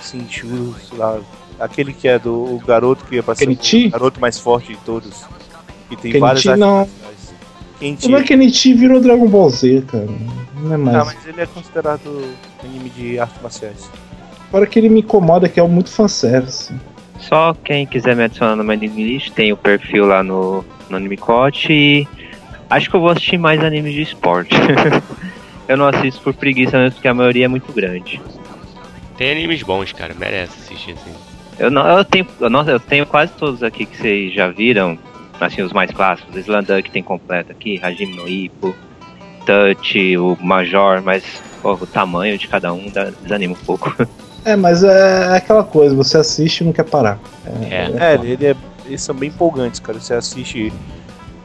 [SPEAKER 3] Sentiu, sei lá. Aquele que é do o garoto que ia pra ser
[SPEAKER 2] Kenichi?
[SPEAKER 3] o garoto mais forte de todos. E tem
[SPEAKER 2] Kenichi
[SPEAKER 3] vários
[SPEAKER 2] não.
[SPEAKER 3] Kenichi.
[SPEAKER 2] Como é que Kenichi virou Dragon Ball Z, cara? Não é mais.
[SPEAKER 3] Ah, mas ele é considerado anime de artes marciais.
[SPEAKER 2] Fora que ele me incomoda, que é muito fanservice.
[SPEAKER 4] Só quem quiser me adicionar no My Anime List tem o perfil lá no, no Animecote e acho que eu vou assistir mais animes de esporte. eu não assisto por preguiça mesmo, porque a maioria é muito grande.
[SPEAKER 1] Tem animes bons, cara. Merece assistir, assim.
[SPEAKER 4] Eu, não, eu, tenho, eu, nossa, eu tenho quase todos aqui que vocês já viram, assim, os mais clássicos. Slandan que tem completo aqui, Hajime no Ippo, Touch, o Major, mas pô, o tamanho de cada um dá- desanima um pouco.
[SPEAKER 2] É, mas é aquela coisa, você assiste e não quer parar.
[SPEAKER 1] É.
[SPEAKER 3] É, ele, ele é. Eles são bem empolgantes, cara. Você assiste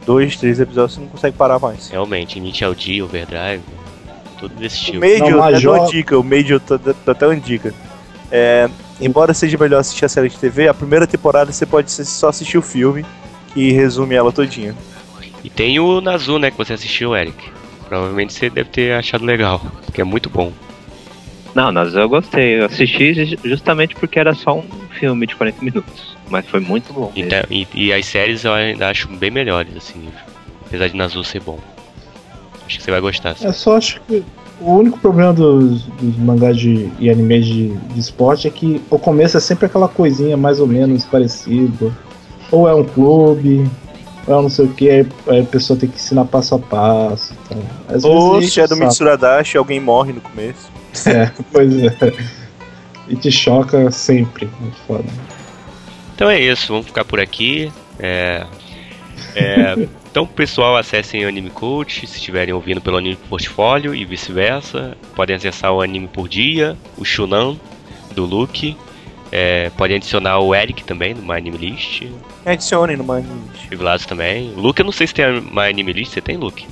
[SPEAKER 3] dois, três episódios, você não consegue parar mais.
[SPEAKER 1] Realmente, Initial D, Overdrive, tudo desse
[SPEAKER 3] O
[SPEAKER 1] tipo.
[SPEAKER 3] Major,
[SPEAKER 2] Não,
[SPEAKER 3] não,
[SPEAKER 2] Major-
[SPEAKER 3] uma dica, o Major, tá, tô, tô até uma dica. É, embora seja melhor assistir a série de TV, a primeira temporada você pode ser- só assistir o filme, que resume ela todinha.
[SPEAKER 1] E tem o Nazu, né, que você assistiu, Eric. Provavelmente você deve ter achado legal, porque é muito bom.
[SPEAKER 4] Não, mas eu gostei. Eu assisti ju- justamente porque era só um filme de 40 minutos. Mas foi muito bom.
[SPEAKER 1] E,
[SPEAKER 4] mesmo.
[SPEAKER 1] tá- e- e as séries eu ainda acho bem melhores, assim, apesar de Nazu ser bom. Acho que você vai gostar. assim.
[SPEAKER 2] Eu É só acho que o único problema dos, dos mangás de, e animes de, de esporte é que o começo é sempre aquela coisinha mais ou menos parecida. Ou é um clube, ou é um não sei o que, aí aí a pessoa tem que ensinar passo a passo. Então. Às
[SPEAKER 3] Ou
[SPEAKER 2] vezes
[SPEAKER 3] se é
[SPEAKER 2] enche
[SPEAKER 3] do
[SPEAKER 2] o saco.
[SPEAKER 3] Mitsuradashi, alguém morre no começo.
[SPEAKER 2] É, pois é. E te choca sempre. Muito foda.
[SPEAKER 1] Então é isso, vamos ficar por aqui. É, é, então, pessoal, acessem o Anime Coach se estiverem ouvindo pelo Anime Portfólio e vice-versa. Podem acessar o Anime por Dia, o Shunan do Luke. É, podem adicionar o Eric também no My Anime List.
[SPEAKER 3] Adicione no Manage.
[SPEAKER 1] O Vilazo também. O Luke, eu não sei se tem a My Anime List. Você tem, Luke?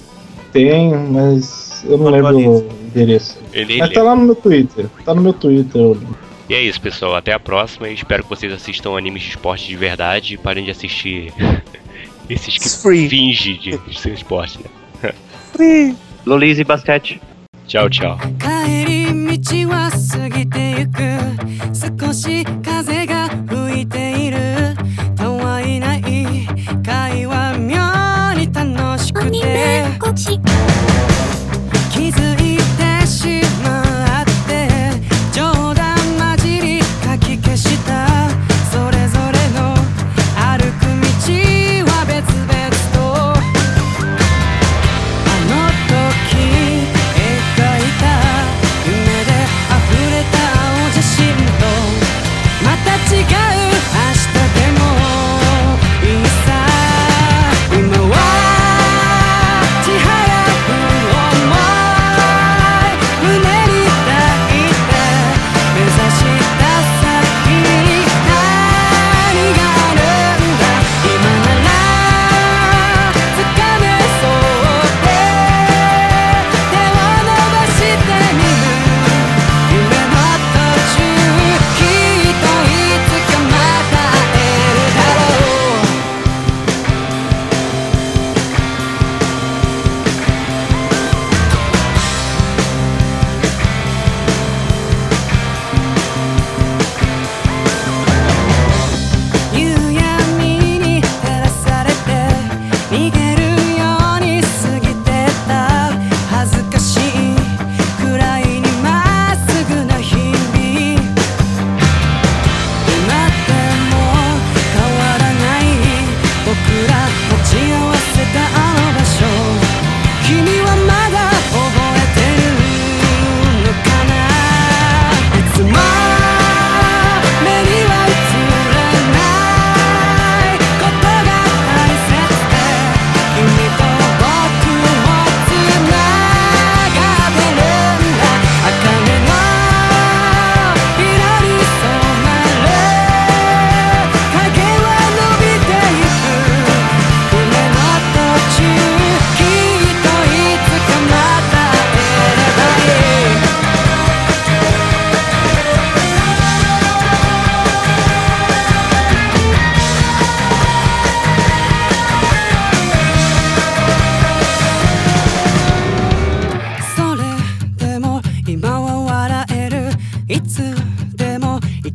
[SPEAKER 2] Tem, mas eu não lembro o endereço.
[SPEAKER 1] Ele
[SPEAKER 2] Mas tá lá no meu Twitter. Tá no meu Twitter. o link.
[SPEAKER 1] E é isso, pessoal. Até a próxima. e Espero que vocês assistam animes de esporte de verdade. e Parem de assistir esses que
[SPEAKER 3] It's free.
[SPEAKER 1] fingem de ser esporte. Né?
[SPEAKER 3] Free.
[SPEAKER 4] Lollies e basquete.
[SPEAKER 1] Tchau, tchau.
[SPEAKER 8] 帰り道は過ぎてゆく少し風が吹いているたわいない会話妙に楽しくて気づいてしまって冗談交じりかき消したそれぞれの歩く道は別々とあの時描いた夢で溢れた青写真とまた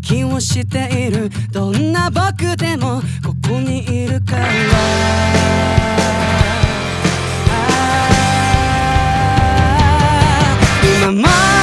[SPEAKER 5] 気をしているどんな僕でもここにいるから今まで